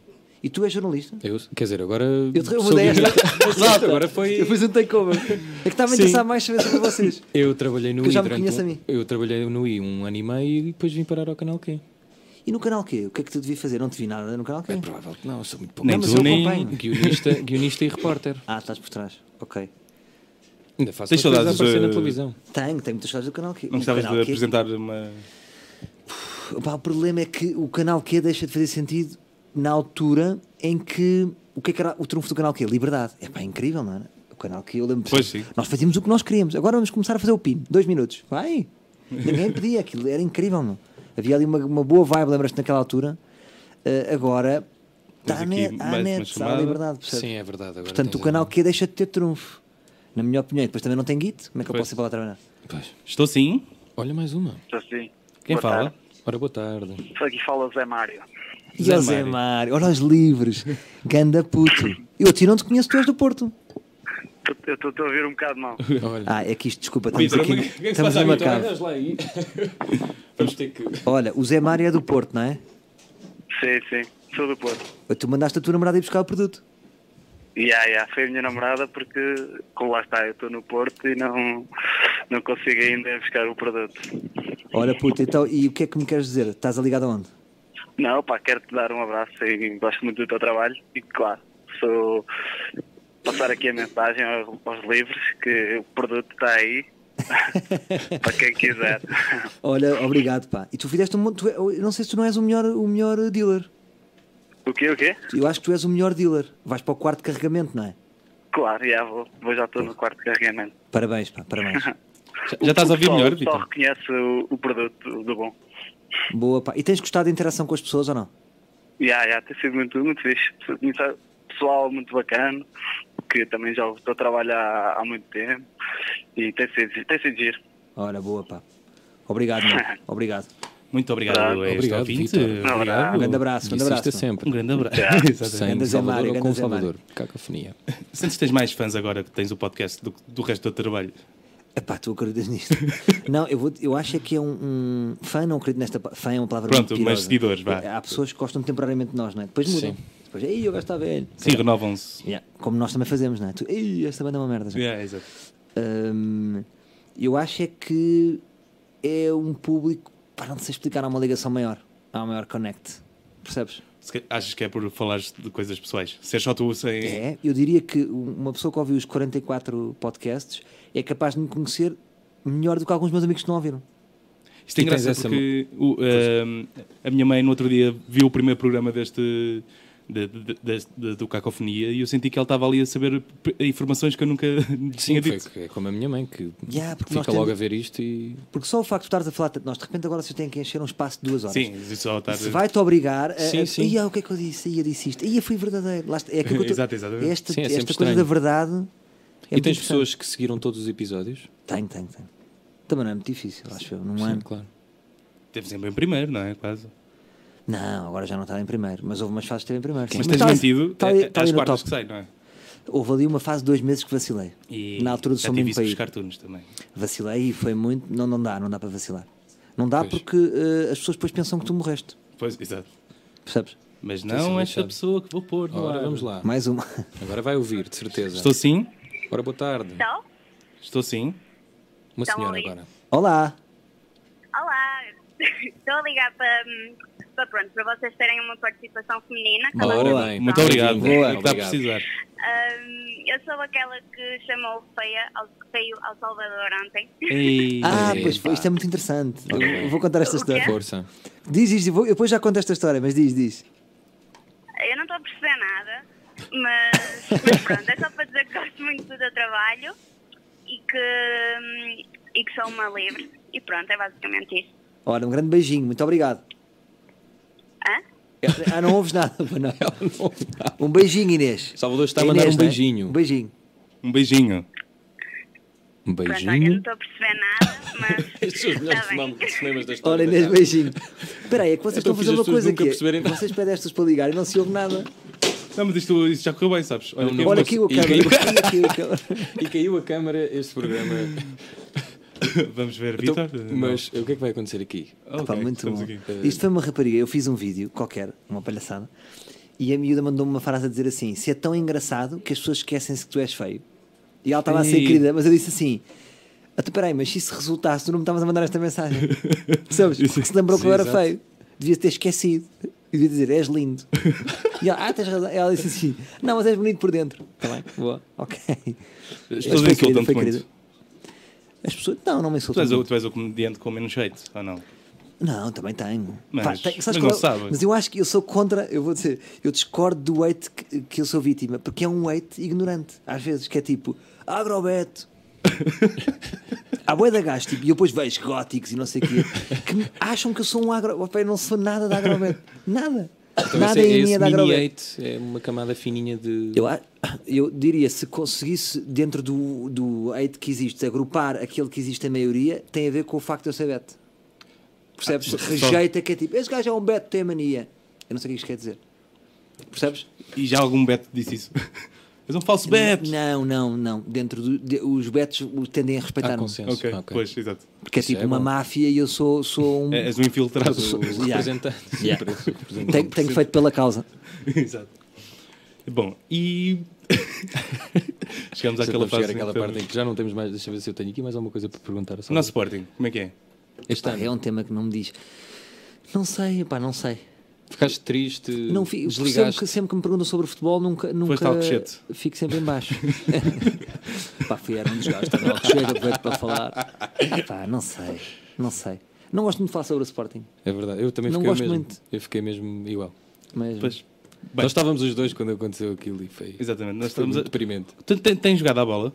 [SPEAKER 3] E tu és jornalista?
[SPEAKER 2] Eu, quer dizer, agora.
[SPEAKER 3] Eu te eu
[SPEAKER 2] sou
[SPEAKER 3] mudei esta.
[SPEAKER 2] guionista. <laughs>
[SPEAKER 3] Exato.
[SPEAKER 2] Agora foi-
[SPEAKER 3] Eu fiz um takeover. É que estava a
[SPEAKER 2] Sim.
[SPEAKER 3] interessar mais saber sobre vocês.
[SPEAKER 2] Eu trabalhei no
[SPEAKER 3] Porque
[SPEAKER 2] I.
[SPEAKER 3] já me
[SPEAKER 2] durante
[SPEAKER 3] conhece
[SPEAKER 2] um-
[SPEAKER 3] a mim.
[SPEAKER 2] Eu trabalhei no I um ano e meio e depois vim parar ao canal Q.
[SPEAKER 3] E no canal Q? O que é que tu devia fazer? Não te vi nada no canal Q?
[SPEAKER 2] É provável que não, eu sou muito pouco.
[SPEAKER 1] Nem
[SPEAKER 3] Não, mas
[SPEAKER 1] tu,
[SPEAKER 3] eu
[SPEAKER 1] nem.
[SPEAKER 3] acompanho. <laughs>
[SPEAKER 2] Guionista, guionista e repórter.
[SPEAKER 3] Ah, estás por trás. Ok.
[SPEAKER 2] Ainda faço
[SPEAKER 1] Tens
[SPEAKER 2] umas coisas a
[SPEAKER 1] saudades,
[SPEAKER 2] aparecer na
[SPEAKER 1] eh,
[SPEAKER 2] televisão.
[SPEAKER 3] Tenho, tenho muitas histórias do canal Q.
[SPEAKER 1] Não
[SPEAKER 3] O
[SPEAKER 1] gostavas de
[SPEAKER 3] Um Canal é Q-
[SPEAKER 1] apresentar uma.
[SPEAKER 3] Pá, o problema é que o canal Q deixa de fazer sentido na altura em que. O que é que era o trunfo do canal Q? Liberdade. É pá, incrível, não era? O canal Q, eu lembro.
[SPEAKER 1] Pois sim.
[SPEAKER 3] Nós fazíamos o que nós queríamos. Agora vamos começar a fazer o PIN. Dois minutos.
[SPEAKER 1] <laughs>
[SPEAKER 3] Vai! Ninguém pedia aquilo. Era incrível, não? Havia ali uma, uma boa vibe, lembras-te, naquela altura. Ah, agora. Está
[SPEAKER 1] aqui
[SPEAKER 3] a net, há
[SPEAKER 1] mais
[SPEAKER 3] a
[SPEAKER 1] uma
[SPEAKER 3] net, há a
[SPEAKER 1] chamada.
[SPEAKER 3] liberdade. percebes?
[SPEAKER 2] Sim, é verdade. Agora
[SPEAKER 3] Portanto,
[SPEAKER 2] tens
[SPEAKER 3] o canal Q deixa de ter trunfo. Na minha opinião. E depois também não tem Git. Como é que eu
[SPEAKER 1] Pois.
[SPEAKER 3] posso ir para lá trabalhar?
[SPEAKER 2] a- Pois.
[SPEAKER 1] Estou sim.
[SPEAKER 2] Olha mais uma.
[SPEAKER 5] Estou Então, sim.
[SPEAKER 1] Quem
[SPEAKER 5] Boa
[SPEAKER 1] fala?
[SPEAKER 5] tarde.
[SPEAKER 2] Ora, boa <laughs> tarde.
[SPEAKER 5] Aqui fala Zé Mário.
[SPEAKER 3] E
[SPEAKER 1] Zé
[SPEAKER 3] ao Zé
[SPEAKER 1] Mário.
[SPEAKER 3] Mário, olha os livres, ganda puto. Eu a ti não te conheço, tu és do Porto.
[SPEAKER 5] Eu estou a ouvir um
[SPEAKER 1] <laughs>
[SPEAKER 5] bocado mal.
[SPEAKER 2] Olha.
[SPEAKER 3] Ah, é que isto, desculpa, estamos
[SPEAKER 1] Vitor,
[SPEAKER 3] aqui.
[SPEAKER 1] o que- o que é que se
[SPEAKER 3] estamos
[SPEAKER 1] passa a
[SPEAKER 3] numa
[SPEAKER 1] Vitor?
[SPEAKER 3] cave.
[SPEAKER 2] lá aí. Vamos ter que.
[SPEAKER 3] Olha, o Zé Mário é do Porto, não é?
[SPEAKER 5] Sim, sim. Sou do Porto.
[SPEAKER 3] Tu mandaste a tua namorada ir buscar o produto.
[SPEAKER 5] E yeah, yeah, foi a minha namorada porque, como lá está, eu estou no Porto e não, não consigo ainda ir buscar o produto.
[SPEAKER 3] Olha, puto, então, e o que é que me queres dizer? Estás a ligado aonde?
[SPEAKER 5] Não, pá, quero-te dar um abraço e gosto muito do teu trabalho e, claro, sou... passar aqui a mensagem aos, aos livros que o produto está
[SPEAKER 1] <laughs>
[SPEAKER 5] aí para quem quiser.
[SPEAKER 3] Olha, obrigado, pá. E tu fizeste um. mon- Tu, é- eu não sei se tu não és o melhor, o melhor dealer.
[SPEAKER 5] O quê, o quê?
[SPEAKER 3] Eu acho que tu és o melhor dealer. Vais para o quarto de carregamento, não é?
[SPEAKER 5] Claro, já vou, vou já estou no quarto de carregamento.
[SPEAKER 3] Parabéns, pá, parabéns.
[SPEAKER 1] Já, já estás a ouvir
[SPEAKER 5] Só-
[SPEAKER 1] melhor,
[SPEAKER 5] Só
[SPEAKER 1] Vitor?
[SPEAKER 5] reconhece o, o produto do bom.
[SPEAKER 3] Boa, pá. E tens gostado da interação com as pessoas ou não?
[SPEAKER 5] Já, já, tem sido muito, muito fixe. Muito- Pessoal muito bacana, que também já estou a trabalhar há muito tempo e tem sido, tem sido giro.
[SPEAKER 3] Olha, boa, pá. Obrigado, meu. Obrigado.
[SPEAKER 1] Muito obrigado, a este
[SPEAKER 2] Obrigado,
[SPEAKER 1] ouvinte.
[SPEAKER 2] Vitor.
[SPEAKER 1] Obrigado.
[SPEAKER 5] abraço.
[SPEAKER 3] Um grande abraço, um grande
[SPEAKER 2] Disse isto
[SPEAKER 3] abraço.
[SPEAKER 1] Um
[SPEAKER 2] sempre.
[SPEAKER 1] grande abraço. <laughs> Exatamente.
[SPEAKER 2] Sem
[SPEAKER 3] Grande Zé Mário,
[SPEAKER 2] Salvador ou
[SPEAKER 3] grande
[SPEAKER 2] com
[SPEAKER 3] Zé Mário.
[SPEAKER 2] Salvador. <laughs> Cacofonia.
[SPEAKER 1] Sentes que tens mais fãs agora que tens o podcast do que do resto do teu trabalho?
[SPEAKER 3] Epá, tu acreditas
[SPEAKER 1] <laughs>
[SPEAKER 3] nisto? não, eu, vou, eu acho é que é um, um- Fã, não acredito nesta. pa- Fã é uma palavra
[SPEAKER 1] Pronto,
[SPEAKER 3] mentirosa.
[SPEAKER 1] mas seguidores, vá.
[SPEAKER 3] Há pessoas que gostam temporariamente de nós, não é? Depois mudam.
[SPEAKER 2] Sim.
[SPEAKER 3] Depois, ei, eu gajo está velho.
[SPEAKER 1] Sim, renovam-se.
[SPEAKER 3] Yeah, Como nós também fazemos, não é? Tu, ei, esta banda é uma merda. já."
[SPEAKER 1] Yeah, exato.
[SPEAKER 3] Hum, eu acho é que é um público. Para não sei explicar, há uma ligação maior. Há uma maior connect. Percebes?
[SPEAKER 1] Se ca- Achas que é por falares de coisas pessoais? Se é só tu sem.
[SPEAKER 3] É, eu diria que uma pessoa que ouviu os 44 podcasts é capaz de me conhecer melhor do que alguns meus amigos que não ouviram.
[SPEAKER 1] Isto é
[SPEAKER 2] Tu tens
[SPEAKER 1] engraçado
[SPEAKER 2] essa
[SPEAKER 1] porque o, ehm, a minha mãe no outro dia viu o primeiro programa deste. de- de- de- de- do Cacofonia e eu senti que ela estava ali a saber p- informações que eu nunca <laughs> lhe
[SPEAKER 2] Sim,
[SPEAKER 1] tinha
[SPEAKER 2] foi,
[SPEAKER 1] dito.
[SPEAKER 2] é como a minha mãe que
[SPEAKER 3] Yeah, porque nós
[SPEAKER 2] fica logo
[SPEAKER 3] temos- É
[SPEAKER 2] a ver isto e.
[SPEAKER 3] Porque só o facto de estares a falar, tanto, nós de repente agora só tem que encher um espaço de duas horas.
[SPEAKER 1] Sim, tá, isso só está.
[SPEAKER 3] Se vai-te obrigar a.
[SPEAKER 2] Sim,
[SPEAKER 3] a-
[SPEAKER 2] sim.
[SPEAKER 3] Ia, o que é que eu disse? Ia, disse isto. Ia, fui verdadeiro. Lá está- é aquilo que eu tô-
[SPEAKER 1] Exato, exatamente.
[SPEAKER 3] Esta,
[SPEAKER 2] Sim, é
[SPEAKER 3] esta
[SPEAKER 2] sempre
[SPEAKER 3] coisa
[SPEAKER 2] estranho.
[SPEAKER 3] da verdade. é
[SPEAKER 2] e
[SPEAKER 3] muito
[SPEAKER 2] tens
[SPEAKER 3] interessante.
[SPEAKER 2] pessoas que seguiram todos os episódios?
[SPEAKER 3] Tenho, tenho, tenho. Também não é muito difícil, acho eu. Num ano.
[SPEAKER 2] claro.
[SPEAKER 1] Teve sempre em primeiro, não é? Quase.
[SPEAKER 3] Não, agora já não está em primeiro. Mas houve umas fases que esteve em primeiro. sim.
[SPEAKER 1] Mas tens
[SPEAKER 3] tá-
[SPEAKER 1] mantido
[SPEAKER 3] tá
[SPEAKER 1] é-
[SPEAKER 3] ali-
[SPEAKER 1] é
[SPEAKER 3] tá ali
[SPEAKER 1] às
[SPEAKER 3] no
[SPEAKER 1] quartas
[SPEAKER 3] top.
[SPEAKER 1] que sai, não é?
[SPEAKER 3] Houve ali uma fase de dois meses que vacilei.
[SPEAKER 1] E
[SPEAKER 3] Na altura do
[SPEAKER 1] já
[SPEAKER 3] São
[SPEAKER 1] tive
[SPEAKER 3] Mesmo
[SPEAKER 1] isso
[SPEAKER 3] País.
[SPEAKER 1] com os cartoons também.
[SPEAKER 3] Vacilei e foi muito. Não, não dá, não dá para vacilar. Não dá
[SPEAKER 2] Pois.
[SPEAKER 3] porque eh, as pessoas depois pensam que tu morreste.
[SPEAKER 1] Pois, exato.
[SPEAKER 3] Percebes?
[SPEAKER 1] Mas
[SPEAKER 2] sido
[SPEAKER 1] não esta
[SPEAKER 2] lixado.
[SPEAKER 1] pessoa que vou pôr. no
[SPEAKER 2] Ora,
[SPEAKER 1] ar.
[SPEAKER 2] vamos lá.
[SPEAKER 3] Mais uma.
[SPEAKER 2] Agora vai ouvir, de certeza.
[SPEAKER 1] Estou sim,
[SPEAKER 2] Ora, boa tarde.
[SPEAKER 7] Estou?
[SPEAKER 1] estou sim.
[SPEAKER 2] Uma
[SPEAKER 7] Estão a
[SPEAKER 2] senhora
[SPEAKER 7] ouvir?
[SPEAKER 2] agora.
[SPEAKER 3] Olá!
[SPEAKER 7] Olá! <laughs> Estou a ligar para, hum, para, pronto, para vocês terem uma participação feminina. que
[SPEAKER 3] Boa.
[SPEAKER 7] agora-
[SPEAKER 2] Ora bem,
[SPEAKER 1] Muito obrigado.
[SPEAKER 2] bem-vinda.
[SPEAKER 1] É que está a precisar.
[SPEAKER 7] Hum, eu sou aquela que chamou feia ao, feio ao Salvador ontem.
[SPEAKER 1] E...
[SPEAKER 3] Ah,
[SPEAKER 2] Sim.
[SPEAKER 3] pois isto é muito interessante. Eu-
[SPEAKER 2] Ok.
[SPEAKER 3] eu vou contar
[SPEAKER 1] é
[SPEAKER 3] esta história.
[SPEAKER 2] Força.
[SPEAKER 3] Diz, diz, eu vou- eu depois já conto esta história, mas diz, diz.
[SPEAKER 7] <laughs> Eu não estou a perceber nada, mas, mas pronto, é só para dizer que gosto muito do teu trabalho e que, hum, e que sou uma livre. E pronto, é basicamente isso.
[SPEAKER 3] Olha, um grande beijinho, muito obrigado.
[SPEAKER 7] Hã?
[SPEAKER 3] Ah, não ouves nada, <laughs> pois não. <laughs> Um beijinho, Inês.
[SPEAKER 2] Salvador está a
[SPEAKER 3] É
[SPEAKER 2] mandar
[SPEAKER 3] Inês,
[SPEAKER 2] um
[SPEAKER 3] não é?
[SPEAKER 2] beijinho.
[SPEAKER 3] Um beijinho.
[SPEAKER 1] Um beijinho.
[SPEAKER 2] Um
[SPEAKER 7] Pronto, olha, não
[SPEAKER 2] beijinho.
[SPEAKER 7] estou a perceber nada, mas.
[SPEAKER 2] <laughs> Estes são os
[SPEAKER 1] Tá
[SPEAKER 2] melhores
[SPEAKER 7] está bem.
[SPEAKER 2] cinemas da história.
[SPEAKER 3] Olha, Inês, um
[SPEAKER 2] coitado. <laughs>
[SPEAKER 3] beijinho. Espera aí, é que vocês
[SPEAKER 2] É para
[SPEAKER 3] estão a fazer
[SPEAKER 2] as
[SPEAKER 3] uma
[SPEAKER 2] pessoas
[SPEAKER 3] coisa
[SPEAKER 2] nunca
[SPEAKER 3] aqui.
[SPEAKER 2] perceberem.
[SPEAKER 3] Vocês pedem estas para ligar e não se ouve nada.
[SPEAKER 1] Não, mas isto, isto já correu bem, sabes? Olha,
[SPEAKER 2] Não,
[SPEAKER 1] que
[SPEAKER 2] não.
[SPEAKER 1] eu-
[SPEAKER 3] Olha aqui
[SPEAKER 2] <laughs>
[SPEAKER 3] o
[SPEAKER 2] E
[SPEAKER 3] câmera. olha aqui o câmera.
[SPEAKER 2] tá? E caiu a câmara este programa.
[SPEAKER 1] <laughs> Vamos ver,
[SPEAKER 2] Então,
[SPEAKER 1] Vitor.
[SPEAKER 2] mas o que é que vai acontecer aqui?
[SPEAKER 1] Não.
[SPEAKER 3] Pá,
[SPEAKER 1] Ok,
[SPEAKER 3] muito
[SPEAKER 1] estamos
[SPEAKER 3] bom.
[SPEAKER 1] aqui.
[SPEAKER 3] Isto foi uma rapariga, eu fiz um vídeo qualquer, uma palhaçada, e a miúda mandou-me uma frase a dizer assim: se é tão engraçado que as pessoas esquecem-se que tu és feio. E ela estava a ser
[SPEAKER 1] Ei.
[SPEAKER 3] querida, mas eu disse assim. Ah, tu, peraí, mas se isso resultasse, tu não me estavas a mandar
[SPEAKER 1] <laughs>
[SPEAKER 3] esta mensagem. Sabes? Porque se lembrou que eu
[SPEAKER 2] Sim,
[SPEAKER 3] era
[SPEAKER 2] exato.
[SPEAKER 3] feio. Devia ter esquecido. E devia dizer, és
[SPEAKER 1] <laughs>
[SPEAKER 3] lindo. E ela, ah, tens razão. Ela disse assim, não, mas és bonito por dentro. Está bem? Boa. Ok. Mas
[SPEAKER 1] As
[SPEAKER 3] foi
[SPEAKER 1] pessoas
[SPEAKER 3] querida,
[SPEAKER 1] insultam-te
[SPEAKER 3] foi
[SPEAKER 1] muito.
[SPEAKER 3] querida. As pessoas. Não, não me
[SPEAKER 1] Tu
[SPEAKER 3] insultam.
[SPEAKER 1] és, o,
[SPEAKER 3] muito.
[SPEAKER 1] tu és o comediante com menos jeito, ou não?
[SPEAKER 3] Não, também tenho.
[SPEAKER 1] Mas-
[SPEAKER 3] tem-
[SPEAKER 1] mas
[SPEAKER 3] qual
[SPEAKER 1] não
[SPEAKER 3] é o-
[SPEAKER 1] sabem.
[SPEAKER 3] mas eu acho que eu sou contra, eu vou dizer, eu discordo do hate que, que eu sou vítima, porque é um hate ignorante, às vezes, que é tipo, agrobeto. Há boia da gás, tipo, e eu depois vejo góticos e não sei o quê, que me- acham que eu sou um agro. Pá, Eu não sou nada de agrobeto. Nada. nada
[SPEAKER 2] Então, esse,
[SPEAKER 3] em mim
[SPEAKER 2] esse
[SPEAKER 3] é de
[SPEAKER 2] mini
[SPEAKER 3] agrobeto.
[SPEAKER 2] eight é uma camada fininha de.
[SPEAKER 3] Eu, a- eu diria, se conseguisse, dentro do, do hate que existe, agrupar aquele que existe a maioria, tem a ver com o facto de eu ser beto.
[SPEAKER 2] Ah,
[SPEAKER 3] Percebes? Rejeita que é tipo, esse gajo é um beto, tem mania. Eu não sei o que isto quer dizer. Percebes?
[SPEAKER 1] E já algum Beto disse isso. <laughs> És um falso Beto!
[SPEAKER 3] Não, não, não. Dentro do, de- os betos o- tendem a
[SPEAKER 2] Há
[SPEAKER 3] respeitar-me.
[SPEAKER 2] consenso.
[SPEAKER 1] Ok,
[SPEAKER 2] Ok.
[SPEAKER 1] pois, exato.
[SPEAKER 3] Porque é
[SPEAKER 2] Isso é
[SPEAKER 3] tipo uma
[SPEAKER 2] bom.
[SPEAKER 3] máfia e eu
[SPEAKER 2] <laughs>
[SPEAKER 3] sou, sou um.
[SPEAKER 1] É- És um infiltrado.
[SPEAKER 2] Os
[SPEAKER 3] <laughs> Yeah.
[SPEAKER 2] representantes.
[SPEAKER 3] Yeah.
[SPEAKER 2] Os representantes.
[SPEAKER 3] tenho, tenho feito pela causa.
[SPEAKER 1] <laughs> exato. Bom, e. <laughs> Chegamos àquela
[SPEAKER 2] Àquela
[SPEAKER 1] fase.
[SPEAKER 2] chegar
[SPEAKER 1] em
[SPEAKER 2] àquela
[SPEAKER 1] que
[SPEAKER 2] parte em
[SPEAKER 1] estamos-
[SPEAKER 2] que já não temos mais. Deixa eu ver se eu tenho aqui mais alguma coisa para perguntar.
[SPEAKER 1] O nosso Sporting, como é que é?
[SPEAKER 2] Este
[SPEAKER 3] Pá,
[SPEAKER 2] ano,
[SPEAKER 3] é um tema que não me diz. Não sei, pá, não sei.
[SPEAKER 2] ficaste triste,
[SPEAKER 3] Não fico, sempre,
[SPEAKER 2] desligaste.
[SPEAKER 3] que, sempre que me perguntam sobre futebol, nunca, nunca
[SPEAKER 1] Alcochete.
[SPEAKER 3] fico sempre em baixo. <laughs> pá, fui era um desgaste, estava ao Alcochete, aproveito para falar. Ah, pá, não sei, não sei. Não gosto muito de falar sobre o Sporting,
[SPEAKER 2] É verdade, eu também
[SPEAKER 3] Não
[SPEAKER 2] fiquei o
[SPEAKER 3] gosto
[SPEAKER 2] mesmo.
[SPEAKER 3] muito.
[SPEAKER 2] Eu fiquei mesmo igual.
[SPEAKER 3] mas
[SPEAKER 1] Pois. Bem,
[SPEAKER 3] Então
[SPEAKER 2] Nós estávamos os dois quando aconteceu aquilo e foi,
[SPEAKER 1] exatamente. Nós
[SPEAKER 2] foi
[SPEAKER 1] estamos
[SPEAKER 2] muito
[SPEAKER 1] a...
[SPEAKER 2] deprimente.
[SPEAKER 1] Tu tem- Tens jogado à bola?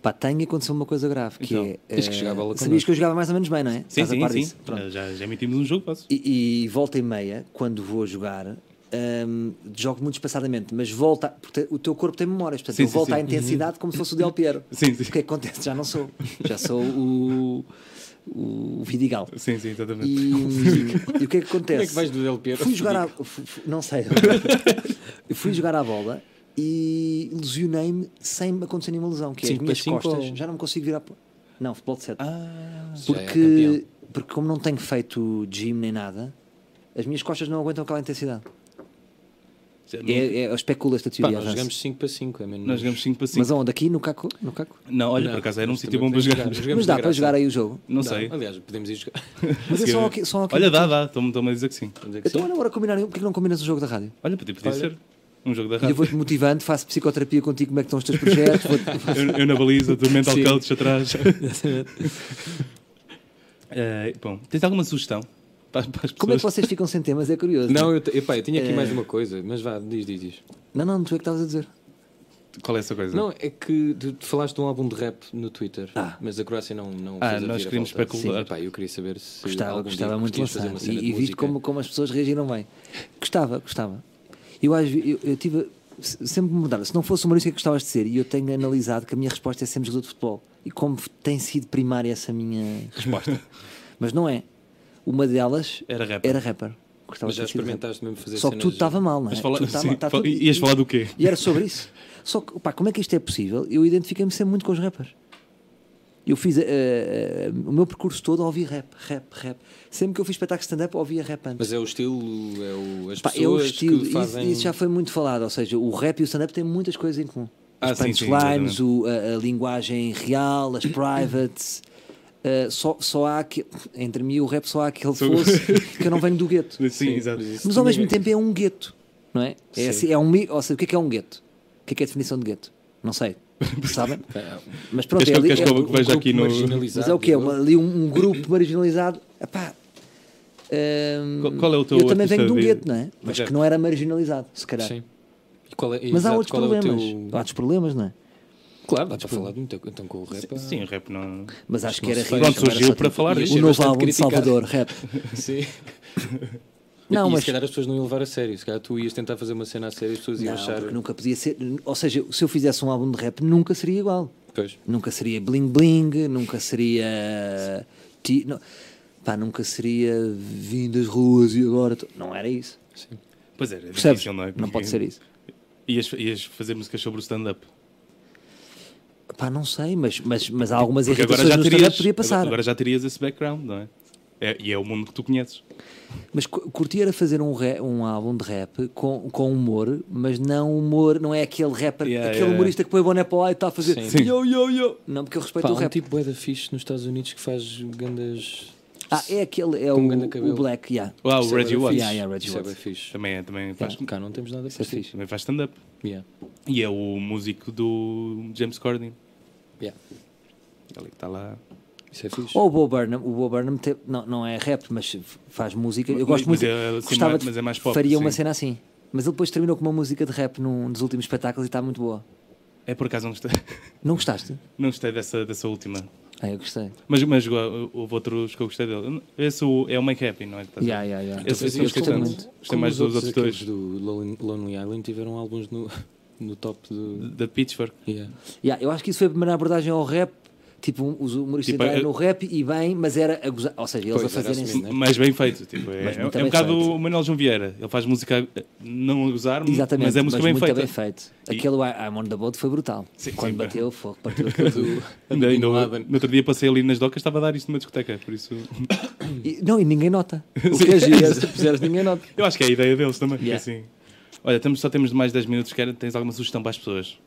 [SPEAKER 3] pá, tem e aconteceu uma coisa grave, que
[SPEAKER 1] Então,
[SPEAKER 3] é...
[SPEAKER 2] tens que
[SPEAKER 3] eh,
[SPEAKER 2] jogar bola
[SPEAKER 3] Sabias
[SPEAKER 2] connosco.
[SPEAKER 3] que eu jogava mais ou menos bem, não é?
[SPEAKER 1] Sim,
[SPEAKER 3] Estás a
[SPEAKER 1] sim,
[SPEAKER 3] par
[SPEAKER 1] sim.
[SPEAKER 3] disso? Pronto.
[SPEAKER 1] Já, já emitimos um jogo, quase.
[SPEAKER 3] E, e volta e meia, quando vou jogar, hum, jogo muito espaçadamente, mas volta, porque o teu corpo tem memórias, portanto,
[SPEAKER 1] Sim,
[SPEAKER 3] eu
[SPEAKER 1] sim,
[SPEAKER 3] volto
[SPEAKER 1] sim.
[SPEAKER 3] à intensidade como se fosse o Del Piero.
[SPEAKER 1] <laughs> Sim, sim.
[SPEAKER 3] O que é que acontece? Já não sou, já sou o,
[SPEAKER 1] <laughs>
[SPEAKER 3] o Vidigal.
[SPEAKER 1] Sim, sim, exatamente.
[SPEAKER 3] E, hum, e o que é que acontece?
[SPEAKER 2] Como é que vais do Del Piero?
[SPEAKER 3] Fui jogar à, fu- fu-
[SPEAKER 1] <laughs>
[SPEAKER 3] não sei. Eu fui jogar à bola e lesionei-me sem me acontecer nenhuma lesão, que é
[SPEAKER 2] Cinco
[SPEAKER 3] as minhas
[SPEAKER 2] para cinco
[SPEAKER 3] costas.
[SPEAKER 2] ou-
[SPEAKER 3] Já não me consigo virar. para- Não, futebol de 7.
[SPEAKER 2] Já é
[SPEAKER 3] Ah. porque,
[SPEAKER 2] campeão.
[SPEAKER 3] porque como não tenho feito gym nem nada, as minhas costas não aguentam aquela intensidade.
[SPEAKER 1] Já não-
[SPEAKER 3] É, é, especula esta
[SPEAKER 2] Hum. Pá,
[SPEAKER 3] teoria.
[SPEAKER 2] nós
[SPEAKER 3] já
[SPEAKER 2] jogamos 5 para 5, é menos.
[SPEAKER 1] Nós jogamos 5 para 5.
[SPEAKER 3] Mas aonde? Aqui no caco? No caco?
[SPEAKER 1] Não, olha, por acaso era um sítio bom para jogar.
[SPEAKER 3] Mas dá para jogar aí o jogo.
[SPEAKER 1] Não sei.
[SPEAKER 2] Aliás, podemos
[SPEAKER 1] <laughs>
[SPEAKER 2] ir jogar.
[SPEAKER 3] Mas é
[SPEAKER 1] Se
[SPEAKER 3] só
[SPEAKER 1] eu-
[SPEAKER 3] aqui. Só aqui
[SPEAKER 1] Olha, dá, dá, estão-me estão-me a dizer que sim.
[SPEAKER 2] Vamos dizer que
[SPEAKER 3] Então,
[SPEAKER 2] sim.
[SPEAKER 3] olha, agora combinar. Porquê que não combinas o jogo da rádio?
[SPEAKER 1] Olha, podia, podia ser. Um jogo da
[SPEAKER 3] E eu
[SPEAKER 1] rádio.
[SPEAKER 3] vou-te motivando, faço psicoterapia contigo, como é que estão os teus
[SPEAKER 2] <laughs>
[SPEAKER 3] projetos. vou-te- <laughs>
[SPEAKER 1] Eu, eu na baliza, do mental
[SPEAKER 2] Sim.
[SPEAKER 1] coach atrás. <laughs> Eh, bom, tens alguma sugestão para, para as pessoas?
[SPEAKER 3] Como é que vocês ficam sem temas? É curioso.
[SPEAKER 2] Não, eu, te- epá, eu tinha aqui
[SPEAKER 3] É.
[SPEAKER 2] mais uma coisa, mas vá, diz, diz, diz.
[SPEAKER 3] não, não, tu é que estavas a dizer.
[SPEAKER 1] Qual é essa coisa?
[SPEAKER 2] Não, é que tu, tu falaste de um álbum de rap no Twitter,
[SPEAKER 3] Ah.
[SPEAKER 2] mas a Croácia não, não
[SPEAKER 1] Ah,
[SPEAKER 2] fez a
[SPEAKER 1] nós
[SPEAKER 2] vir a
[SPEAKER 1] queríamos
[SPEAKER 2] volta.
[SPEAKER 1] especular.
[SPEAKER 2] Sim, epá, eu queria saber se
[SPEAKER 3] Gostava,
[SPEAKER 2] algum
[SPEAKER 3] gostava
[SPEAKER 2] dia
[SPEAKER 3] muito de
[SPEAKER 2] curtias fazer
[SPEAKER 3] lançar.
[SPEAKER 2] uma
[SPEAKER 3] E,
[SPEAKER 2] cena de
[SPEAKER 3] e viste
[SPEAKER 2] música.
[SPEAKER 3] como, como as pessoas reagiram bem. Gostava, gostava. Eu, às ve- eu, eu tive. se- Sempre me mudaram. Se não fosse humorista, o que é que gostavas de ser? E eu tenho analisado que a minha resposta é sempre jogador de futebol. E como tem sido primária essa minha
[SPEAKER 2] <laughs>
[SPEAKER 3] resposta. Mas não é. Uma delas
[SPEAKER 1] Era rapper.
[SPEAKER 3] Era rapper. Gostava
[SPEAKER 2] Mas
[SPEAKER 3] de
[SPEAKER 2] já
[SPEAKER 3] ter sido rapper.
[SPEAKER 2] experimentaste mesmo fazer
[SPEAKER 3] Só que
[SPEAKER 2] cenas
[SPEAKER 3] tudo estava mal, não é?
[SPEAKER 1] Mas fala-
[SPEAKER 3] Tudo tava-
[SPEAKER 1] sim,
[SPEAKER 3] tá
[SPEAKER 1] fala-
[SPEAKER 3] tudo-
[SPEAKER 1] ias falar do quê?
[SPEAKER 3] E era sobre isso. Só que, pá, como é que isto é possível? Eu identifiquei-me sempre muito com os rappers. Eu fiz eh, eh, o meu percurso todo a ouvir rap, rap, rap. Sempre que eu fiz espetáculo de stand-up, ouvia rap antes.
[SPEAKER 2] Mas é o estilo, é o, as
[SPEAKER 3] Pá,
[SPEAKER 2] pessoas
[SPEAKER 3] é o estilo,
[SPEAKER 2] que
[SPEAKER 3] isso-
[SPEAKER 2] fazem...
[SPEAKER 3] isso, já foi muito falado. Ou seja, o rap e o stand-up têm muitas coisas em comum.
[SPEAKER 1] Ah,
[SPEAKER 3] As
[SPEAKER 1] sim, sim,
[SPEAKER 3] punchlines, o- a, a linguagem real, as privates. <coughs> Eh, só, só há aquele. Entre mim e o rap, só há aquele fosse que eu não venho do gueto.
[SPEAKER 1] Sim, exato.
[SPEAKER 3] Mas ao mesmo tempo é um gueto, não é? É, assim, é um, mi- ou seja, o que é que é um gueto? O que é que é a definição de gueto? Não sei, sabem? Mas pronto,
[SPEAKER 1] Queres
[SPEAKER 3] é,
[SPEAKER 1] que eu-
[SPEAKER 3] ali-
[SPEAKER 1] queres
[SPEAKER 3] é-
[SPEAKER 1] que eu veja
[SPEAKER 2] grupo
[SPEAKER 1] aqui no.
[SPEAKER 2] marginalizado,
[SPEAKER 3] mas é o que é?
[SPEAKER 2] não?
[SPEAKER 3] ali um, um grupo marginalizado. Epá, hum,
[SPEAKER 1] Qual- qual é o teu
[SPEAKER 3] Eu também venho de um
[SPEAKER 1] artista de-
[SPEAKER 3] gueto, não é? Mas
[SPEAKER 1] Exato.
[SPEAKER 3] que não era marginalizado, se calhar.
[SPEAKER 2] Sim. E qual é-
[SPEAKER 3] Mas há
[SPEAKER 2] exato,
[SPEAKER 3] outros
[SPEAKER 2] qual é o
[SPEAKER 3] problemas.
[SPEAKER 2] teu-
[SPEAKER 3] Há outros problemas, não é?
[SPEAKER 2] Claro, dá para
[SPEAKER 3] Tipo,
[SPEAKER 2] falar de muito, então com o rap. há-
[SPEAKER 1] Sim, rap não.
[SPEAKER 3] Mas acho que
[SPEAKER 2] não
[SPEAKER 3] era
[SPEAKER 2] se
[SPEAKER 3] rico.
[SPEAKER 2] faz.
[SPEAKER 1] Pronto, surgiu para falar
[SPEAKER 3] O
[SPEAKER 1] disto.
[SPEAKER 3] novo
[SPEAKER 2] Bastante
[SPEAKER 3] álbum de
[SPEAKER 2] criticado.
[SPEAKER 3] Salvador, rap.
[SPEAKER 2] <laughs> Sim.
[SPEAKER 3] Não,
[SPEAKER 2] e
[SPEAKER 3] mas-
[SPEAKER 2] se calhar as pessoas não iam levar a sério. Se calhar tu ias tentar fazer uma cena a sério e as pessoas iam
[SPEAKER 3] Não,
[SPEAKER 2] achar.
[SPEAKER 3] porque nunca podia ser. Ou seja, se eu fizesse um álbum de rap, nunca seria igual.
[SPEAKER 2] Pois.
[SPEAKER 3] Nunca seria bling bling, nunca seria. Ti, não, pá, nunca seria vim das ruas e agora. tô- Não era isso.
[SPEAKER 1] Pois era, é
[SPEAKER 3] Percebes?
[SPEAKER 1] difícil, não é? Porque
[SPEAKER 3] pode ser isso.
[SPEAKER 1] Ias, ias fazer músicas sobre o stand-up.
[SPEAKER 3] Pá, não sei, mas, mas, mas há algumas
[SPEAKER 1] Porque agora
[SPEAKER 3] irritações
[SPEAKER 1] já
[SPEAKER 3] no
[SPEAKER 1] terias.
[SPEAKER 3] stand-up podia passar.
[SPEAKER 1] Agora já terias esse background, não é? É- E é o mundo que tu conheces.
[SPEAKER 3] Mas cu- curti era fazer um, ra- um álbum de rap com, com humor, mas não humor, não é aquele rapper,
[SPEAKER 1] Yeah,
[SPEAKER 3] aquele
[SPEAKER 1] yeah,
[SPEAKER 3] humorista que põe o boné para lá e está a fazer
[SPEAKER 2] Sim.
[SPEAKER 3] yo yo yo. Não, porque eu respeito
[SPEAKER 2] Pá, há
[SPEAKER 3] o
[SPEAKER 2] um
[SPEAKER 3] rap.
[SPEAKER 2] tipo bué da fixe nos Estados Unidos que faz grandes.
[SPEAKER 3] ah, é aquele, é
[SPEAKER 2] com
[SPEAKER 3] o,
[SPEAKER 2] grande cabelo.
[SPEAKER 3] o Black, yeah.
[SPEAKER 1] Ah,
[SPEAKER 2] Isso
[SPEAKER 1] o
[SPEAKER 2] é
[SPEAKER 1] Reggie Watts.
[SPEAKER 2] bué da fixe.
[SPEAKER 3] Yeah, yeah, Reggie
[SPEAKER 2] Isso é
[SPEAKER 3] Watts.
[SPEAKER 2] bué fixe.
[SPEAKER 1] Também, é, também, faz,
[SPEAKER 2] Cá não temos nada
[SPEAKER 3] Isso é
[SPEAKER 2] parecido.
[SPEAKER 3] fixe.
[SPEAKER 1] também faz stand-up.
[SPEAKER 2] Yeah.
[SPEAKER 1] E é o músico do James Corden.
[SPEAKER 2] Yeah.
[SPEAKER 1] Ele que está lá.
[SPEAKER 2] Isso é fixe.
[SPEAKER 3] Ou o Bo Burnham, o Bo Burnham te- não, não é rap, mas f- faz música. Eu
[SPEAKER 1] Mas-
[SPEAKER 3] gosto
[SPEAKER 1] mas
[SPEAKER 3] muito.
[SPEAKER 1] é, assim,
[SPEAKER 3] gostava
[SPEAKER 1] mais-
[SPEAKER 3] de-
[SPEAKER 1] mas é mais pop,
[SPEAKER 3] faria uma
[SPEAKER 1] sim.
[SPEAKER 3] cena assim. Mas ele depois terminou com uma música de rap num dos últimos espetáculos e está muito boa.
[SPEAKER 1] É por acaso não gostei,
[SPEAKER 3] Não gostaste?
[SPEAKER 1] <laughs> não gostei dessa, dessa última.
[SPEAKER 3] Ah, eu gostei.
[SPEAKER 1] Mas, mas uh, houve outros que eu gostei dele. Esse o- é o Make Happy, não é? que estás a
[SPEAKER 3] Yeah, yeah, yeah.
[SPEAKER 1] Esse- esse
[SPEAKER 2] Mas
[SPEAKER 1] eu
[SPEAKER 2] eles
[SPEAKER 1] gostei
[SPEAKER 2] como-
[SPEAKER 1] tanto.
[SPEAKER 2] como
[SPEAKER 1] Gostei mais
[SPEAKER 2] os
[SPEAKER 1] dos outros
[SPEAKER 2] aqueles
[SPEAKER 1] dois.
[SPEAKER 2] do Lon- Lonely Island tiveram álbuns no, <laughs> no top do.
[SPEAKER 1] Da Pitchfork.
[SPEAKER 2] Yeah.
[SPEAKER 3] Yeah, eu acho que isso foi a primeira abordagem ao rap. Tipo, um- os humoristas
[SPEAKER 1] Tipo,
[SPEAKER 3] entraram
[SPEAKER 1] eu-
[SPEAKER 3] no rap e bem, mas era a gozar. Ou seja, eles
[SPEAKER 2] Pois,
[SPEAKER 3] a
[SPEAKER 2] era
[SPEAKER 3] fazerem
[SPEAKER 2] assim, né?
[SPEAKER 1] Mas bem feito. Tipo, é,
[SPEAKER 3] Mas muito
[SPEAKER 1] é
[SPEAKER 3] bem
[SPEAKER 1] um bocado
[SPEAKER 3] feito.
[SPEAKER 1] o Manuel João Vieira. Ele faz música eh, não a gozar,
[SPEAKER 3] Exatamente,
[SPEAKER 1] mas é música bem
[SPEAKER 3] muito
[SPEAKER 1] feita.
[SPEAKER 3] bem feito.
[SPEAKER 1] E-
[SPEAKER 3] Aquele I- I'm on the boat foi brutal.
[SPEAKER 1] Sim,
[SPEAKER 3] Quando
[SPEAKER 1] sim,
[SPEAKER 3] bateu o fogo,
[SPEAKER 1] <laughs>
[SPEAKER 3] partiu aquilo tudo.
[SPEAKER 1] Ainda- é ainda-
[SPEAKER 2] Bin Laden.
[SPEAKER 1] no outro dia passei ali nas docas, estava a dar isto numa discoteca. Por isso. <laughs>
[SPEAKER 3] E- Não, e ninguém nota. O que é giro, é se tu fizeres, ninguém nota.
[SPEAKER 1] Eu acho que é a ideia deles também. que é
[SPEAKER 3] Yeah.
[SPEAKER 1] assim. Olha, estamos, só temos mais 10 minutos. Quer, tens alguma sugestão para as pessoas?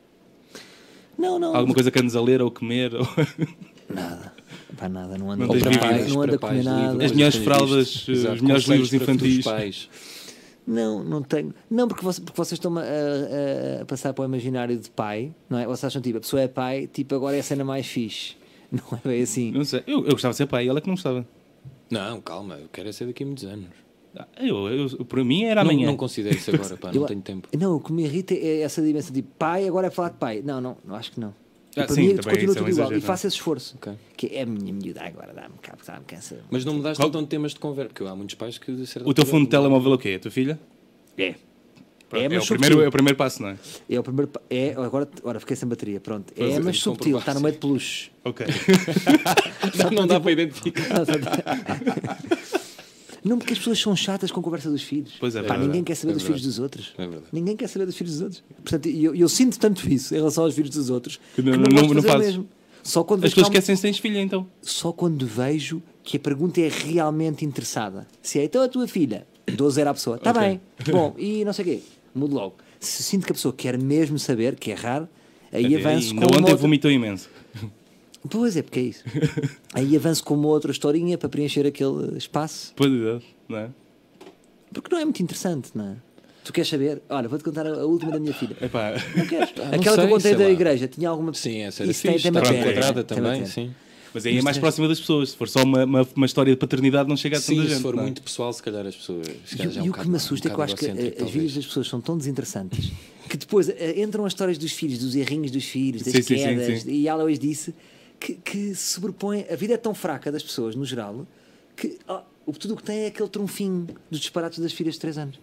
[SPEAKER 3] Não, não.
[SPEAKER 1] Alguma coisa que andes a ler ou comer? Ou... <laughs>
[SPEAKER 3] Pá, nada, não anda
[SPEAKER 1] Não tens
[SPEAKER 3] para
[SPEAKER 1] vídeos.
[SPEAKER 3] pais, não anda a comer nada.
[SPEAKER 1] As melhores fraldas, os melhores livros infantis.
[SPEAKER 3] Não, não tenho. Não, porque, vocês- porque vocês estão a, a- a passar para o imaginário de pai, não é? Vocês acham tipo, a pessoa é pai, tipo, agora é a cena mais fixe. <laughs> Não é bem assim.
[SPEAKER 1] Não sei. Eu, eu gostava de ser pai, ela é que não gostava.
[SPEAKER 2] Não, calma, eu quero é ser daqui a muitos anos.
[SPEAKER 1] Ah, Eu, eu, para mim era
[SPEAKER 2] Não,
[SPEAKER 1] amanhã.
[SPEAKER 2] não considero isso agora,
[SPEAKER 3] <laughs>
[SPEAKER 2] pá, não tenho tempo.
[SPEAKER 3] Não, o que me irrita é essa dimensão de pai, agora é falar de pai. Não, não, não acho que não. E
[SPEAKER 1] Ah,
[SPEAKER 3] para
[SPEAKER 1] sim,
[SPEAKER 3] mim,
[SPEAKER 1] também
[SPEAKER 3] continua
[SPEAKER 1] isso é um
[SPEAKER 3] tudo igual.
[SPEAKER 1] exagero,
[SPEAKER 3] E
[SPEAKER 1] não é?
[SPEAKER 3] faço esse esforço.
[SPEAKER 2] Ok.
[SPEAKER 3] Que é a minha miúda, agora dá-me cabo, está-me cansado.
[SPEAKER 2] Mas não mudaste
[SPEAKER 1] Qual-
[SPEAKER 2] então de temas de conversa, porque há muitos pais que. de certa
[SPEAKER 1] O teu
[SPEAKER 2] altura-
[SPEAKER 1] fundo de telemóvel é o quê? A tua filha?
[SPEAKER 3] É.
[SPEAKER 1] Pronto,
[SPEAKER 3] É,
[SPEAKER 1] É,
[SPEAKER 3] mas
[SPEAKER 1] o
[SPEAKER 3] sobretudo-
[SPEAKER 1] primeiro, é o primeiro passo, não é?
[SPEAKER 3] É o primeiro. pa- É, agora, agora fiquei sem bateria, pronto.
[SPEAKER 2] Pois é,
[SPEAKER 3] é, mas
[SPEAKER 2] temos que
[SPEAKER 3] subtil,
[SPEAKER 2] comprovar,
[SPEAKER 3] está no meio de peluche. <laughs>
[SPEAKER 1] Ok. tá-
[SPEAKER 2] <laughs> Não, não tipo dá para identificar.
[SPEAKER 3] Não, porque as pessoas são chatas com a conversa dos filhos.
[SPEAKER 1] Pois é,
[SPEAKER 3] Pá,
[SPEAKER 1] é
[SPEAKER 3] ninguém
[SPEAKER 1] verdade.
[SPEAKER 3] quer saber
[SPEAKER 2] É
[SPEAKER 3] dos
[SPEAKER 2] verdade.
[SPEAKER 3] filhos dos outros.
[SPEAKER 2] É verdade.
[SPEAKER 3] Ninguém quer saber dos filhos dos outros. Portanto, e eu, eu sinto tanto isso em relação aos filhos dos outros
[SPEAKER 1] Que
[SPEAKER 3] que
[SPEAKER 1] não-
[SPEAKER 3] não,
[SPEAKER 1] não-
[SPEAKER 3] gosto de
[SPEAKER 1] não
[SPEAKER 3] fazer o
[SPEAKER 1] fazes.
[SPEAKER 3] mesmo. Só quando,
[SPEAKER 1] As
[SPEAKER 3] vejo que
[SPEAKER 1] pessoas
[SPEAKER 3] há um-
[SPEAKER 1] esquecem se tens filha, então.
[SPEAKER 3] só quando vejo que a pergunta é realmente interessada. Se é então a tua filha, dou zero à pessoa. Está
[SPEAKER 1] Ok.
[SPEAKER 3] bem,
[SPEAKER 2] <laughs>
[SPEAKER 3] bom, e não sei o quê. Mudo logo. Se sinto que a pessoa quer mesmo saber, que é raro, aí
[SPEAKER 1] Ainda
[SPEAKER 3] avanço com uma
[SPEAKER 1] ontem
[SPEAKER 3] outra-
[SPEAKER 1] vomitou imenso.
[SPEAKER 3] Pois é, porque é isso.
[SPEAKER 2] <laughs>
[SPEAKER 3] Aí avanço com uma outra historinha para preencher aquele espaço.
[SPEAKER 1] Pois é, não é?
[SPEAKER 3] Porque não é muito interessante, não é? Tu queres saber? Olha, vou-te contar a, a última da
[SPEAKER 2] <laughs>
[SPEAKER 3] minha filha.
[SPEAKER 1] Epá, <laughs>
[SPEAKER 3] Não queres?
[SPEAKER 2] Ah, não
[SPEAKER 3] Aquela que eu
[SPEAKER 2] sei,
[SPEAKER 3] contei
[SPEAKER 2] sei
[SPEAKER 3] da
[SPEAKER 2] lá.
[SPEAKER 3] igreja, tinha alguma.
[SPEAKER 2] Sim, essa era
[SPEAKER 3] Isso
[SPEAKER 2] fixe.
[SPEAKER 3] tem, tem
[SPEAKER 2] Estava
[SPEAKER 3] matéria,
[SPEAKER 2] enquadrada
[SPEAKER 3] né? Tem
[SPEAKER 2] também,
[SPEAKER 3] matéria.
[SPEAKER 2] sim.
[SPEAKER 1] Mas aí é mais próxima das pessoas. Se for só uma, uma, uma história de paternidade, não chega a
[SPEAKER 2] Sim,
[SPEAKER 1] tanta gente.
[SPEAKER 2] se for
[SPEAKER 1] não é?
[SPEAKER 2] muito pessoal, se calhar as pessoas. se
[SPEAKER 3] E,
[SPEAKER 2] calhar
[SPEAKER 3] o-
[SPEAKER 2] já é
[SPEAKER 3] e
[SPEAKER 2] um
[SPEAKER 3] o que
[SPEAKER 2] bocado-
[SPEAKER 3] me assusta
[SPEAKER 2] um
[SPEAKER 3] é que eu acho que
[SPEAKER 2] bocado
[SPEAKER 3] eh, as
[SPEAKER 2] egocêntrico,
[SPEAKER 3] vidas das pessoas são tão desinteressantes que depois eh, entram as histórias dos filhos, dos errinhos dos filhos, das
[SPEAKER 1] Sim, sim, sim,
[SPEAKER 3] quedas,
[SPEAKER 1] sim.
[SPEAKER 3] e ela hoje disse que, que se sobrepõe. A vida é tão fraca das pessoas, no geral, que ó, o tudo o que tem é aquele trunfinho dos disparates das filhas de 3 anos.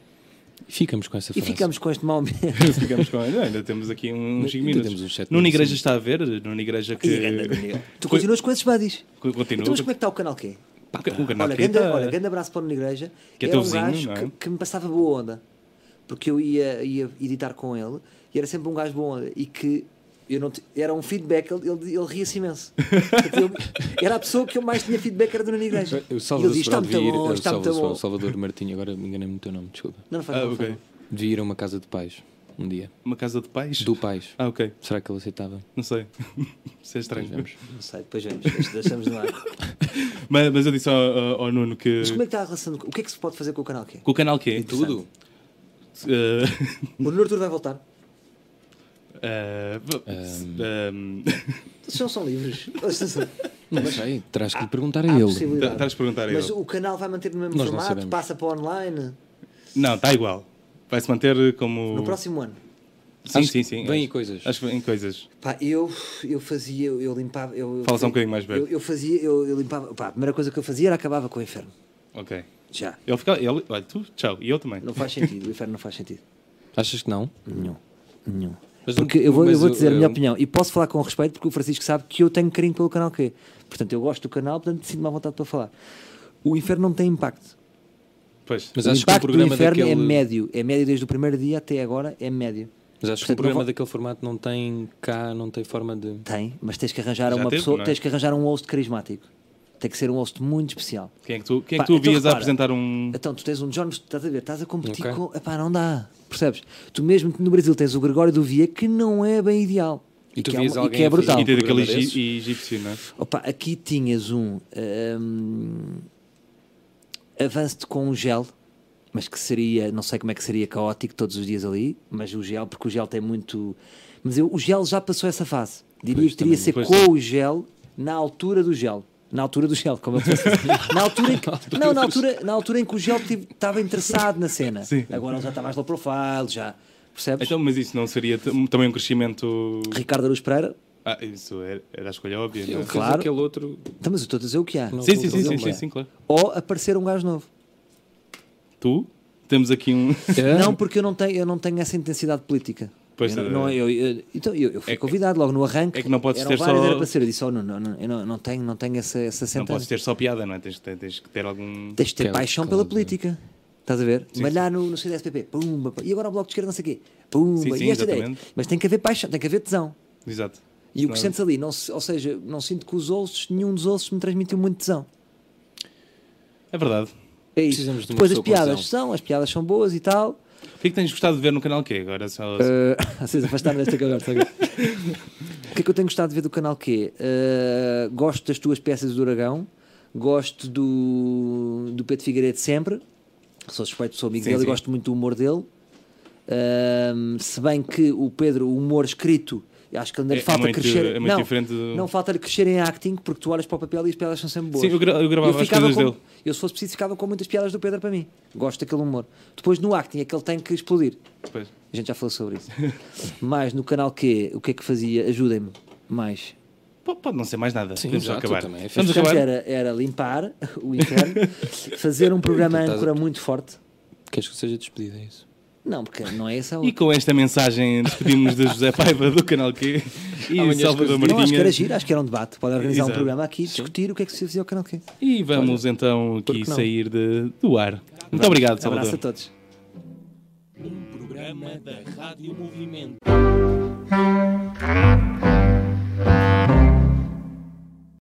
[SPEAKER 2] talvez. Ficamos com essa
[SPEAKER 3] E
[SPEAKER 2] frase.
[SPEAKER 3] ficamos com este mau
[SPEAKER 1] <laughs>
[SPEAKER 3] <laughs>
[SPEAKER 1] Ficamos com- Não, ainda temos aqui um- uns 5
[SPEAKER 2] Ainda
[SPEAKER 1] minutos.
[SPEAKER 2] temos uns sete
[SPEAKER 1] Numa
[SPEAKER 2] minutos,
[SPEAKER 1] igreja
[SPEAKER 2] sim.
[SPEAKER 1] está a ver, numa igreja que.
[SPEAKER 3] Tu continuas com esses buddies.
[SPEAKER 1] Co- Continua.
[SPEAKER 3] Então, mas como é que está o canal Q?
[SPEAKER 1] O canal
[SPEAKER 3] Olha,
[SPEAKER 1] que
[SPEAKER 3] grande,
[SPEAKER 1] está-
[SPEAKER 3] olha, grande abraço para o Igreja.
[SPEAKER 1] Que é teu
[SPEAKER 3] era um
[SPEAKER 1] vizinho,
[SPEAKER 3] gajo
[SPEAKER 1] é não é?
[SPEAKER 3] que, que me passava boa onda. Porque eu ia, ia editar com ele e era sempre um gajo boa onda. E que eu não te- era um feedback, ele, ele, ele ria-se
[SPEAKER 1] <laughs>
[SPEAKER 3] imenso. Portanto, eu- era a pessoa que eu mais tinha feedback, era do Nuno Igreja.
[SPEAKER 2] O
[SPEAKER 3] e ele
[SPEAKER 2] Salvador
[SPEAKER 3] diz: está
[SPEAKER 2] Sobral
[SPEAKER 3] muito
[SPEAKER 2] devia ir.
[SPEAKER 3] bom,
[SPEAKER 2] o
[SPEAKER 3] está muito
[SPEAKER 2] Salvador, Sobral-
[SPEAKER 3] bom.
[SPEAKER 2] Salvador Martinho, agora enganei-me o teu nome, desculpa.
[SPEAKER 3] Não, não faz
[SPEAKER 1] Ah,
[SPEAKER 3] mal. não faz
[SPEAKER 1] ok.
[SPEAKER 3] mal.
[SPEAKER 2] Devia ir a uma casa de pais um dia.
[SPEAKER 1] Uma casa de pais?
[SPEAKER 2] Do pais.
[SPEAKER 1] Ah, ok.
[SPEAKER 2] Será que ele aceitava?
[SPEAKER 1] Não sei. <laughs> Isso é estranho.
[SPEAKER 2] Vejamos.
[SPEAKER 3] Não sei, depois vemos. deixa- Deixamos no ar.
[SPEAKER 1] <laughs> Mas, mas eu disse ao, ao- ao Nuno que.
[SPEAKER 3] Mas como é que está a relação? do- O que é que se pode fazer com o canal Q?
[SPEAKER 1] Com o canal é? Eh, Q. E
[SPEAKER 2] Tudo.
[SPEAKER 1] <laughs>
[SPEAKER 3] O Nuno Artur vai voltar.
[SPEAKER 1] eh,
[SPEAKER 3] Vocês não
[SPEAKER 1] <laughs>
[SPEAKER 3] são livres. Vocês não são-
[SPEAKER 2] Não sei, terás que lhe perguntar a
[SPEAKER 3] Há
[SPEAKER 2] ele.
[SPEAKER 3] possibilidade.
[SPEAKER 1] Estás Tá, a perguntar a
[SPEAKER 3] Mas
[SPEAKER 1] ele.
[SPEAKER 3] o canal vai manter no mesmo
[SPEAKER 2] Nós não
[SPEAKER 3] formato?
[SPEAKER 2] sabemos.
[SPEAKER 3] Passa para online?
[SPEAKER 1] <laughs> Não, está igual. Vai-se manter como.
[SPEAKER 3] No próximo ano?
[SPEAKER 1] Sim,
[SPEAKER 2] Acho
[SPEAKER 1] sim,
[SPEAKER 2] que
[SPEAKER 1] sim.
[SPEAKER 2] vem
[SPEAKER 1] Acho-
[SPEAKER 2] aí coisas.
[SPEAKER 1] Acho que vem coisas.
[SPEAKER 3] Pá, eu, eu fazia, eu, eu limpava. Eu, eu
[SPEAKER 1] Fala só um
[SPEAKER 3] fazia-
[SPEAKER 1] bocadinho mais, Beto.
[SPEAKER 3] Eu, eu fazia, eu, eu limpava. Pá, a primeira coisa que eu fazia era acabava com o inferno.
[SPEAKER 1] Ok.
[SPEAKER 3] Já.
[SPEAKER 1] Ele fica. Ele... Olha, tu, tchau. E eu também.
[SPEAKER 3] Não faz sentido, o inferno não faz sentido.
[SPEAKER 2] Achas que não?
[SPEAKER 3] Nenhum. Nenhum.
[SPEAKER 2] Mas
[SPEAKER 3] porque
[SPEAKER 2] não-
[SPEAKER 3] eu vou, eu
[SPEAKER 2] mas é um-
[SPEAKER 3] vou
[SPEAKER 2] eu-
[SPEAKER 3] dizer a minha
[SPEAKER 2] eu-
[SPEAKER 3] opinião e posso falar com respeito porque o Francisco sabe que eu tenho carinho pelo canal Q. Portanto, eu gosto do canal, portanto, sinto-me à vontade para falar. O inferno não tem impacto.
[SPEAKER 1] Pois.
[SPEAKER 2] Mas
[SPEAKER 3] o
[SPEAKER 2] acho que o
[SPEAKER 3] impacto do
[SPEAKER 2] programa
[SPEAKER 3] inferno é
[SPEAKER 2] daquele-
[SPEAKER 3] médio. É médio desde o primeiro dia até agora, é médio.
[SPEAKER 2] Mas acho que
[SPEAKER 3] Portanto,
[SPEAKER 2] um programa
[SPEAKER 3] não vou-
[SPEAKER 2] daquele formato não tem cá, não tem forma de.
[SPEAKER 3] Tem, mas tens que arranjar
[SPEAKER 1] Já
[SPEAKER 3] uma
[SPEAKER 1] teve,
[SPEAKER 3] pessoa,
[SPEAKER 1] não é?
[SPEAKER 3] tens que arranjar um host carismático. Tem que ser um host muito especial.
[SPEAKER 1] Quem é que tu, quem é
[SPEAKER 3] Pá,
[SPEAKER 1] que tu
[SPEAKER 3] então
[SPEAKER 1] ouvias a
[SPEAKER 3] repara.
[SPEAKER 1] apresentar um.
[SPEAKER 3] Então, tu tens um John, estás a ver, estás a competir
[SPEAKER 2] Ok.
[SPEAKER 3] com. Epá, não dá. Percebes? Tu mesmo no Brasil tens o Gregório do Via que não é bem ideal.
[SPEAKER 2] E tu
[SPEAKER 3] que, é
[SPEAKER 2] vias
[SPEAKER 3] uma- e
[SPEAKER 2] alguém
[SPEAKER 3] que é
[SPEAKER 2] a fazer
[SPEAKER 3] brutal.
[SPEAKER 1] E tem assim, daquele
[SPEAKER 2] programa
[SPEAKER 1] egi-
[SPEAKER 2] desses?
[SPEAKER 1] egípcio, não é?
[SPEAKER 3] Opa, aqui tinhas um ahm, avanço com um gel, mas que seria, não sei como é que seria caótico todos os dias ali, mas o gel, porque o gel tem muito. Mas eu, o gel já passou essa fase. Diria
[SPEAKER 2] Pois,
[SPEAKER 3] que teria
[SPEAKER 2] também,
[SPEAKER 3] ser
[SPEAKER 1] pois.
[SPEAKER 3] com o gel na altura do gel. Na altura do gel, como eu <laughs> disse. na altura em que, não, na altura, na altura em que o gel tive- estava interessado na cena.
[SPEAKER 1] Sim.
[SPEAKER 3] Agora ele já está mais low profile, já. Percebes?
[SPEAKER 1] Então, mas isso não seria t- também um crescimento.
[SPEAKER 3] Ricardo Aruz Pereira,
[SPEAKER 1] Ah, isso era, era a escolha óbvia, não
[SPEAKER 2] Ele
[SPEAKER 1] é?
[SPEAKER 2] fez
[SPEAKER 3] Claro.
[SPEAKER 2] aquele outro.
[SPEAKER 3] então, mas eu estou a dizer o que é. há.
[SPEAKER 2] Não.
[SPEAKER 1] Sim, sim, sim,
[SPEAKER 2] Ele
[SPEAKER 1] sim, sim,
[SPEAKER 2] vai.
[SPEAKER 1] sim, claro.
[SPEAKER 3] Ou aparecer um gajo novo.
[SPEAKER 1] Tu, temos aqui um. <laughs>
[SPEAKER 3] Não, porque eu não tenho, eu não tenho essa intensidade política.
[SPEAKER 1] Pois
[SPEAKER 3] eu,
[SPEAKER 1] é.
[SPEAKER 3] não- não, eu, eu- então, eu, eu fui convidado logo no arranque.
[SPEAKER 1] é que não podes
[SPEAKER 3] eram
[SPEAKER 1] ter
[SPEAKER 3] várias,
[SPEAKER 1] só-
[SPEAKER 3] Era para ser. Eu disse: oh, não, não, não, eu não, não tenho, não tenho essa, essa
[SPEAKER 1] Não
[SPEAKER 3] sentença.
[SPEAKER 1] podes ter só piada, não é? Tens, tens- tens que ter algum.
[SPEAKER 3] Tens de ter
[SPEAKER 2] Aquela né?
[SPEAKER 3] paixão
[SPEAKER 2] coisa.
[SPEAKER 3] pela política. Estás a ver? Malhar no, no CDSPP. Pumba, pá. E agora o Bloco de Esquerda, não sei o quê. Pumba.
[SPEAKER 1] Sim, sim,
[SPEAKER 3] e esta ideia.
[SPEAKER 1] exatamente.
[SPEAKER 3] Mas tem que haver paixão, tem que haver tesão.
[SPEAKER 1] Exato.
[SPEAKER 3] E o
[SPEAKER 1] Não.
[SPEAKER 3] que
[SPEAKER 1] é?
[SPEAKER 3] sentes ali, não, se- ou seja, não sinto que os ossos, nenhum dos ossos me transmitiu muito tesão.
[SPEAKER 1] É verdade.
[SPEAKER 3] É isso.
[SPEAKER 2] Precisamos de uma
[SPEAKER 3] Depois as
[SPEAKER 2] pessoa com
[SPEAKER 3] piadas
[SPEAKER 2] tesão.
[SPEAKER 3] são, as piadas são boas e tal.
[SPEAKER 1] O que é que tens gostado de ver no canal Q agora? Só-
[SPEAKER 3] Uh, <laughs> vocês afastaram desta conversa agora. O que é que eu tenho gostado de ver do canal Q? Uh, gosto das tuas peças do Dragão, gosto do, do Pedro Figueiredo sempre, sou suspeito, sou amigo
[SPEAKER 1] Sim,
[SPEAKER 3] dele
[SPEAKER 1] sim.
[SPEAKER 3] e gosto muito do humor dele. Um, se bem que o Pedro, o humor escrito, eu acho que ainda lhe
[SPEAKER 1] É- é
[SPEAKER 3] falta
[SPEAKER 1] muito-
[SPEAKER 3] crescer.
[SPEAKER 1] é muito
[SPEAKER 3] não,
[SPEAKER 1] diferente do-
[SPEAKER 3] não falta-lhe crescer em acting, porque tu olhas para o papel e as piadas são sempre boas.
[SPEAKER 1] Sim, eu gra- eu gravava as
[SPEAKER 3] ficava
[SPEAKER 1] coisas
[SPEAKER 3] com-
[SPEAKER 1] dele.
[SPEAKER 3] Eu, se fosse preciso, ficava com muitas piadas do Pedro para mim. Gosto daquele humor. Depois no acting é que ele tem que explodir.
[SPEAKER 1] Pois.
[SPEAKER 3] A gente já falou
[SPEAKER 1] <laughs>
[SPEAKER 3] sobre isso. mais no canal Q, o que é que fazia? Ajudem-me. Mais.
[SPEAKER 1] Pô, Pode não ser mais nada.
[SPEAKER 2] Sim,
[SPEAKER 1] Podemos já
[SPEAKER 2] exato,
[SPEAKER 1] acabar.
[SPEAKER 2] também é
[SPEAKER 1] Vamos
[SPEAKER 3] Portanto,
[SPEAKER 1] acabar.
[SPEAKER 3] Era, era limpar o inferno, fazer um programa
[SPEAKER 2] Estás a-
[SPEAKER 3] âncora muito forte.
[SPEAKER 2] Queres que eu seja despedido? É isso.
[SPEAKER 3] Não, porque não é essa a
[SPEAKER 1] E
[SPEAKER 3] outra.
[SPEAKER 1] com esta mensagem despedimos da José Paiva do canal Q e
[SPEAKER 2] Amanhã as
[SPEAKER 1] Salvador
[SPEAKER 2] coisas-
[SPEAKER 3] Não, acho que era
[SPEAKER 1] Martinha.
[SPEAKER 3] giro, acho que era um debate. Podem organizar um
[SPEAKER 1] Exato.
[SPEAKER 3] programa aqui, discutir o que é que se fazia ao canal Q.
[SPEAKER 1] E vamos então
[SPEAKER 2] por que
[SPEAKER 1] aqui
[SPEAKER 2] não?
[SPEAKER 1] sair de- do ar. Muito obrigado,
[SPEAKER 3] Abraço
[SPEAKER 1] Salvador.
[SPEAKER 3] a todos.
[SPEAKER 2] Programa da Rádio Movimento.